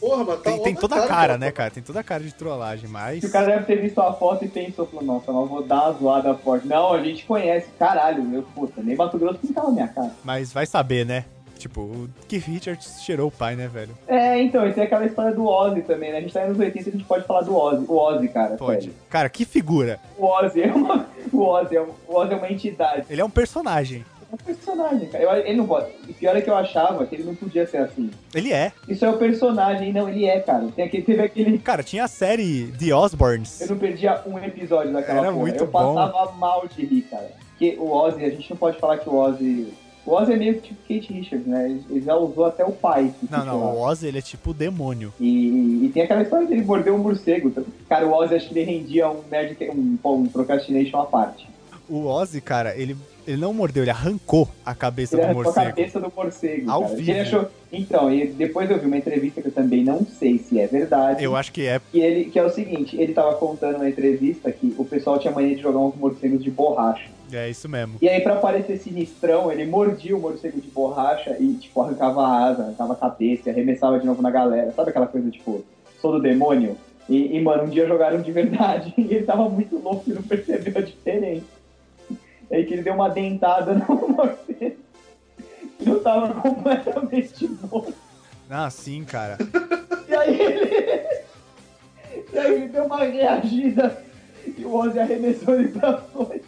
[SPEAKER 1] Porra, mas tá
[SPEAKER 2] Tem, tem
[SPEAKER 1] uma
[SPEAKER 2] toda a cara,
[SPEAKER 1] pô.
[SPEAKER 2] né, cara? Tem toda a cara de trollagem, mas.
[SPEAKER 3] Que o cara deve ter visto a foto e pensou, falou, nossa, mas vou dar uma zoada forte. Não, a gente conhece, caralho, meu puta, nem Mato Grosso pintava minha cara.
[SPEAKER 2] Mas vai saber, né? Tipo, o Keith Richards cheirou o pai, né, velho?
[SPEAKER 3] É, então, e tem aquela história do Ozzy também, né? A gente tá nos 80 a gente pode falar do Ozzy. O Ozzy, cara.
[SPEAKER 2] Pode.
[SPEAKER 3] sério.
[SPEAKER 2] Cara, que figura.
[SPEAKER 3] O Ozzy é uma. O Ozzy é, um- o Ozzy é uma entidade.
[SPEAKER 2] Ele é um personagem.
[SPEAKER 3] É um personagem, cara. Eu- ele não pode. E pior é que eu achava que ele não podia ser assim.
[SPEAKER 2] Ele é.
[SPEAKER 3] Isso é o personagem, não, ele é, cara. Tem aquele, teve aquele.
[SPEAKER 2] Cara, tinha a série The Osborns.
[SPEAKER 3] Eu não perdia um episódio daquela
[SPEAKER 2] Era
[SPEAKER 3] porra.
[SPEAKER 2] muito
[SPEAKER 3] Eu
[SPEAKER 2] bom.
[SPEAKER 3] passava mal de rir, cara. Porque o Ozzy, a gente não pode falar que o Ozzy. O Ozzy é meio que tipo Kate Richards, né? Ele ele já usou até o pai. que
[SPEAKER 2] Não,
[SPEAKER 3] ficou
[SPEAKER 2] não, o
[SPEAKER 3] lá.
[SPEAKER 2] Ozzy, ele é tipo o demônio.
[SPEAKER 3] E, e tem aquela história que ele mordeu um morcego. Cara, o Ozzy acho que ele rendia um nerd, um, um procrastination à parte.
[SPEAKER 2] O Ozzy, cara, ele, ele não mordeu, ele arrancou a cabeça
[SPEAKER 3] Ele
[SPEAKER 2] do
[SPEAKER 3] arrancou a
[SPEAKER 2] morcego.
[SPEAKER 3] cabeça do morcego.
[SPEAKER 2] Ao
[SPEAKER 3] cara. Ele
[SPEAKER 2] vivo.
[SPEAKER 3] achou- Então, e depois eu vi uma entrevista que eu também não sei se é verdade.
[SPEAKER 2] Eu acho que é.
[SPEAKER 3] E ele, que é o seguinte, ele tava contando na entrevista que o pessoal tinha mania de jogar uns morcegos de borracha.
[SPEAKER 2] É isso mesmo.
[SPEAKER 3] E aí, pra parecer sinistrão, ele mordia o morcego de borracha e, tipo, arrancava a asa, arrancava a cabeça, e arremessava de novo na galera. Sabe aquela coisa, tipo, sou do demônio? E, e, mano, um dia jogaram de verdade e ele tava muito louco e não percebeu a diferença. É que ele deu uma dentada no morcego. que Eu tava completamente louco.
[SPEAKER 2] Ah, sim, cara.
[SPEAKER 3] E aí ele. E aí ele deu uma reagida e o Ozzy arremessou ele pra fora.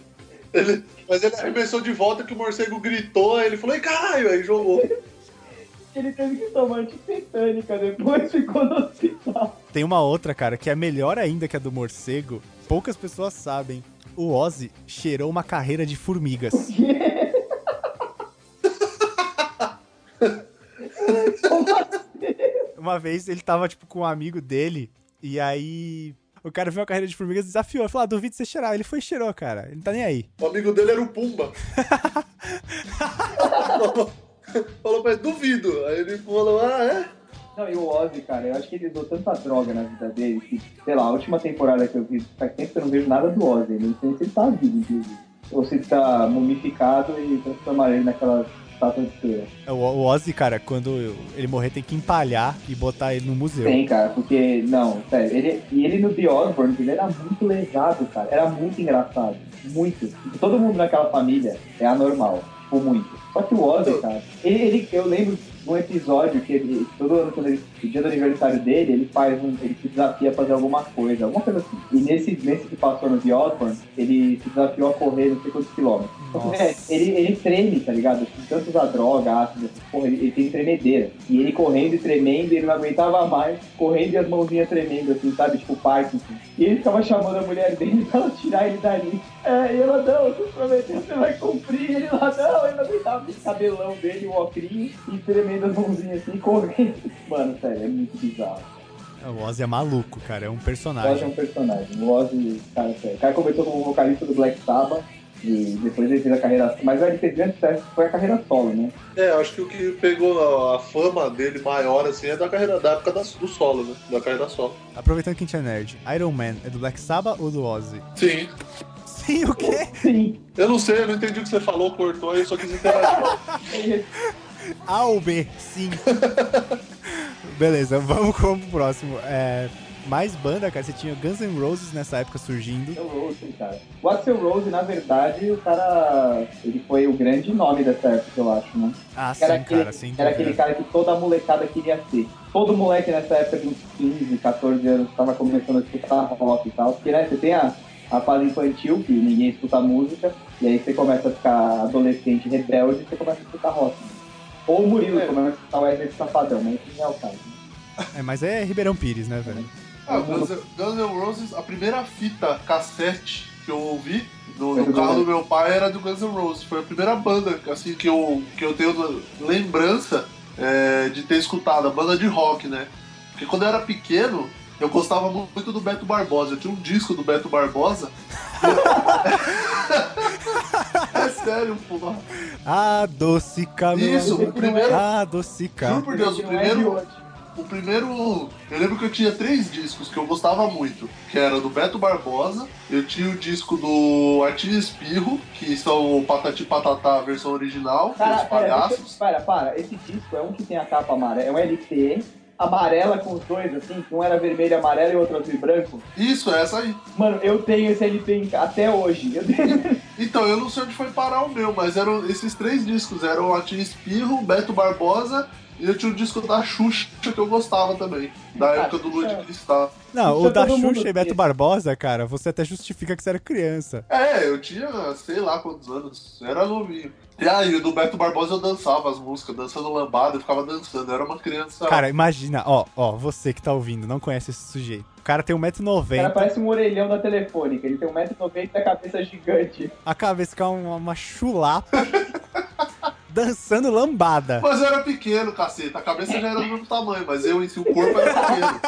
[SPEAKER 1] Ele- mas ele arremessou de volta que o morcego gritou, aí ele falou, ei, caralho, aí jogou.
[SPEAKER 3] Ele teve que tomar antitetânica depois, ficou no hospital.
[SPEAKER 2] Tem uma outra, cara, que é melhor ainda que a do morcego. Poucas pessoas sabem. O Ozzy cheirou uma carreira de formigas. Uma vez ele tava, tipo, com um amigo dele, e aí O cara viu a carreira de formigas e desafiou. Falou, ah, duvido você cheirar. Ele foi e cheirou, cara. Ele não tá nem aí.
[SPEAKER 1] O amigo dele era o Pumba. falou, falou, mas duvido. Aí ele falou, ah, é?
[SPEAKER 3] Não, e o Ozzy, cara, eu acho que ele usou tanta droga na vida dele que, sei lá, a última temporada que eu vi, faz tempo que eu não vejo nada do Ozzy. Não sei se ele tá vivo, inclusive. Ou se ele tá mumificado e transformaram ele naquela estátua de cera.
[SPEAKER 2] O, o Ozzy, cara, quando ele morrer, tem que empalhar e botar ele no museu.
[SPEAKER 3] Tem, cara, porque, não, sério, ele, e ele no The Osborns, ele era muito lesado, cara, era muito engraçado, muito. Tipo, Todo mundo naquela família é anormal, tipo, muito. Só que o Ozzy, cara, ele, ele- eu lembro de um episódio que ele, todo ano, quando ele, no dia do aniversário dele, ele faz um, ele se desafia a fazer alguma coisa, alguma coisa assim. E nesse, nesse que passou no The Osborns, ele se desafiou a correr não sei quantos quilômetros.
[SPEAKER 2] Nossa.
[SPEAKER 3] É, ele, ele treme, tá ligado? Acho que tanto usar droga, ácido, essas porra, ele, ele tem tremedeira. E ele correndo e tremendo, ele não aguentava mais, correndo e as mãozinhas tremendo, assim, sabe? Tipo Parkinson. E ele ficava chamando a mulher dele pra ela tirar ele dali. É, e ela, não, você prometeu, você vai cumprir. Ele lá, não, ele não aguentava esse cabelão dele, o óculos, e tremendo as mãozinhas assim, correndo. Mano, sério, é muito bizarro.
[SPEAKER 2] O Ozzy é maluco, cara. É um
[SPEAKER 3] O Ozzy é
[SPEAKER 2] personagem.
[SPEAKER 3] um personagem. O Ozzy, cara, sério. O cara começou como vocalista do Black Sabbath e depois ele fez a carreira. Mas ele fez grande sucesso, foi a carreira solo, né?
[SPEAKER 1] É, acho que o que pegou a, a fama dele maior, assim, é da carreira da época da- do solo, né? Da carreira solo.
[SPEAKER 2] Aproveitando que a gente é nerd, Iron Man é do Black Sabbath ou do Ozzy?
[SPEAKER 1] Sim.
[SPEAKER 2] Sim, o quê?
[SPEAKER 3] Sim.
[SPEAKER 1] Eu não sei, eu não entendi o que você falou, cortou aí, eu só quis interagir.
[SPEAKER 3] é
[SPEAKER 2] A ou B? Sim. Beleza, vamos com o próximo. É, mais banda, cara. Você tinha Guns N' Roses nessa época surgindo.
[SPEAKER 3] Axel Rose, cara. O Axel Rose, na verdade, o cara. Ele foi o grande nome dessa época, eu acho, né?
[SPEAKER 2] Ah, sim,
[SPEAKER 3] Era, aquele,
[SPEAKER 2] cara. Sim,
[SPEAKER 3] era aquele cara que toda molecada queria ser. Todo moleque nessa época de uns 15, 14 anos tava começando a escutar rock e tal. Porque, né, você tem a, a fase infantil, que ninguém escuta música, e aí você começa a ficar adolescente rebelde e você começa a escutar rock. né? Ou o Murilo
[SPEAKER 1] É.
[SPEAKER 3] começa a escutar o Wesley Safadão, mas isso não é o caso.
[SPEAKER 2] É, mas é Ribeirão Pires, né, velho?
[SPEAKER 1] Ah, Guns, Guns N' Roses, a primeira fita cassete que eu ouvi no,
[SPEAKER 3] Foi
[SPEAKER 1] no
[SPEAKER 3] É do
[SPEAKER 1] carro
[SPEAKER 3] Guns.
[SPEAKER 1] do meu pai era do Guns N' Roses. Foi a primeira banda assim, que, eu, que eu tenho lembrança é, de ter escutado, a banda de rock, né? Porque quando eu era pequeno, eu gostava mu- muito do Beto Barbosa. Eu tinha um disco do Beto Barbosa. é sério, porra.
[SPEAKER 2] Adocica, meu
[SPEAKER 1] Isso,
[SPEAKER 2] amor.
[SPEAKER 1] o primeiro-
[SPEAKER 2] Adocica.
[SPEAKER 1] Juro por Deus, o
[SPEAKER 3] Não é de
[SPEAKER 1] primeiro,
[SPEAKER 3] hoje.
[SPEAKER 1] o primeiro. Eu lembro que eu tinha três discos que eu gostava muito, que era do Beto Barbosa, eu tinha o disco do Artinho Espirro, que são o Patati Patatá, a versão original, que é os
[SPEAKER 3] Cara, pera, deixa
[SPEAKER 1] palhaços.
[SPEAKER 3] eu- para, para. Esse disco é um que tem a capa amarela, é um LP amarela com os dois, assim, que um era vermelho e amarelo e o outro azul e branco.
[SPEAKER 1] Isso, é essa aí.
[SPEAKER 3] Mano, eu tenho esse LP em ca- até hoje. Eu tenho...
[SPEAKER 1] Então, eu não sei onde foi parar o meu, mas eram esses três discos, eram o Artinho Espirro, Beto Barbosa e eu tinha o disco da Xuxa que eu gostava também, da
[SPEAKER 3] Ah,
[SPEAKER 1] época do Lua de
[SPEAKER 3] Xuxa.
[SPEAKER 1] Cristal.
[SPEAKER 2] Não,
[SPEAKER 3] Isso
[SPEAKER 2] o da
[SPEAKER 3] todo mundo
[SPEAKER 2] Xuxa e Beto
[SPEAKER 3] tem.
[SPEAKER 2] Barbosa, cara, você até justifica que você era criança.
[SPEAKER 1] É, eu tinha sei lá quantos anos, era novinho. E aí, o do Beto Barbosa eu dançava as músicas, dançando lambada, eu ficava dançando, eu era uma criança.
[SPEAKER 2] Cara, imagina, ó, ó, você que tá ouvindo, não conhece esse sujeito. O cara tem
[SPEAKER 3] O cara
[SPEAKER 2] 1,90m,
[SPEAKER 3] parece um orelhão da telefônica. Ele tem 1,90m e a cabeça gigante.
[SPEAKER 2] a cabeça que é uma, uma chulapa, dançando lambada.
[SPEAKER 1] Mas eu era pequeno, caceta, a cabeça já era do mesmo tamanho, mas eu em si, o corpo era pequeno.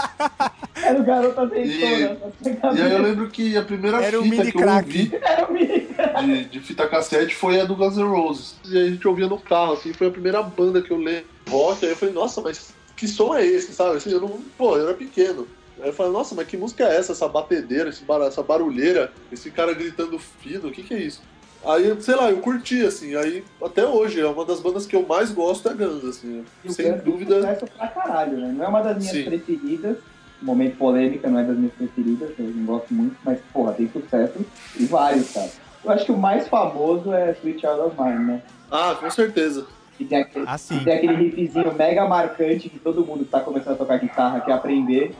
[SPEAKER 3] Era o garoto
[SPEAKER 1] E-
[SPEAKER 3] azeitona. só
[SPEAKER 1] E aí
[SPEAKER 3] tinha
[SPEAKER 1] eu
[SPEAKER 3] cabeça.
[SPEAKER 1] lembro que a primeira
[SPEAKER 2] Era um
[SPEAKER 1] fita
[SPEAKER 2] mini
[SPEAKER 1] que eu
[SPEAKER 2] crack.
[SPEAKER 1] ouvi
[SPEAKER 3] Era um o Mick.
[SPEAKER 1] de, de fita cassete foi a do Guns N' Roses. E a gente ouvia no carro, assim, foi a primeira banda que eu lembro rock, aí eu falei, nossa, mas que som é esse, sabe? Assim, eu não, pô, eu era pequeno. Aí eu falei, nossa, mas que música é essa? Essa batedeira, esse bar- essa barulheira, esse cara gritando fino, o que que é isso? Aí, sei lá, eu curti, assim, aí até hoje é uma das bandas que eu mais gosto é Guns, assim,
[SPEAKER 3] E o
[SPEAKER 1] sem
[SPEAKER 3] Guns
[SPEAKER 1] dúvida.
[SPEAKER 3] Sucesso pra caralho, né? Não é uma das minhas
[SPEAKER 1] Sim.
[SPEAKER 3] preferidas. Momento polêmica, não é das minhas preferidas, eu não gosto muito, mas porra, tem sucesso e vários, cara. Eu acho que o mais famoso é Sweet Child of Mine, né?
[SPEAKER 1] Ah, com certeza.
[SPEAKER 3] Que tem aquele,
[SPEAKER 2] Ah, sim.
[SPEAKER 3] que tem aquele riffzinho mega marcante que todo mundo que tá começando a tocar guitarra quer aprender.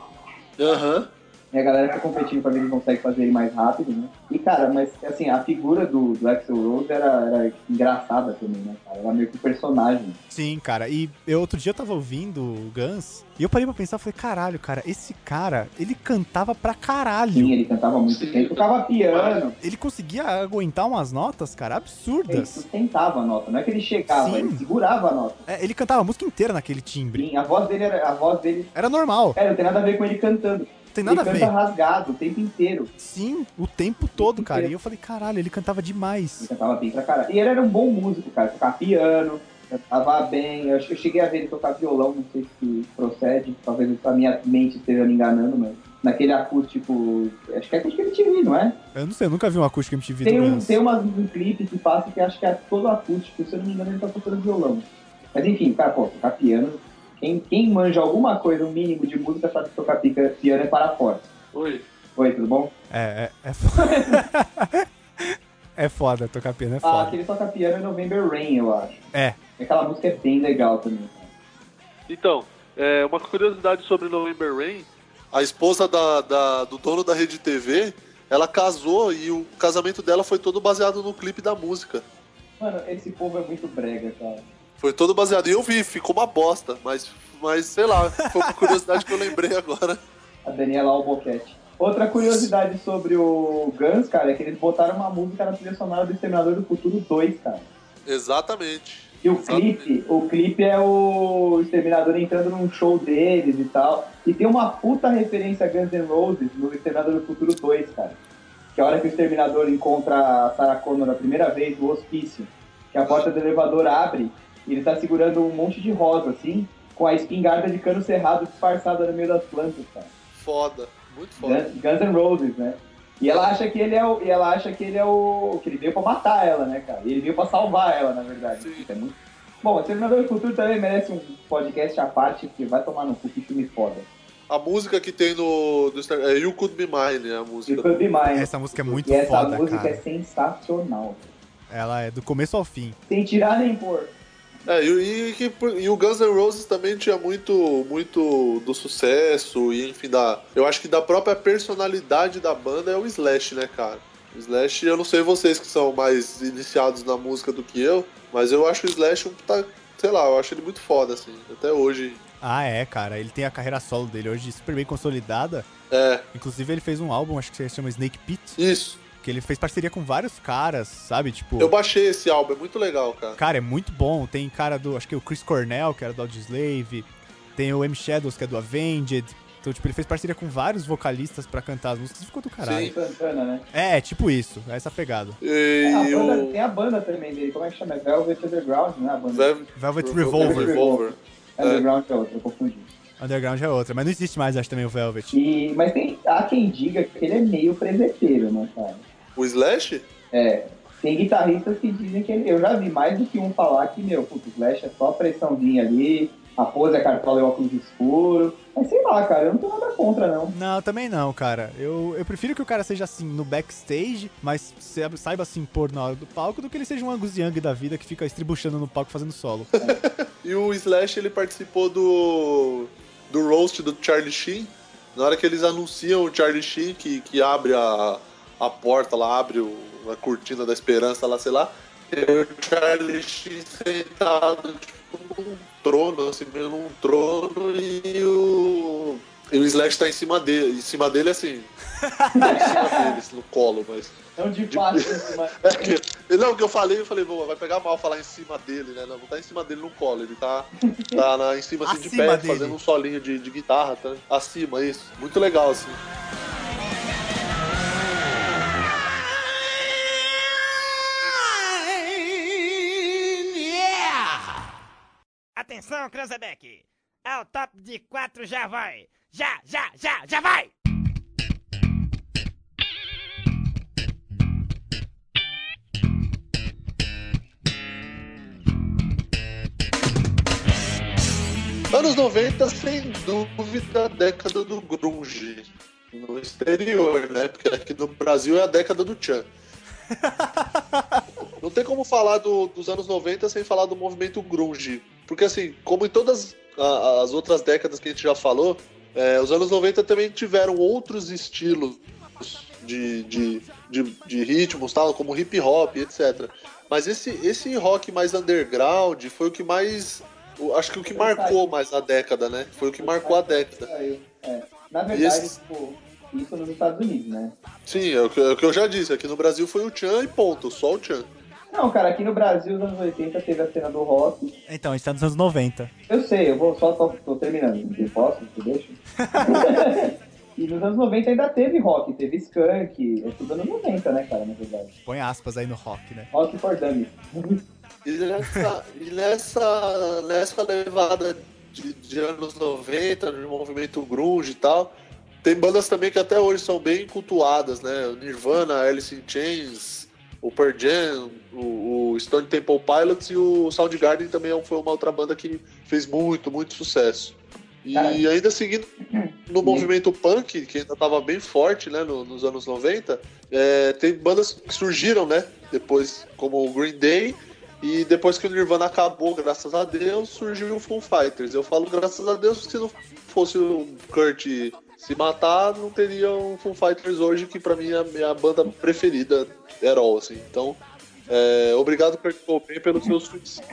[SPEAKER 1] Aham.
[SPEAKER 3] E a galera fica competindo pra ver quem consegue fazer ele mais rápido, né? E cara, mas assim, a figura do, do Axel Rose era, era engraçada também, né, cara? Era meio que um personagem.
[SPEAKER 2] Sim, cara. E eu, outro dia eu tava ouvindo o Guns e eu parei pra pensar, falei, caralho, cara, esse cara, ele cantava pra
[SPEAKER 3] Sim,
[SPEAKER 2] caralho.
[SPEAKER 3] ele cantava muito
[SPEAKER 1] Sim.
[SPEAKER 3] bem, tocava piano.
[SPEAKER 2] Ele conseguia aguentar umas notas, cara,
[SPEAKER 3] Ele
[SPEAKER 2] absurdas.
[SPEAKER 3] sustentava a nota, não é que ele chegava,
[SPEAKER 2] Sim.
[SPEAKER 3] ele segurava a nota.
[SPEAKER 2] É, ele cantava a música inteira naquele timbre.
[SPEAKER 3] Sim, a voz dele era. A voz dele.
[SPEAKER 2] Era normal.
[SPEAKER 3] Cara, não tem nada a ver com ele cantando.
[SPEAKER 2] Tem nada a
[SPEAKER 3] ele
[SPEAKER 2] ver.
[SPEAKER 3] canta rasgado o tempo inteiro.
[SPEAKER 2] Sim, o tempo todo, cara. E eu falei, caralho, ele cantava demais.
[SPEAKER 3] Ele cantava bem pra caralho. E ele era um bom músico, cara. Tocava piano, cantava bem. Eu, acho que eu cheguei a ver ele tocar violão, não sei se procede. Talvez a minha mente esteja me enganando, mas naquele acústico. Acho que é acústico MTV, não é?
[SPEAKER 2] Eu não sei, eu nunca vi um acústico MTV
[SPEAKER 3] Tem,
[SPEAKER 2] do
[SPEAKER 3] um,
[SPEAKER 2] Guns.
[SPEAKER 3] tem umas um clipe que passa que acho que é todo acústico. Se eu não me engano, ele tá tocando violão. Mas enfim, cara, pô, tocar piano. Quem, quem manja alguma coisa, um mínimo de música, sabe que tocar pica- piano é para fora.
[SPEAKER 1] Oi.
[SPEAKER 3] Oi, tudo bom?
[SPEAKER 2] É, é, é foda. é foda, tocar piano é
[SPEAKER 3] Ah,
[SPEAKER 2] foda.
[SPEAKER 3] aquele toca piano é November Rain, eu acho.
[SPEAKER 2] É.
[SPEAKER 3] Aquela música é bem legal também.
[SPEAKER 1] Então, é, uma curiosidade sobre November Rain. A esposa da- da- do dono da rede TV, ela casou e o casamento dela foi todo baseado no clipe da música.
[SPEAKER 3] Mano, esse povo é muito brega, cara.
[SPEAKER 1] Foi todo baseado. E eu vi, ficou uma bosta, mas, mas sei lá, foi uma curiosidade que eu lembrei agora.
[SPEAKER 3] A Daniela Alboquete. Outra curiosidade sobre o Guns, cara, é que eles botaram uma música na trilha sonora do Exterminador do Futuro 2, cara.
[SPEAKER 1] Exatamente.
[SPEAKER 3] E o
[SPEAKER 1] Exatamente.
[SPEAKER 3] clipe, o clipe é o Exterminador entrando num show deles e tal. E tem uma puta referência a Guns N' Roses no Exterminador do Futuro 2, cara. Que é a hora que o Exterminador encontra a Sarah Connor a primeira vez no hospício. Que a porta do elevador abre e ele tá segurando um monte de rosa, assim, com a espingarda de cano cerrado disfarçada no meio das plantas, cara.
[SPEAKER 1] Foda. Muito foda.
[SPEAKER 3] Guns, Guns N' Roses, né? E ela acha que ele é o. E ela acha que ele é o. que ele veio pra matar ela, né, cara? E ele veio pra salvar ela, na verdade.
[SPEAKER 1] Sim.
[SPEAKER 3] Isso é muito. Bom, o Terminador do Futuro também merece um podcast à parte, que vai tomar no cu que filme foda.
[SPEAKER 1] A música que tem no. Do, Star- é You Could Be Mine, é a
[SPEAKER 3] E o
[SPEAKER 1] música.
[SPEAKER 3] Kirby Mine.
[SPEAKER 2] Essa música é muito
[SPEAKER 3] E essa
[SPEAKER 2] foda,
[SPEAKER 3] música
[SPEAKER 2] cara.
[SPEAKER 3] é sensacional.
[SPEAKER 2] Ela é do começo ao fim.
[SPEAKER 3] Sem tirar nem pôr.
[SPEAKER 1] É, e, e que- e o Guns N' Roses também tinha muito, muito do sucesso e, enfim, da. Eu acho que da própria personalidade da banda é o Slash, né, cara? O Slash, eu não sei vocês que são mais iniciados na música do que eu, mas eu acho o Slash um puta. Sei lá, eu acho ele muito foda, assim. Até hoje.
[SPEAKER 2] Ah, é, cara. Ele tem a carreira solo dele hoje super bem consolidada.
[SPEAKER 1] É,
[SPEAKER 2] Inclusive, ele fez um álbum, acho que se chama Snake Pit,
[SPEAKER 1] isso.
[SPEAKER 2] que ele fez parceria com vários caras, sabe? Tipo,
[SPEAKER 1] Eu baixei esse álbum, é muito legal, cara.
[SPEAKER 2] cara, é muito bom. Tem cara do, acho que é o Chris Cornell, que era do Audioslave. Tem o M. Shadows, que é do Avenged. Então, tipo, ele fez parceria com vários vocalistas pra cantar as músicas. Ficou do caralho.
[SPEAKER 1] Sim.
[SPEAKER 3] Santana, né?
[SPEAKER 2] É, tipo isso. É essa pegada.
[SPEAKER 1] E
[SPEAKER 3] É, a banda-
[SPEAKER 1] o
[SPEAKER 3] Tem a banda também dele, como é que chama? É Velvet Underground, né? A banda.
[SPEAKER 1] Velvet
[SPEAKER 2] Velvet
[SPEAKER 1] Revolver.
[SPEAKER 2] Revolver.
[SPEAKER 3] Underground é outra, eu confundi.
[SPEAKER 2] Underground é outra, mas não existe mais, acho, também o Velvet.
[SPEAKER 3] E, mas tem, há quem diga que ele é meio presepeiro, né, cara?
[SPEAKER 1] O Slash?
[SPEAKER 3] É, tem guitarristas que dizem que ele, eu já vi mais do que um falar que, meu, puto, o Slash é só a pressãozinha ali, a pose é cartola e óculos escuro. Mas sei lá, cara, eu não tenho nada contra, não.
[SPEAKER 2] Não, também não, cara. Eu, eu prefiro que o cara seja assim no backstage, mas saiba, saiba se impor na hora do palco, do que ele seja um Angus Young da vida que fica estribuchando no palco fazendo solo.
[SPEAKER 1] E o Slash ele participou do do roast do Charlie Sheen. Na hora que eles anunciam o Charlie Sheen que, que abre a, a porta lá, abre o, a cortina da esperança lá, sei lá, tem o Charlie Sheen sentado tipo num trono, assim, meio num trono e o e o Slash tá em cima dele, em cima dele assim, em cima dele, no colo, mas
[SPEAKER 3] Não Então, de fato, mas...
[SPEAKER 1] é que- não, o que eu falei, eu falei, "Bom, vai pegar mal falar em cima dele, né? Não, não tá em cima dele no colo, ele tá, tá na- em cima assim, de
[SPEAKER 2] Acima
[SPEAKER 1] pé,
[SPEAKER 2] dele.
[SPEAKER 1] fazendo um solinho de, de guitarra, tá? Acima, isso. Muito legal, assim.
[SPEAKER 6] Atenção, Cranzebeck! Ao top de quatro já vai! Já, já, já, já vai!
[SPEAKER 1] Anos 90, sem dúvida, a década do grunge. No exterior, né? Porque aqui no Brasil é a década do Chan. Não tem como falar do- dos anos 90 sem falar do movimento grunge. Porque, assim, como em todas a- as outras décadas que a gente já falou, é, os anos 90 também tiveram outros estilos de, de, de, de ritmos, tal, como hip hop, etc. Mas esse, esse rock mais underground foi o que mais. o- Acho que o que marcou mais a década, né? Foi o que marcou a década.
[SPEAKER 3] É, na verdade,
[SPEAKER 1] Esse-
[SPEAKER 3] tipo, isso nos Estados Unidos, né?
[SPEAKER 1] Sim, é o que, é o que eu já disse. Aqui no Brasil foi o Tchan e ponto, só o Tchan.
[SPEAKER 3] Não, cara, aqui no Brasil, nos anos 80, teve a cena do rock.
[SPEAKER 2] Então, a gente tá nos anos 90. Uhum.
[SPEAKER 3] Eu sei, eu vou só, só tô terminando. Eu posso? Você deixa? E nos anos 90 ainda teve rock, teve skunk, é tudo anos 90, né, cara, na verdade.
[SPEAKER 2] Põe aspas aí no rock, né?
[SPEAKER 3] Rock for dummies.
[SPEAKER 1] E nessa, e nessa, nessa levada de, de anos 90, de movimento grunge e tal, tem bandas também que até hoje são bem cultuadas, né? O Nirvana, Alice in Chains, o Pearl Jam, o, o Stone Temple Pilots e o Soundgarden também é um- foi uma outra banda que fez muito, muito sucesso. E
[SPEAKER 3] Cara.
[SPEAKER 1] ainda seguindo no movimento punk, que ainda estava bem forte né, no- nos anos 90, é, tem bandas que surgiram, né? Depois, como o Green Day, e depois que o Nirvana acabou, graças a Deus, surgiu o Foo Fighters. Eu falo graças a Deus, porque se não fosse o Kurt se matar, não teria um Foo Fighters hoje, que pra mim é a minha banda preferida, Herol, assim. Então, é, obrigado, Kurt Cobain, pelos seus suicídios.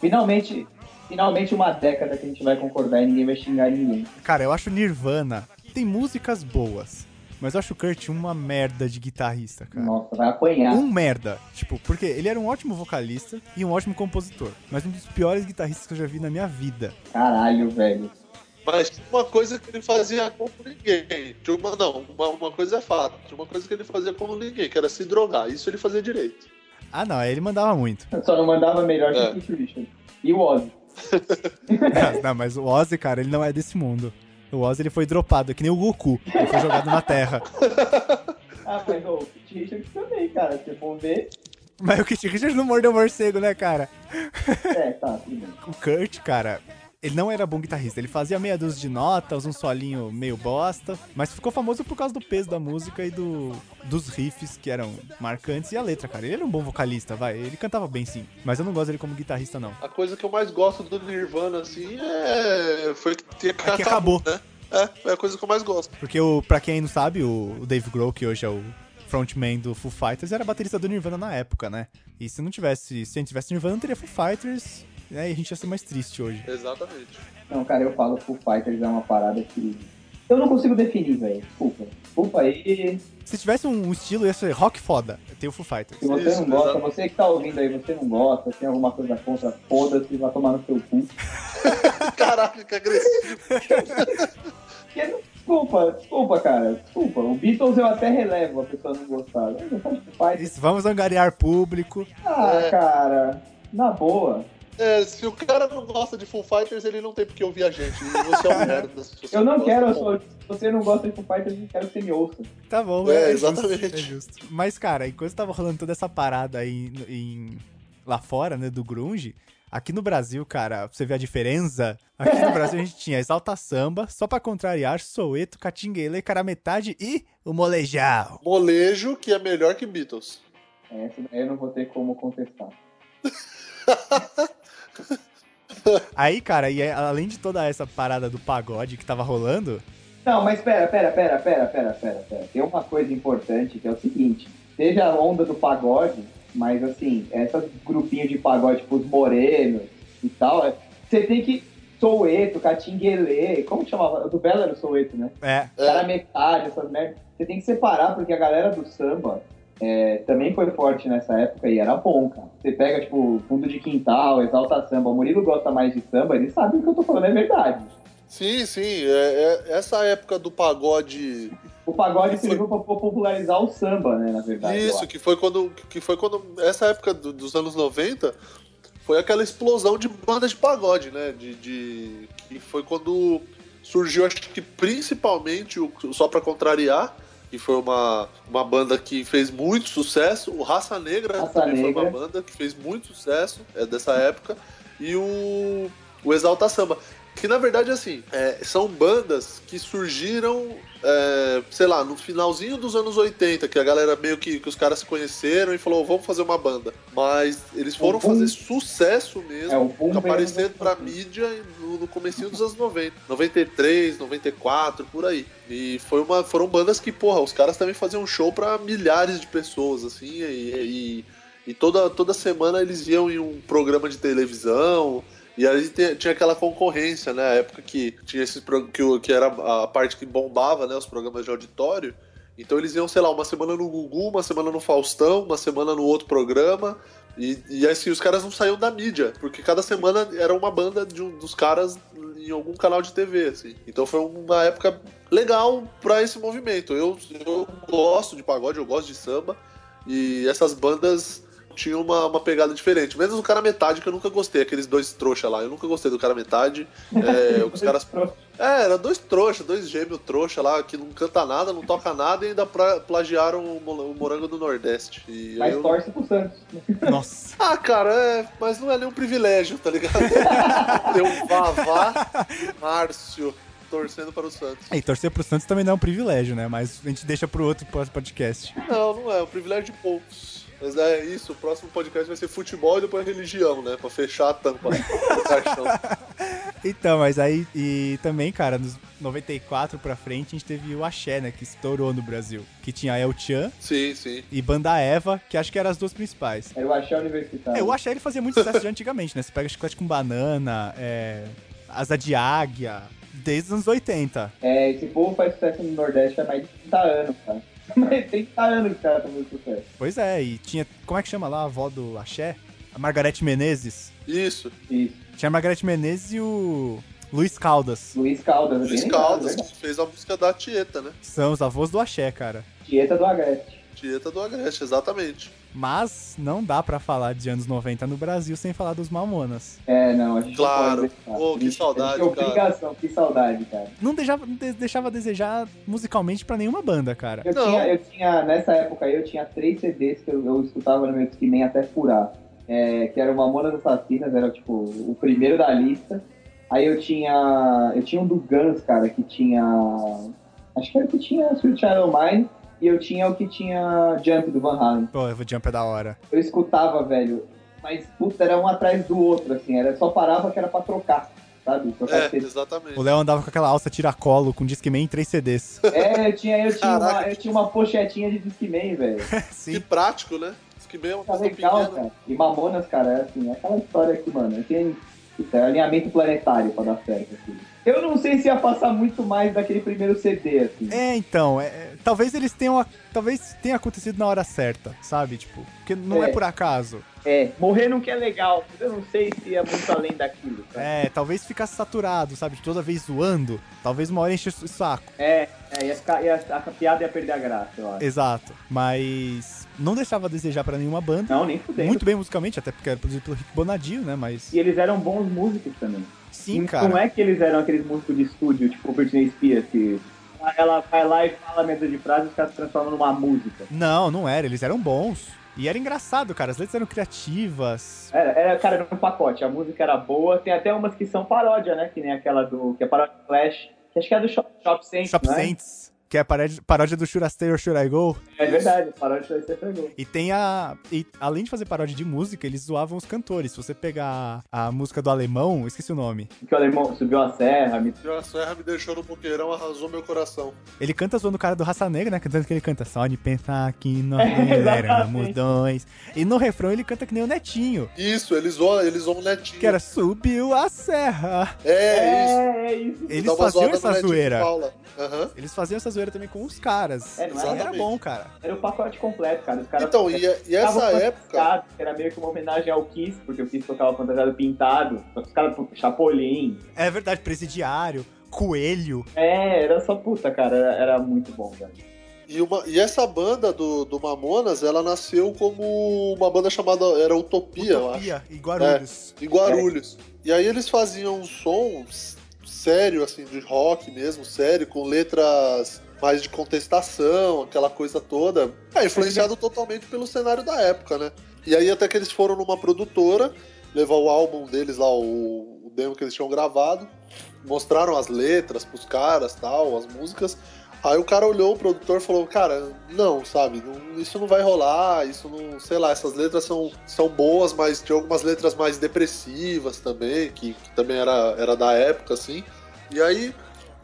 [SPEAKER 3] Finalmente, finalmente uma década que a gente vai concordar e ninguém vai xingar ninguém.
[SPEAKER 2] Cara, eu acho Nirvana. Tem músicas boas. Mas eu acho o Kurt uma merda de guitarrista, cara.
[SPEAKER 3] Nossa, vai apanhar.
[SPEAKER 2] Um merda. Tipo, porque ele era um ótimo vocalista e um ótimo compositor. Mas um dos piores guitarristas que eu já vi na minha vida.
[SPEAKER 3] Caralho, velho.
[SPEAKER 1] Mas tinha uma coisa que ele fazia como ninguém. Tinha uma, não, uma, uma coisa é fato. Tinha uma coisa que ele fazia como ninguém, que era se drogar. Isso ele fazia direito.
[SPEAKER 2] Ah, não, ele mandava muito.
[SPEAKER 3] Só não mandava melhor
[SPEAKER 1] É.
[SPEAKER 3] que o Keith Richards. E o Ozzy.
[SPEAKER 2] não, mas o Ozzy, cara, ele não é desse mundo. O Ozzy, ele foi dropado, é que nem o Goku. Ele foi jogado na Terra.
[SPEAKER 3] Ah, mas o Keith Richards também, cara. Se for ver...
[SPEAKER 2] Mas o Kit Richards não mordeu o morcego, né, cara?
[SPEAKER 3] É, tá, tudo bem.
[SPEAKER 2] O Kurt, cara, ele não era bom guitarrista. Ele fazia meia dúzia de notas, um solinho meio bosta, mas ficou famoso por causa do peso da música e do, dos riffs que eram marcantes e a letra, cara. Ele era um bom vocalista, vai. Ele cantava bem sim, mas eu não gosto dele como guitarrista, não.
[SPEAKER 1] A coisa que eu mais gosto do Nirvana, assim, é. Foi que, tinha
[SPEAKER 2] É que acabou.
[SPEAKER 1] né? É, é a coisa que eu mais gosto.
[SPEAKER 2] Porque, o, pra quem não sabe, o, o Dave Grohl, que hoje é o frontman do Foo Fighters, era baterista do Nirvana na época, né? E se não tivesse, se a gente tivesse Nirvana, não teria Foo Fighters, né? E a gente ia ser mais triste hoje.
[SPEAKER 1] Exatamente.
[SPEAKER 3] Não, cara, eu falo Foo Fighters é uma parada que... Eu não consigo definir, velho. Desculpa. Desculpa aí.
[SPEAKER 2] Se tivesse um, um estilo, ia ser rock foda. Tem o Foo Fighters.
[SPEAKER 3] Se você
[SPEAKER 1] Isso,
[SPEAKER 3] não gosta,
[SPEAKER 1] exato.
[SPEAKER 3] você que tá ouvindo aí, você não gosta, tem alguma coisa contra, foda-se, vai tomar no seu cu.
[SPEAKER 1] Caraca, que agressivo.
[SPEAKER 3] Porque, não- desculpa, desculpa, cara, desculpa. O Beatles eu até relevo a pessoa não gostar. Eu gostar de Foo Fighters.
[SPEAKER 2] É Isso, vamos angariar público.
[SPEAKER 3] Ah,
[SPEAKER 1] É.
[SPEAKER 3] cara, na boa.
[SPEAKER 1] É, se o cara não gosta de Full Fighters, ele não tem porque ouvir a gente. E você é um merda. se você
[SPEAKER 3] Eu não
[SPEAKER 1] gosta,
[SPEAKER 3] quero, eu
[SPEAKER 1] bom.
[SPEAKER 3] sou- se você não gosta de Foo Fighters, eu não quero que você me ouça.
[SPEAKER 2] Tá bom,
[SPEAKER 1] É,
[SPEAKER 2] justo,
[SPEAKER 1] exatamente.
[SPEAKER 2] é justo. Mas, cara, enquanto tava rolando toda essa parada aí em- em- lá fora, né, do grunge, aqui no Brasil, cara, pra você ver a diferença, aqui no Brasil a gente tinha Exalta Samba, Só Pra Contrariar, Soeto, Catinguele, Carametade e o Molejão.
[SPEAKER 1] Molejo, que é melhor que Beatles.
[SPEAKER 3] Essa daí eu não vou ter como contestar.
[SPEAKER 2] Aí, cara, e aí, além de toda essa parada do pagode que tava rolando,
[SPEAKER 3] Não, mas pera, pera, pera, pera, pera, pera, pera. Tem uma coisa importante que é o seguinte: seja a onda do pagode, mas assim, essas grupinhos de pagode, tipo os morenos e tal, é- você tem que. Soueto, Catinguelê, como que chamava? O do Belo era o Soueto, né?
[SPEAKER 2] é,
[SPEAKER 1] É.
[SPEAKER 3] Cara metade, essas merdas. Você tem que separar, porque a galera do samba é, também foi forte nessa época e era bom, cara. Você pega, tipo, fundo de quintal, exalta samba. O Murilo gosta mais de samba, ele sabe o que eu tô falando, é verdade.
[SPEAKER 1] Sim, sim. é- é- essa época do pagode.
[SPEAKER 3] O pagode
[SPEAKER 1] Isso.
[SPEAKER 3] serviu pra popularizar o samba, né, na verdade. eu
[SPEAKER 1] Isso,
[SPEAKER 3] acho.
[SPEAKER 1] que foi quando. Que foi quando. Essa época do- dos anos 90 foi aquela explosão de bandas de pagode, né? De. de que foi quando surgiu, acho que principalmente o Só Pra Contrariar, que foi uma, uma banda que fez muito sucesso. O Raça Negra
[SPEAKER 3] Raça
[SPEAKER 1] também foi uma
[SPEAKER 3] Negra.
[SPEAKER 1] banda que fez muito sucesso é, dessa época. E o, o Exalta Samba. Que na verdade, assim, é, são bandas que surgiram, é, sei lá, no finalzinho dos anos 80, que a galera meio que, que os caras se conheceram e falou, vamos fazer uma banda. Mas eles foram
[SPEAKER 3] boom.
[SPEAKER 1] fazer sucesso mesmo,
[SPEAKER 3] É, o boom veio
[SPEAKER 1] aparecendo
[SPEAKER 3] nos
[SPEAKER 1] pra
[SPEAKER 3] anos 80.
[SPEAKER 1] mídia no, no comecinho dos anos 90. 93, 94, por aí. E foi uma, foram bandas que, porra, os caras também faziam show pra milhares de pessoas, assim, e, e, e toda, toda semana eles iam em um programa de televisão, e aí te- tinha aquela concorrência, né? A época que tinha esses pro- que, o- que era a parte que bombava, né? Os programas de auditório. Então eles iam, sei lá, uma semana no Gugu, uma semana no Faustão, uma semana no outro programa. E, e assim, os caras não saíam da mídia, porque cada semana era uma banda de um, dos caras em algum canal de TV, assim. Então foi uma época legal pra esse movimento. Eu, eu gosto de pagode, eu gosto de samba. E essas bandas tinham uma, uma pegada diferente. Menos o cara metade, que eu nunca gostei, aqueles dois trouxa lá. Eu nunca gostei do cara metade. É, os caras é, era dois trouxa, dois gêmeos trouxa lá, que não canta nada, não toca nada e ainda pra- plagiaram o, mo- o Morango do Nordeste. E aí
[SPEAKER 3] Mas
[SPEAKER 1] eu-
[SPEAKER 3] torce pro Santos.
[SPEAKER 2] Nossa.
[SPEAKER 1] Ah, cara, é, mas não é nenhum privilégio, tá ligado? Ter um Vavá e Márcio torcendo para o Santos.
[SPEAKER 2] E torcer pro Santos também não é um privilégio, né? Mas a gente deixa pro outro próximo podcast.
[SPEAKER 1] Não, não é, é um privilégio de poucos. Mas é isso, o próximo podcast vai ser futebol e depois religião, né? Pra fechar a tampa. do caixão.
[SPEAKER 2] Então, mas aí, e também, cara, nos 94 pra frente, a gente teve o Axé, né? Que estourou no Brasil. Que tinha El Chan
[SPEAKER 1] sim, sim.
[SPEAKER 2] e Banda Eva, que acho que eram as duas principais.
[SPEAKER 3] Era o Axé Universitário.
[SPEAKER 2] É, o Axé ele fazia muito sucesso de antigamente, né? Você pega chiclete com banana, é, asa de águia, desde os anos 80.
[SPEAKER 3] É, esse povo faz sucesso no Nordeste há mais de 30 anos, cara. Mais de 30 anos que os caras estão fazendo sucesso.
[SPEAKER 2] Pois é, e tinha. Como é que chama lá a avó do Axé? A Margarete Menezes.
[SPEAKER 1] Isso,
[SPEAKER 3] Isso.
[SPEAKER 2] Tinha a Margarete Menezes e o Luiz Caldas.
[SPEAKER 3] Luiz Caldas. é
[SPEAKER 1] Luiz
[SPEAKER 3] bem lembrado,
[SPEAKER 1] Caldas,
[SPEAKER 3] verdade.
[SPEAKER 1] que fez a música da Tieta, né?
[SPEAKER 2] São os avós do Axé, cara.
[SPEAKER 3] Tieta do Agreste.
[SPEAKER 1] Tieta do Agreste, exatamente.
[SPEAKER 2] Mas não dá pra falar de anos 90 no Brasil sem falar dos Mamonas.
[SPEAKER 3] É, não, a gente não
[SPEAKER 1] Claro.
[SPEAKER 3] pode deixar.
[SPEAKER 1] Pô, que
[SPEAKER 3] A gente-
[SPEAKER 1] saudade,
[SPEAKER 3] a gente tem obrigação, que saudade, cara.
[SPEAKER 2] Não deixava, não de- deixava a desejar musicalmente pra nenhuma banda, cara.
[SPEAKER 3] Eu
[SPEAKER 1] Não.
[SPEAKER 3] tinha, eu tinha, nessa época aí, eu tinha três CDs que eu, eu escutava no meu disque nem até furar. É, que era o Mamonas Assassinas, era tipo o primeiro da lista. Aí eu tinha. Eu tinha um do Guns, cara, que tinha. Acho que era o que tinha Sweet Child O' Mine. E eu tinha o que tinha Jump do Van Halen.
[SPEAKER 2] Pô, eu vou Jump é da hora.
[SPEAKER 3] Eu escutava, velho. Mas, puta, era um atrás do outro, assim. Era, só parava que era pra trocar, sabe? Trocar
[SPEAKER 1] É,
[SPEAKER 3] CD.
[SPEAKER 2] O
[SPEAKER 1] exatamente.
[SPEAKER 2] Léo andava com aquela alça tiracolo com Discman e três CDs.
[SPEAKER 3] É, eu tinha, eu tinha, uma,
[SPEAKER 1] Caraca.
[SPEAKER 3] eu tinha uma pochetinha de Discman, velho.
[SPEAKER 1] Que
[SPEAKER 2] Sim.
[SPEAKER 1] prático, né? Que bem é uma
[SPEAKER 3] Tá
[SPEAKER 1] coisa
[SPEAKER 3] legal,
[SPEAKER 1] pequena.
[SPEAKER 3] cara. E Mamonas, cara, é assim, é aquela história que, mano, tem puta, é alinhamento planetário pra dar certo, assim. Eu não sei se ia passar muito mais daquele primeiro CD, assim.
[SPEAKER 2] É, então, é- é, talvez eles tenham. a- Talvez tenha acontecido na hora certa, sabe? Tipo, porque não é,
[SPEAKER 3] É.
[SPEAKER 2] por acaso.
[SPEAKER 3] É, morrer não que é legal, mas eu não sei se ia muito além daquilo, cara.
[SPEAKER 2] É, talvez ficasse saturado, sabe? Toda vez zoando. Talvez uma hora enche o saco.
[SPEAKER 3] É, é, ia ficar, ia, a piada ia perder a graça,
[SPEAKER 2] É.
[SPEAKER 3] eu acho.
[SPEAKER 2] Exato. Mas não deixava a desejar pra nenhuma banda.
[SPEAKER 3] Não, nem fudendo.
[SPEAKER 2] Muito bem musicalmente, até porque era produzido pelo Rick Bonadio, né? Mas.
[SPEAKER 3] E eles eram bons músicos também.
[SPEAKER 2] Sim,
[SPEAKER 3] não
[SPEAKER 2] cara.
[SPEAKER 3] é que eles eram aqueles músicos de estúdio, tipo Britney Spears, que ela vai lá e fala mesa de frase e os caras se transformam numa música.
[SPEAKER 2] Não, não era. Eles eram bons. E era engraçado, cara. As letras eram criativas.
[SPEAKER 3] Era, era, cara, era um pacote. A música era boa. Tem até umas que são paródia, né? Que nem aquela do... Que é paródia do Flash. Que acho que é do Shop, Shop Sense,
[SPEAKER 2] Shop
[SPEAKER 3] né?
[SPEAKER 2] Saints, que é a paródia, paródia do Should I Stay or Should I Go.
[SPEAKER 3] É verdade. Paródia do Flash é pegou.
[SPEAKER 2] E tem a. E além de fazer paródia de música, eles zoavam os cantores. Se você pegar a música do alemão, eu esqueci o nome.
[SPEAKER 3] Que o alemão subiu a serra. Me...
[SPEAKER 1] A serra me deixou no boqueirão, arrasou meu coração.
[SPEAKER 2] Ele canta zoando o cara do Raça Negra, né? Cantando que ele canta só de pensar que nós
[SPEAKER 3] É,
[SPEAKER 2] éramos
[SPEAKER 3] exatamente.
[SPEAKER 2] dois. E no refrão ele canta que nem o Netinho,
[SPEAKER 1] Isso, eles zoam, eles zoam o um netinho.
[SPEAKER 2] que era subiu a serra.
[SPEAKER 1] É, isso.
[SPEAKER 3] é isso.
[SPEAKER 2] Eles
[SPEAKER 1] Dá uma
[SPEAKER 2] faziam
[SPEAKER 1] zoada no
[SPEAKER 2] essa
[SPEAKER 1] Netinho tipo, de
[SPEAKER 2] zoeira.
[SPEAKER 1] Paula. Aham.
[SPEAKER 2] Eles faziam essa zoeira também com os caras.
[SPEAKER 3] É, não é?
[SPEAKER 2] Isso aí era bom, cara.
[SPEAKER 3] Era o pacote completo, cara. Os caras...
[SPEAKER 1] Então, e, e essa
[SPEAKER 3] ficavam
[SPEAKER 1] época.
[SPEAKER 3] fantasiados, que Era meio que uma homenagem ao Kiss, porque o Kiss tocava fantasiado pintado. Só que os caras... Chapolin.
[SPEAKER 2] É verdade, presidiário, coelho.
[SPEAKER 3] É, era só puta, cara. Era, era muito bom, velho.
[SPEAKER 1] E, uma, e essa banda do, do Mamonas, ela nasceu como uma banda chamada. Era Utopia, eu acho. É.
[SPEAKER 2] Utopia e Guarulhos.
[SPEAKER 1] Em Guarulhos. E aí eles faziam um som s- sério, assim, de rock mesmo, sério, com letras mais de contestação, aquela coisa toda. É, influenciado totalmente pelo cenário da época, né? E aí até que eles foram numa produtora levar o álbum deles lá, o, o demo que eles tinham gravado, mostraram as letras pros caras, tal, as músicas. Aí o cara olhou o produtor e falou, cara, não, sabe, não- isso não vai rolar, isso não, sei lá, essas letras são, são boas, mas tinha algumas letras mais depressivas também, que, que também era, era da época, assim. E aí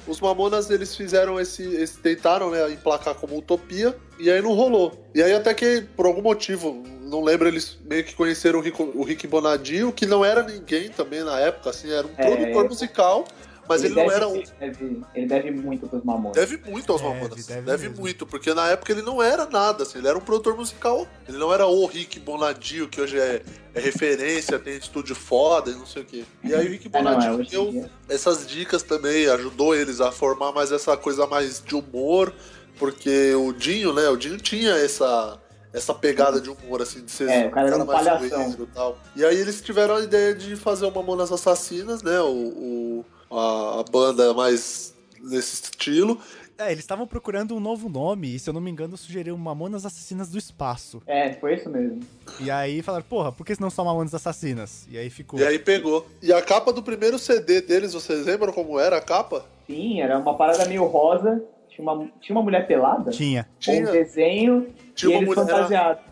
[SPEAKER 1] os Mamonas, eles fizeram esse, esse tentaram, né, emplacar como utopia, e aí não rolou. E aí até que, por algum motivo, não lembro, eles meio que conheceram o Rick, o Rick Bonadio, que não era ninguém também na época, assim, era um
[SPEAKER 3] É.
[SPEAKER 1] produtor musical, Mas ele, não
[SPEAKER 3] deve-
[SPEAKER 1] era um.
[SPEAKER 3] Ele deve, ele deve muito pros Mamonas.
[SPEAKER 1] Deve muito aos
[SPEAKER 2] Deve,
[SPEAKER 1] Mamonas.
[SPEAKER 2] deve
[SPEAKER 1] Deve,
[SPEAKER 2] mesmo.
[SPEAKER 1] muito, porque na época ele não era nada, assim, ele era um produtor musical. Ele não era o Rick Bonadio, que hoje é, é referência, tem estúdio foda e não sei o quê. E aí o Rick
[SPEAKER 3] Ah, não, é,
[SPEAKER 1] Bonadio
[SPEAKER 3] hoje
[SPEAKER 1] deu
[SPEAKER 3] em dia.
[SPEAKER 1] essas dicas também, ajudou eles a formar mais essa coisa mais de humor, porque o Dinho, né, o Dinho tinha essa essa pegada de humor, assim, de ser
[SPEAKER 3] É, o cara era um palhação.
[SPEAKER 1] zoeiro e tal. E aí eles tiveram a ideia de fazer o Mamonas Assassinas, né, o, o- a, a banda mais nesse estilo.
[SPEAKER 2] É, eles estavam procurando um novo nome e, se eu não me engano, sugeriram Mamonas Assassinas do Espaço.
[SPEAKER 3] É, foi isso mesmo.
[SPEAKER 2] E aí falaram, porra, por que não só Mamonas Assassinas? E aí ficou.
[SPEAKER 1] E aí pegou. E a capa do primeiro CD deles, vocês lembram como era a capa?
[SPEAKER 3] Sim, era uma parada meio rosa. Tinha uma, tinha uma mulher pelada?
[SPEAKER 2] Tinha.
[SPEAKER 3] Um
[SPEAKER 1] Tinha,
[SPEAKER 3] desenho
[SPEAKER 1] tinha
[SPEAKER 3] e
[SPEAKER 1] uma
[SPEAKER 3] eles
[SPEAKER 1] mulher. era-
[SPEAKER 3] fantasiados.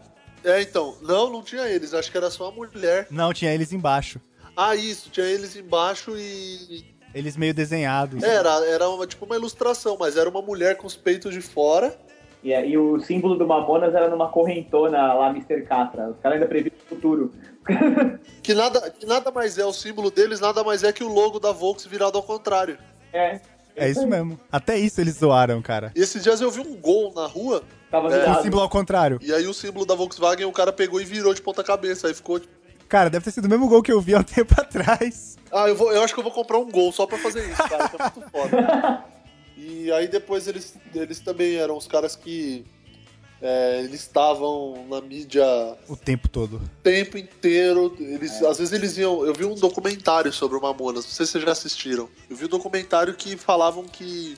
[SPEAKER 1] É, então. Não, não tinha eles, acho que era só a mulher.
[SPEAKER 2] Não, tinha eles embaixo.
[SPEAKER 1] Ah, isso, tinha eles embaixo e
[SPEAKER 2] Eles meio desenhados.
[SPEAKER 1] Era, era uma, tipo uma ilustração, mas era uma mulher com os peitos de fora.
[SPEAKER 3] E, é, e o símbolo do Mamonas era numa correntona lá, Mr. Catra. Os caras ainda previram o futuro.
[SPEAKER 1] Que nada, que nada mais é o símbolo deles, nada mais é que o logo da Volks virado ao contrário.
[SPEAKER 3] É,
[SPEAKER 2] É isso mesmo. Até isso eles zoaram, cara.
[SPEAKER 1] E esses dias eu vi um gol na rua,
[SPEAKER 3] tava
[SPEAKER 1] É.
[SPEAKER 2] O
[SPEAKER 3] virado.
[SPEAKER 2] símbolo ao contrário.
[SPEAKER 1] e aí o símbolo da Volkswagen o cara pegou e virou de ponta cabeça. Aí ficou tipo,
[SPEAKER 2] Cara, deve ter sido o mesmo gol que eu vi há um tempo atrás.
[SPEAKER 1] ah, eu, vou, eu acho que eu vou comprar um gol só pra fazer isso, cara. Tá muito foda. E aí depois eles, eles também eram os caras que. é, eles estavam na mídia
[SPEAKER 2] O tempo todo.
[SPEAKER 1] tempo inteiro. Eles, Às vezes eles iam. Eu vi um documentário sobre o Mamonas, não sei se vocês já assistiram. Eu vi um documentário que falavam que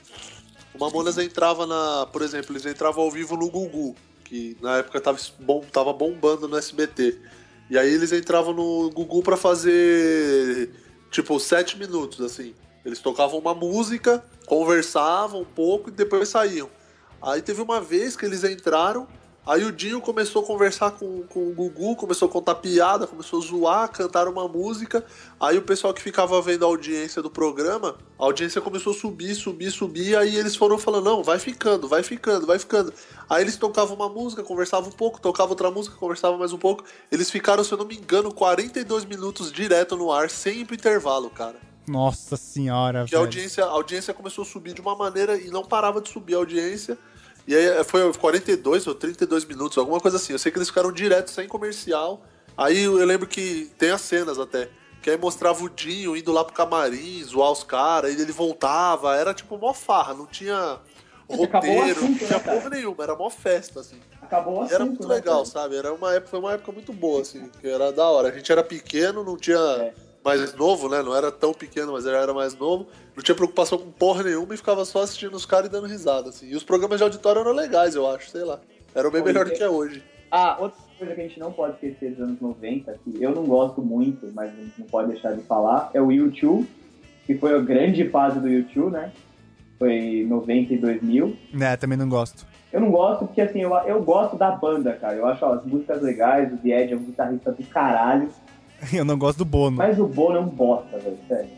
[SPEAKER 1] o Mamonas entrava na. Por exemplo, eles entravam ao vivo no Gugu, que na época tava, es- bom, tava bombando no SBT. E aí eles entravam no Gugu pra fazer tipo sete minutos, assim. Eles tocavam uma música, conversavam um pouco e depois saíam. Aí teve uma vez que eles entraram, aí o Dinho começou a conversar com, com o Gugu, começou a contar piada, começou a zoar, cantar uma música. Aí o pessoal que ficava vendo a audiência do programa, a audiência começou a subir, subir, subir. Aí eles foram falando: não, vai ficando, vai ficando, vai ficando. Aí eles tocavam uma música, conversavam um pouco, tocavam outra música, conversavam mais um pouco. Eles ficaram, se eu não me engano, 42 minutos direto no ar, sempre intervalo, cara.
[SPEAKER 2] Nossa senhora,
[SPEAKER 1] Que é a
[SPEAKER 2] velho.
[SPEAKER 1] audiência, a audiência começou a subir de uma maneira e não parava de subir a audiência. E aí eh, foi 42 ou 32 minutos, alguma coisa assim. Eu sei que eles ficaram direto, sem comercial. Aí eu lembro que tem as cenas até. Que aí mostrava o Dinho indo lá pro camarim, zoar os caras, e ele voltava. Era tipo mó farra, não tinha
[SPEAKER 3] Acabou o
[SPEAKER 1] roteiro, não
[SPEAKER 3] assunto, né,
[SPEAKER 1] tinha
[SPEAKER 3] cara?
[SPEAKER 1] porra nenhuma, era mó festa, assim.
[SPEAKER 3] Acabou o
[SPEAKER 1] E era
[SPEAKER 3] assunto,
[SPEAKER 1] muito
[SPEAKER 3] né,
[SPEAKER 1] legal,
[SPEAKER 3] cara?
[SPEAKER 1] sabe? Era uma época, foi uma época muito boa, assim, que era da hora. A gente era pequeno, não tinha
[SPEAKER 3] É.
[SPEAKER 1] mais novo, né? Não era tão pequeno, mas era mais novo. Não tinha preocupação com porra nenhuma e ficava só assistindo os caras e dando risada, assim. E os programas de auditório eram legais, eu acho, sei lá. Eram bem
[SPEAKER 3] Bom,
[SPEAKER 1] melhor
[SPEAKER 3] e-
[SPEAKER 1] do que é hoje.
[SPEAKER 3] Ah, outra coisa que a gente não pode esquecer dos anos 90, que eu não gosto muito, mas a gente não pode deixar de falar, é o YouTube, que foi a grande fase do YouTube, né? Foi 90 e 2000.
[SPEAKER 2] Né, também não gosto.
[SPEAKER 3] Eu não gosto porque, assim, eu, eu gosto da banda, cara. Eu acho ó, as músicas legais, o The Ed é um guitarrista do caralho,
[SPEAKER 2] Eu não gosto do Bono.
[SPEAKER 3] mas o Bono é um bosta, velho, sério.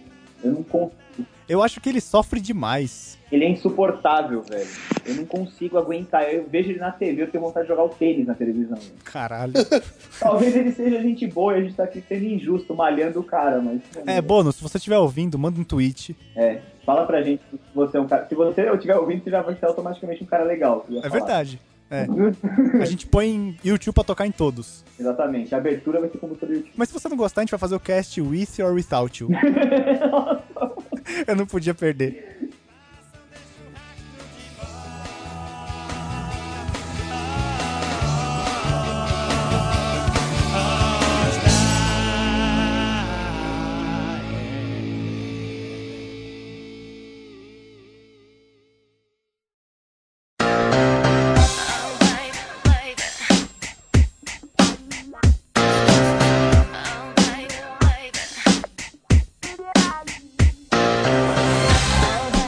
[SPEAKER 3] Eu não consigo.
[SPEAKER 2] Eu acho que ele sofre demais.
[SPEAKER 3] Ele é insuportável, velho. Eu não consigo aguentar. Eu vejo ele na TV, eu tenho vontade de jogar o tênis na televisão. velho.
[SPEAKER 2] Caralho.
[SPEAKER 3] Talvez ele seja gente boa e a gente tá aqui sendo injusto, malhando o cara, mas.
[SPEAKER 2] É, Bono, se você estiver ouvindo, manda um tweet.
[SPEAKER 3] Fala pra gente se você é um cara. Se você estiver ouvindo, você já vai ser automaticamente um cara legal. você já
[SPEAKER 2] É
[SPEAKER 3] falar.
[SPEAKER 2] verdade. É. A gente põe YouTube pra tocar em todos.
[SPEAKER 3] Exatamente. A abertura vai ser como todo YouTube.
[SPEAKER 2] Mas se você não gostar, a gente vai fazer o cast with or without you. Eu não podia perder.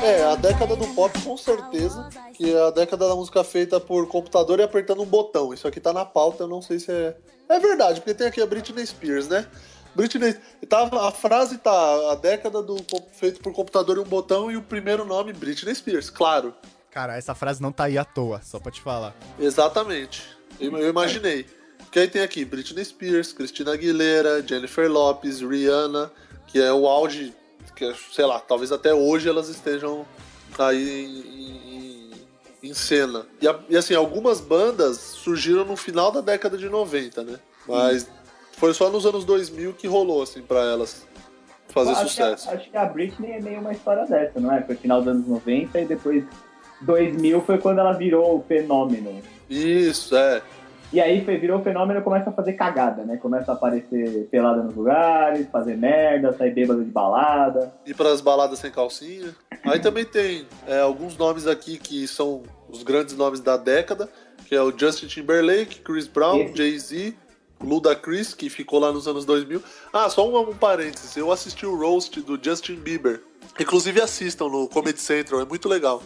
[SPEAKER 1] É, a década do pop, com certeza. E a década da música feita por computador e apertando um botão. Isso aqui tá na pauta, eu não sei se é. É verdade, porque tem aqui a Britney Spears, né? Britney. Tava, a frase tá a década do co- feito por computador e um botão e o primeiro nome Britney Spears, claro.
[SPEAKER 2] Cara, essa frase não tá aí à toa, só pra te falar.
[SPEAKER 1] Exatamente. Eu, eu imaginei. Porque aí tem aqui Britney Spears, Christina Aguilera, Jennifer Lopes, Rihanna, que é o auge que, sei lá, talvez até hoje elas estejam aí em, em- em cena. E, a- e, assim, algumas bandas surgiram no final da década de 90, né? Mas foi só nos anos 2000 que rolou, assim, pra elas fazer
[SPEAKER 3] acho
[SPEAKER 1] sucesso.
[SPEAKER 3] Que a, acho que a Britney é meio uma história dessa, não é? Foi final dos anos 90 e depois 2000 foi quando ela virou o fenômeno.
[SPEAKER 1] Isso, é.
[SPEAKER 3] E aí foi, virou o fenômeno e começa a fazer cagada, né? Começa a aparecer pelada nos lugares, fazer merda, sair bêbada de balada.
[SPEAKER 1] E pras baladas sem calcinha. Aí também tem é, alguns nomes aqui que são os grandes nomes da década, que é o Justin Timberlake, Chris Brown,
[SPEAKER 3] Esse.
[SPEAKER 1] Jay-Z, Luda Chris, que ficou lá nos anos 2000. Ah, só um, um parênteses, eu assisti o roast do Justin Bieber. Inclusive assistam no Comedy Central, é muito legal.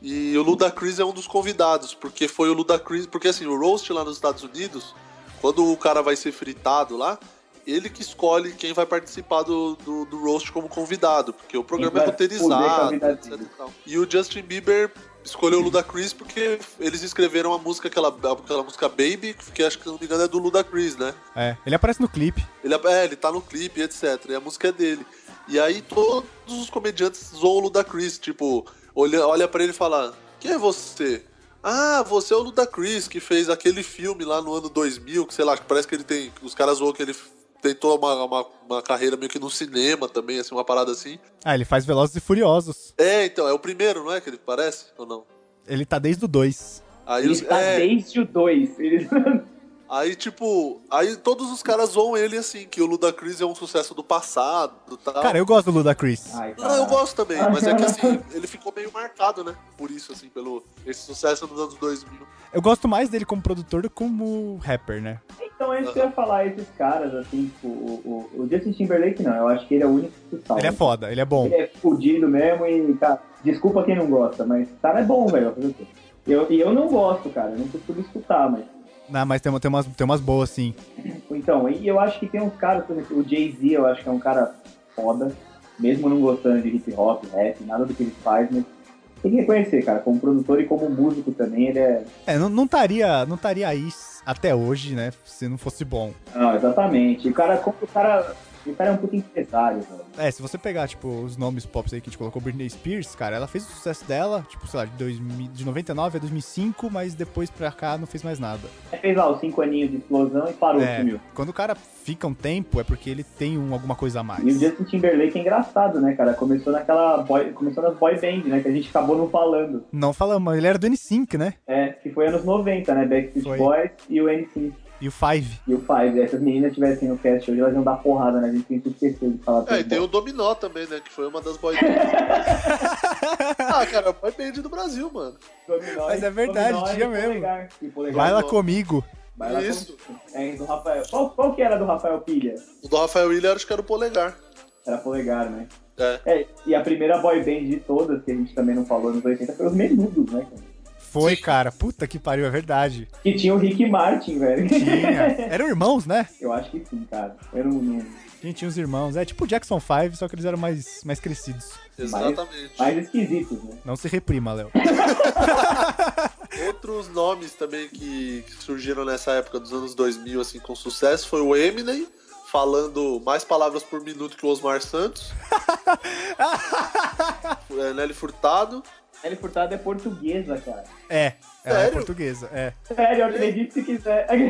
[SPEAKER 1] E o Luda Chris é um dos convidados, porque foi o Luda Chris, porque assim, o roast lá nos Estados Unidos, quando o cara vai ser fritado lá, ele que escolhe quem vai participar do, do, do roast como convidado, porque o programa é
[SPEAKER 3] vai foder com a
[SPEAKER 1] roteirizado,
[SPEAKER 3] vida
[SPEAKER 1] etc.
[SPEAKER 3] dele.
[SPEAKER 1] e tal. E o Justin Bieber escolheu o Ludacris porque eles escreveram a música, aquela, aquela música Baby, que acho que, se não me engano, é do Ludacris, né?
[SPEAKER 2] É, ele aparece no clipe.
[SPEAKER 1] Ele, é, ele tá no clipe, etc. E a música é dele. E aí todos os comediantes zoam o Ludacris, tipo, olha, olha pra ele e fala: Quem é você? Ah, você é o Ludacris que fez aquele filme lá no ano 2000, que sei lá, que parece que ele tem. Os caras zoam que ele tentou uma, uma, uma carreira meio que no cinema também, assim, uma parada assim.
[SPEAKER 2] Ah, ele faz Velozes e Furiosos.
[SPEAKER 1] É, então, é o primeiro, não é que ele parece? Ou não?
[SPEAKER 2] Ele tá desde o 2.
[SPEAKER 1] Aí
[SPEAKER 3] Ele
[SPEAKER 1] os-
[SPEAKER 3] tá
[SPEAKER 1] é,
[SPEAKER 3] desde o 2. Ele...
[SPEAKER 1] Aí, tipo, aí todos os caras zoam ele assim, que o Ludacris é um sucesso do passado tal.
[SPEAKER 2] Cara, eu gosto do Ludacris.
[SPEAKER 3] Ai,
[SPEAKER 1] Não, Ah, eu
[SPEAKER 3] cara.
[SPEAKER 1] gosto também, mas é que assim, ele ficou meio marcado, né? Por isso, assim, pelo esse sucesso dos anos 2000.
[SPEAKER 2] Eu gosto mais dele como produtor do que como rapper, né?
[SPEAKER 3] Então é isso que eu ia falar, esses caras, assim, tipo, o, o, o Justin Timberlake não, eu acho que ele é o único que salva.
[SPEAKER 2] Ele é foda, ele é bom.
[SPEAKER 3] Ele é fudido mesmo e, cara, desculpa quem não gosta, mas o cara é bom, velho. fazer o quê? Eu, e eu não gosto, cara, eu não costumo escutar, mas.
[SPEAKER 2] Ah, mas tem, uma- tem, umas, tem umas boas, sim.
[SPEAKER 3] Então, e eu acho que tem uns caras, por exemplo, o Jay-Z, eu acho que é um cara foda, mesmo não gostando de hip hop, rap, nada do que ele faz, mas tem que reconhecer, cara, como produtor e como músico também, ele é.
[SPEAKER 2] É, não- não estaria não taria aí s- até hoje, né? Se não fosse bom.
[SPEAKER 3] Não, exatamente. E o cara, como o cara. O cara é um puta empresário, velho.
[SPEAKER 2] É, se você pegar, tipo, os nomes pops aí que a gente colocou, Britney Spears, cara, ela fez o sucesso dela, tipo, sei lá, de, 2000, de 99 a 2005, mas depois pra cá não fez mais nada.
[SPEAKER 3] Ele fez lá os cinco aninhos de explosão e parou,
[SPEAKER 2] É,
[SPEAKER 3] sumiu.
[SPEAKER 2] quando o cara fica um tempo, é porque ele tem um, alguma coisa a mais.
[SPEAKER 3] E o Justin Timberlake é engraçado, né, cara? Começou naquela boy, começou nas boy band, né? Que a gente acabou não falando.
[SPEAKER 2] Não falamos, mas ele era do N5, né?
[SPEAKER 3] É, que foi anos 90, né? Backstreet
[SPEAKER 2] Foi.
[SPEAKER 3] Boys e o NSYNC
[SPEAKER 2] E o Five.
[SPEAKER 3] e o Five. Essas meninas tivessem no cast hoje, elas iam dar porrada, né? A gente tem que esquecer de falar
[SPEAKER 1] É,
[SPEAKER 3] tudo
[SPEAKER 1] e tem
[SPEAKER 3] bom.
[SPEAKER 1] o Dominó também, né? Que foi uma das boy bands. ah, cara, boy band do Brasil, mano.
[SPEAKER 3] Dominó
[SPEAKER 2] Mas
[SPEAKER 3] e-
[SPEAKER 2] é verdade,
[SPEAKER 3] Dominó e
[SPEAKER 2] tinha mesmo.
[SPEAKER 3] Polegar. E Polegar
[SPEAKER 2] Vai lá
[SPEAKER 1] bom.
[SPEAKER 2] comigo.
[SPEAKER 3] vai lá com-
[SPEAKER 1] Isso.
[SPEAKER 3] É, do Rafael. Qual, qual que era do Rafael Pilha?
[SPEAKER 1] O do Rafael Willian acho que era o Polegar.
[SPEAKER 3] Era Polegar, né?
[SPEAKER 1] É.
[SPEAKER 3] É, e a primeira boy band de todas, que a gente também não falou nos 80, foi os Menudos, né, cara?
[SPEAKER 2] Foi, cara. Puta que pariu, é verdade.
[SPEAKER 3] Que tinha o Rick Martin, velho.
[SPEAKER 2] Tinha. Eram irmãos, né?
[SPEAKER 3] Eu acho que sim, cara. Eu não. não-
[SPEAKER 2] Tinha, tinha os irmãos. É tipo o Jackson Five, só que eles eram mais, mais crescidos.
[SPEAKER 1] Exatamente.
[SPEAKER 3] Mais esquisitos, né?
[SPEAKER 2] Não se reprima, Léo.
[SPEAKER 1] Outros nomes também que, que surgiram nessa época dos anos 2000, assim, com sucesso, foi o Eminem, falando mais palavras por minuto que o Osmar Santos. é, Nelly Furtado.
[SPEAKER 3] Nelly Furtado é portuguesa, cara.
[SPEAKER 2] É, ela é
[SPEAKER 1] Sério?
[SPEAKER 2] portuguesa. É,
[SPEAKER 3] Sério, acredite se quiser.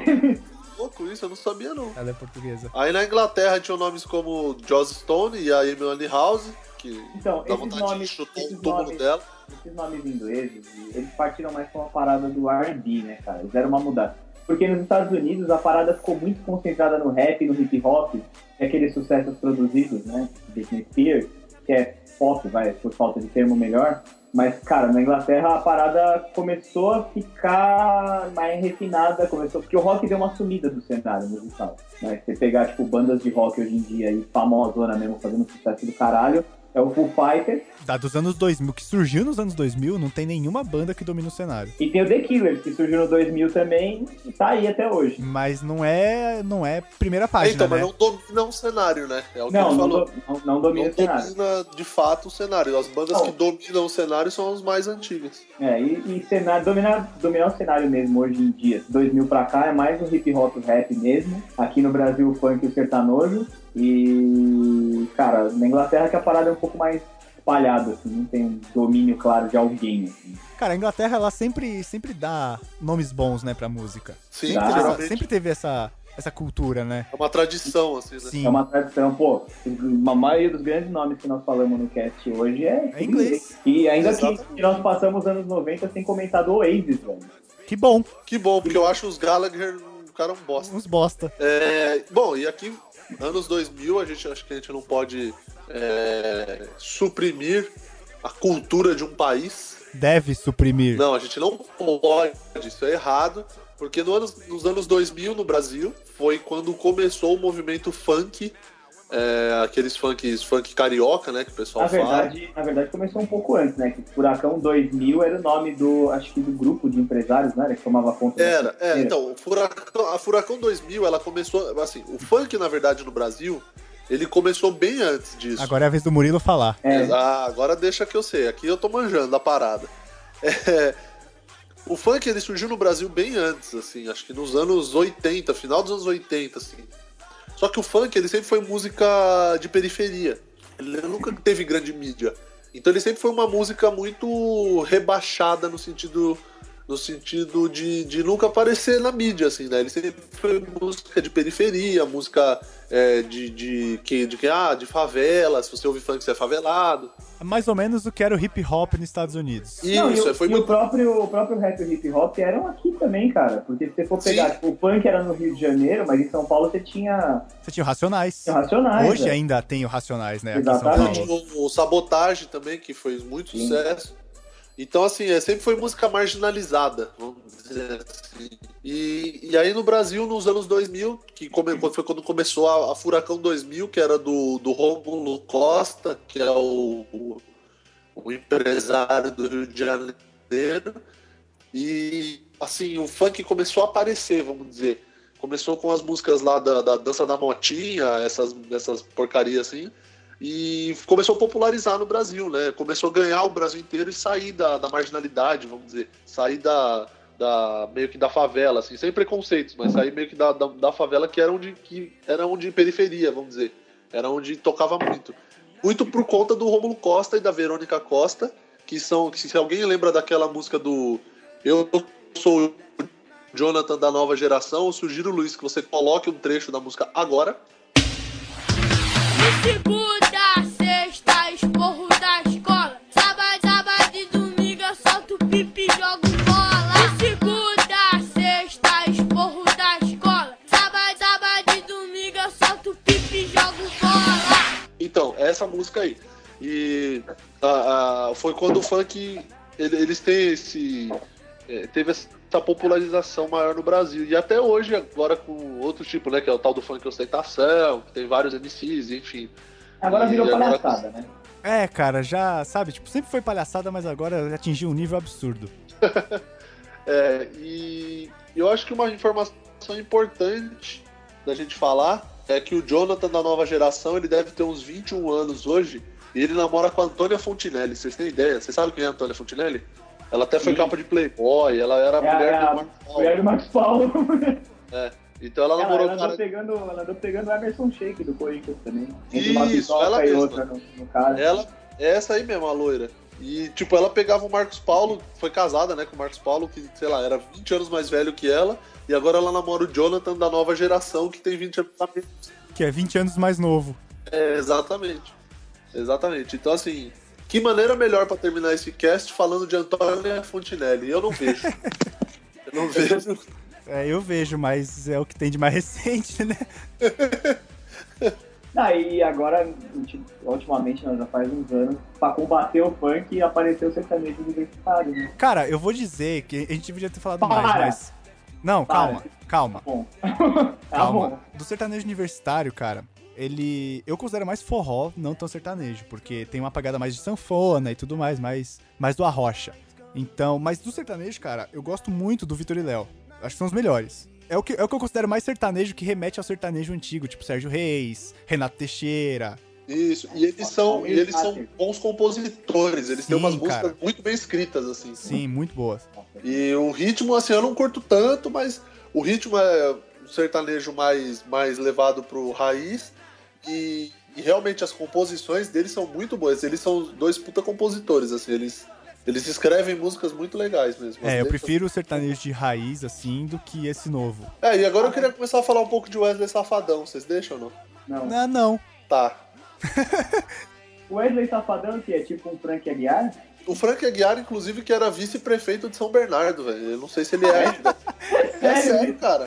[SPEAKER 1] Louco isso, eu não sabia não.
[SPEAKER 2] ela é portuguesa.
[SPEAKER 1] Aí na Inglaterra tinham nomes como Joss Stone e a Emily House, que
[SPEAKER 3] Então,
[SPEAKER 1] dá
[SPEAKER 3] esses
[SPEAKER 1] vontade
[SPEAKER 3] nomes,
[SPEAKER 1] de chutar o
[SPEAKER 3] esses
[SPEAKER 1] túmulo
[SPEAKER 3] nomes,
[SPEAKER 1] dela.
[SPEAKER 3] esses nomes ingleses, eles partiram mais com a parada do R&B, né, cara? Eles deram uma mudança. Porque nos Estados Unidos a parada ficou muito concentrada no rap, no hip hop, e aqueles sucessos produzidos, né? Britney Spears, que é pop, vai, por falta de termo melhor. Mas, cara, na Inglaterra a parada começou a ficar mais refinada, começou porque o rock deu uma sumida do cenário musical. Né? Você pegar, tipo, bandas de rock hoje em dia aí, famosona mesmo, fazendo sucesso do caralho, é o Foo Fighters,
[SPEAKER 2] Da Tá dos anos 2000, que surgiu nos anos 2000, não tem nenhuma banda que domina o cenário.
[SPEAKER 3] E tem o The Killers, que surgiu no 2000 também, e tá aí até hoje.
[SPEAKER 2] Mas não é, não é primeira página,
[SPEAKER 1] então,
[SPEAKER 2] né?
[SPEAKER 1] mas não domina o cenário, né? É o que
[SPEAKER 3] Não,
[SPEAKER 1] ele
[SPEAKER 3] não,
[SPEAKER 1] falou. É
[SPEAKER 3] do- não, não domina
[SPEAKER 1] Não
[SPEAKER 3] o cenário.
[SPEAKER 1] domina de fato o cenário. As bandas
[SPEAKER 3] Não.
[SPEAKER 1] que dominam o cenário são as mais antigas.
[SPEAKER 3] É, e, e cenário, dominar, dominar o cenário mesmo hoje em um dia, 2000 pra cá, é mais o hip hop o rap mesmo. Aqui no Brasil, o funk e o sertanojo. E, cara, na Inglaterra que a parada é um pouco mais espalhada, assim, não tem um domínio claro de alguém, assim.
[SPEAKER 2] Cara, a Inglaterra, ela sempre, sempre dá nomes bons, né, pra música.
[SPEAKER 1] Sim,
[SPEAKER 3] Tá.
[SPEAKER 2] Sempre teve, essa,
[SPEAKER 1] geralmente
[SPEAKER 2] sempre teve essa, essa cultura, né?
[SPEAKER 1] é uma tradição, assim, né?
[SPEAKER 2] Sim.
[SPEAKER 3] É uma tradição, pô, a maioria dos grandes nomes que nós falamos no cast hoje é,
[SPEAKER 2] É inglês.
[SPEAKER 3] E ainda que,
[SPEAKER 1] Exatamente.
[SPEAKER 3] que nós passamos anos 90 sem comentar do Oasis, velho.
[SPEAKER 2] Que bom,
[SPEAKER 1] Que bom, porque eu acho os Gallagher um cara um bosta.
[SPEAKER 2] uns bosta.
[SPEAKER 1] É, bom, e aqui, anos 2000, a gente acho que a gente não pode é, suprimir a cultura de um país.
[SPEAKER 2] Deve suprimir.
[SPEAKER 1] Não, a gente não pode, isso é errado, porque no anos, nos anos 2000 no Brasil foi quando começou o movimento funk, é, aqueles funks, funk carioca, né, que o pessoal
[SPEAKER 3] Na
[SPEAKER 1] fala.
[SPEAKER 3] Ah, verdade, na verdade começou um pouco antes, né? Que Furacão 2000 era o nome do, acho que do grupo de empresários, né? Que tomava conta. da
[SPEAKER 1] Era, é,
[SPEAKER 3] Era.
[SPEAKER 1] então, o Furacão- a Furacão 2000, ela começou, assim, o funk, na verdade, no Brasil, ele começou bem antes disso.
[SPEAKER 2] Agora é a vez do Murilo falar.
[SPEAKER 3] É,
[SPEAKER 1] Exa- Ah, agora deixa que eu sei. Aqui eu tô manjando a parada. É, o funk ele surgiu no Brasil bem antes, assim, acho que nos anos 80, final dos anos 80, assim. Só que o funk ele sempre foi música de periferia. Ele nunca teve grande mídia. Então ele sempre foi uma música muito rebaixada no sentido no sentido de, de nunca aparecer na mídia, assim, né? Ele sempre foi música de periferia, música é, de, de, que, de, que, ah, de favela, se você ouve funk, você é favelado.
[SPEAKER 2] É mais ou menos o que era o hip hop nos Estados Unidos.
[SPEAKER 1] E
[SPEAKER 3] Não,
[SPEAKER 1] isso, é,
[SPEAKER 3] e o,
[SPEAKER 1] foi
[SPEAKER 3] e o
[SPEAKER 1] muito.
[SPEAKER 3] próprio, o próprio rap e o hip hop eram aqui também, cara. Porque se você for
[SPEAKER 1] Sim.
[SPEAKER 3] pegar, tipo, o punk era no Rio de Janeiro, mas em São Paulo você tinha
[SPEAKER 2] Você tinha o Racionais.
[SPEAKER 3] Racionais. né?
[SPEAKER 2] Hoje
[SPEAKER 1] é.
[SPEAKER 3] velho.
[SPEAKER 2] ainda tem o Racionais, né? Aqui em São
[SPEAKER 3] Exatamente.
[SPEAKER 2] Paulo.
[SPEAKER 1] Tá? Tipo, O, o Sabotagem também, que fez muito
[SPEAKER 3] Sim.
[SPEAKER 1] sucesso. Então, assim, é, sempre foi música marginalizada, vamos dizer assim. E, e aí no Brasil, nos anos 2000, que come- quando foi quando começou a, a Furacão 2000, que era do, do Rômulo Costa, que é o, o, o empresário do Rio de Janeiro. E, assim, o funk começou a aparecer, vamos dizer. Começou com as músicas lá da, da Dança da Motinha, essas, essas porcarias assim e começou a popularizar no Brasil, né? Começou a ganhar o Brasil inteiro e sair da, da marginalidade, vamos dizer, sair da, da- meio que da favela, assim, sem preconceitos, mas sair meio que da, da, da favela que era onde que era onde periferia, vamos dizer, era onde tocava muito, muito por conta do Rômulo Costa e da Verônica Costa, que são, que se alguém lembra daquela música do eu sou o Jonathan da nova geração, eu sugiro Luiz que você coloque um trecho da música agora.
[SPEAKER 7] De segunda a sexta, esporro da escola. Sábado, sábado e domingo eu solto pipi e jogo bola. De segunda a sexta, esporro da escola. Sábado, sábado e domingo eu solto pipi e jogo bola.
[SPEAKER 1] Então, é essa música aí. E a- a- foi quando o funk. ele- Eles têm esse. é, teve essa popularização maior no Brasil. E até hoje, agora com outro tipo, né? Que é o tal do funk ostentação, que tem vários MCs, enfim.
[SPEAKER 3] Agora virou
[SPEAKER 1] E agora-
[SPEAKER 3] palhaçada, né?
[SPEAKER 2] É, cara, já, sabe, tipo, sempre foi palhaçada, mas agora atingiu um nível absurdo.
[SPEAKER 1] É, e eu acho que uma informação importante da gente falar é que o Jonathan da nova geração, ele deve ter uns 21 anos hoje, e ele namora com a Antônia Fontinelli, vocês têm ideia? Vocês sabem quem é a Antônia Fontinelli? Ela até foi
[SPEAKER 3] Sim.
[SPEAKER 1] capa de Playboy, ela era
[SPEAKER 3] É a-
[SPEAKER 1] mulher
[SPEAKER 3] é a
[SPEAKER 1] do Marcos Paulo.
[SPEAKER 3] Mulher do Max Paulo.
[SPEAKER 1] Então ela
[SPEAKER 3] Ela,
[SPEAKER 1] namorou
[SPEAKER 3] ela
[SPEAKER 1] o
[SPEAKER 3] andou
[SPEAKER 1] cara...
[SPEAKER 3] pegando, ela andou pegando o Emerson Shake do Corinthians também. Entre
[SPEAKER 1] Isso,
[SPEAKER 3] uma pistola
[SPEAKER 1] ela
[SPEAKER 3] e
[SPEAKER 1] mesma.
[SPEAKER 3] outra no, no cara.
[SPEAKER 1] Ela, é essa aí mesmo, a loira. E, tipo, ela pegava o Marcos Paulo, foi casada, né, com o Marcos Paulo, que, sei lá, era 20 anos mais velho que ela, e agora ela namora o Jonathan da nova geração, que tem 20 anos mais
[SPEAKER 2] Que é 20 anos mais novo.
[SPEAKER 1] É, exatamente. Exatamente. Então, assim, que maneira melhor pra terminar esse cast falando de Antônia Fontinelli? Eu não vejo. Eu não vejo.
[SPEAKER 2] É, eu vejo, mas é o que tem de mais recente, né?
[SPEAKER 3] Ah, e agora, ulti- ultimamente, não, já faz uns anos, pra combater o funk, apareceu o sertanejo universitário, né?
[SPEAKER 2] Cara, eu vou dizer que a gente deveria ter falado
[SPEAKER 3] Para!
[SPEAKER 2] mais, mas. Não, calma, calma,
[SPEAKER 3] Bom. tá
[SPEAKER 2] calma.
[SPEAKER 3] bom.
[SPEAKER 2] Do sertanejo universitário, cara, ele. Eu considero mais forró, não tão sertanejo, porque tem uma pegada mais de sanfona e tudo mais, mais, mais do arrocha. Então, mas do sertanejo, cara, eu gosto muito do Vitor e Léo. Acho que são os melhores. É o, que, é o que eu considero mais sertanejo que remete ao sertanejo antigo, tipo Sérgio Reis, Renato Teixeira.
[SPEAKER 1] Isso. E eles são, e eles são bons compositores. Eles têm
[SPEAKER 2] Sim,
[SPEAKER 1] umas músicas
[SPEAKER 2] cara.
[SPEAKER 1] muito bem escritas, assim.
[SPEAKER 2] Sim, muito boas.
[SPEAKER 1] E o ritmo, assim, eu não curto tanto, mas o ritmo é um sertanejo mais, mais levado pro raiz. E, e realmente as composições deles são muito boas. Eles são dois puta compositores, assim, eles, eles escrevem músicas muito legais mesmo. As
[SPEAKER 2] É, eu
[SPEAKER 1] letras-
[SPEAKER 2] prefiro o sertanejo de raiz, assim, do que esse novo.
[SPEAKER 1] É, e agora eu queria começar a falar um pouco de Wesley Safadão, vocês deixam ou não?
[SPEAKER 3] Não.
[SPEAKER 2] Ah, não.
[SPEAKER 1] Tá.
[SPEAKER 3] O Wesley Safadão, que é tipo um Frank Aguiar,
[SPEAKER 1] O Frank Aguiar, inclusive, que era vice-prefeito de São Bernardo, velho. Eu não sei se ele é ainda. É sério, cara.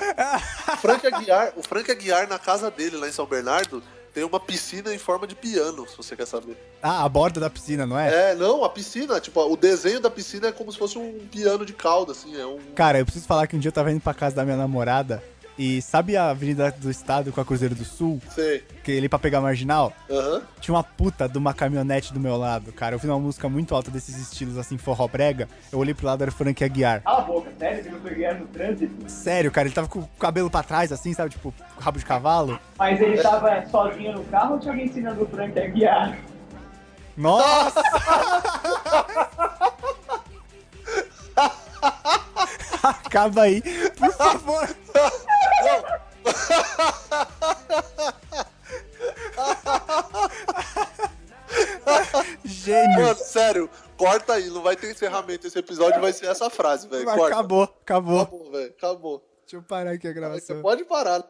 [SPEAKER 1] O Frank, Aguiar, o Frank Aguiar, na casa dele, lá em São Bernardo, tem uma piscina em forma de piano, se você quer saber.
[SPEAKER 2] Ah, a borda da piscina, não é?
[SPEAKER 1] É, não, a piscina, tipo, o desenho da piscina é como se fosse um piano de cauda, assim, é um...
[SPEAKER 2] Cara, eu preciso falar que um dia eu tava indo pra casa da minha namorada e sabe a Avenida do Estado com a Cruzeiro do Sul?
[SPEAKER 1] Sei.
[SPEAKER 2] Que ele pra pegar a marginal?
[SPEAKER 1] Aham.
[SPEAKER 2] Tinha uma puta de uma caminhonete do meu lado, cara. Eu vi uma música muito alta desses estilos, assim, forró brega. Eu olhei pro lado, era o Frank Aguiar.
[SPEAKER 3] cala a boca, sério, viu o Frank Aguiar no trânsito?
[SPEAKER 2] Sério, cara, ele tava com o cabelo pra trás, assim, sabe? Tipo, com o rabo de cavalo.
[SPEAKER 3] Mas ele tava sozinho no carro ou tinha alguém ensinando o Frank Aguiar?
[SPEAKER 2] Nossa! Acaba aí, por favor. Gênio.
[SPEAKER 1] Mano, sério, corta aí, não vai ter encerramento. Esse episódio vai ser essa frase, velho. Corta.
[SPEAKER 2] Acabou, acabou.
[SPEAKER 1] Acabou, velho, acabou.
[SPEAKER 2] Deixa eu parar aqui a
[SPEAKER 1] Você
[SPEAKER 2] gravação.
[SPEAKER 1] pode parar.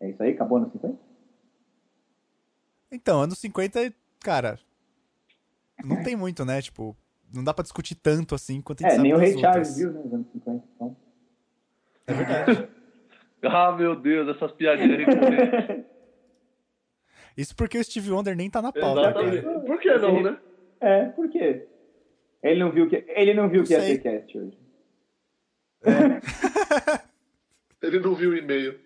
[SPEAKER 3] É isso aí, acabou no 50?
[SPEAKER 2] Então, anos 50, cara, não tem muito, né? Tipo, não dá pra discutir tanto assim quanto a gente
[SPEAKER 3] É,
[SPEAKER 2] sabe
[SPEAKER 3] nem o
[SPEAKER 2] das
[SPEAKER 3] Ray Charles
[SPEAKER 2] outras. É.
[SPEAKER 3] viu, né, nos anos 50. Então.
[SPEAKER 8] Ah, meu Deus, essas piadinhas recorrentes.
[SPEAKER 2] Isso porque o Steve Wonder nem tá na pauta, cara.
[SPEAKER 8] Exatamente. Por que não, né?
[SPEAKER 3] É, por quê? Ele não viu que, ele não viu que ia
[SPEAKER 2] sei.
[SPEAKER 3] ter cast hoje.
[SPEAKER 1] Ele não viu o e-mail.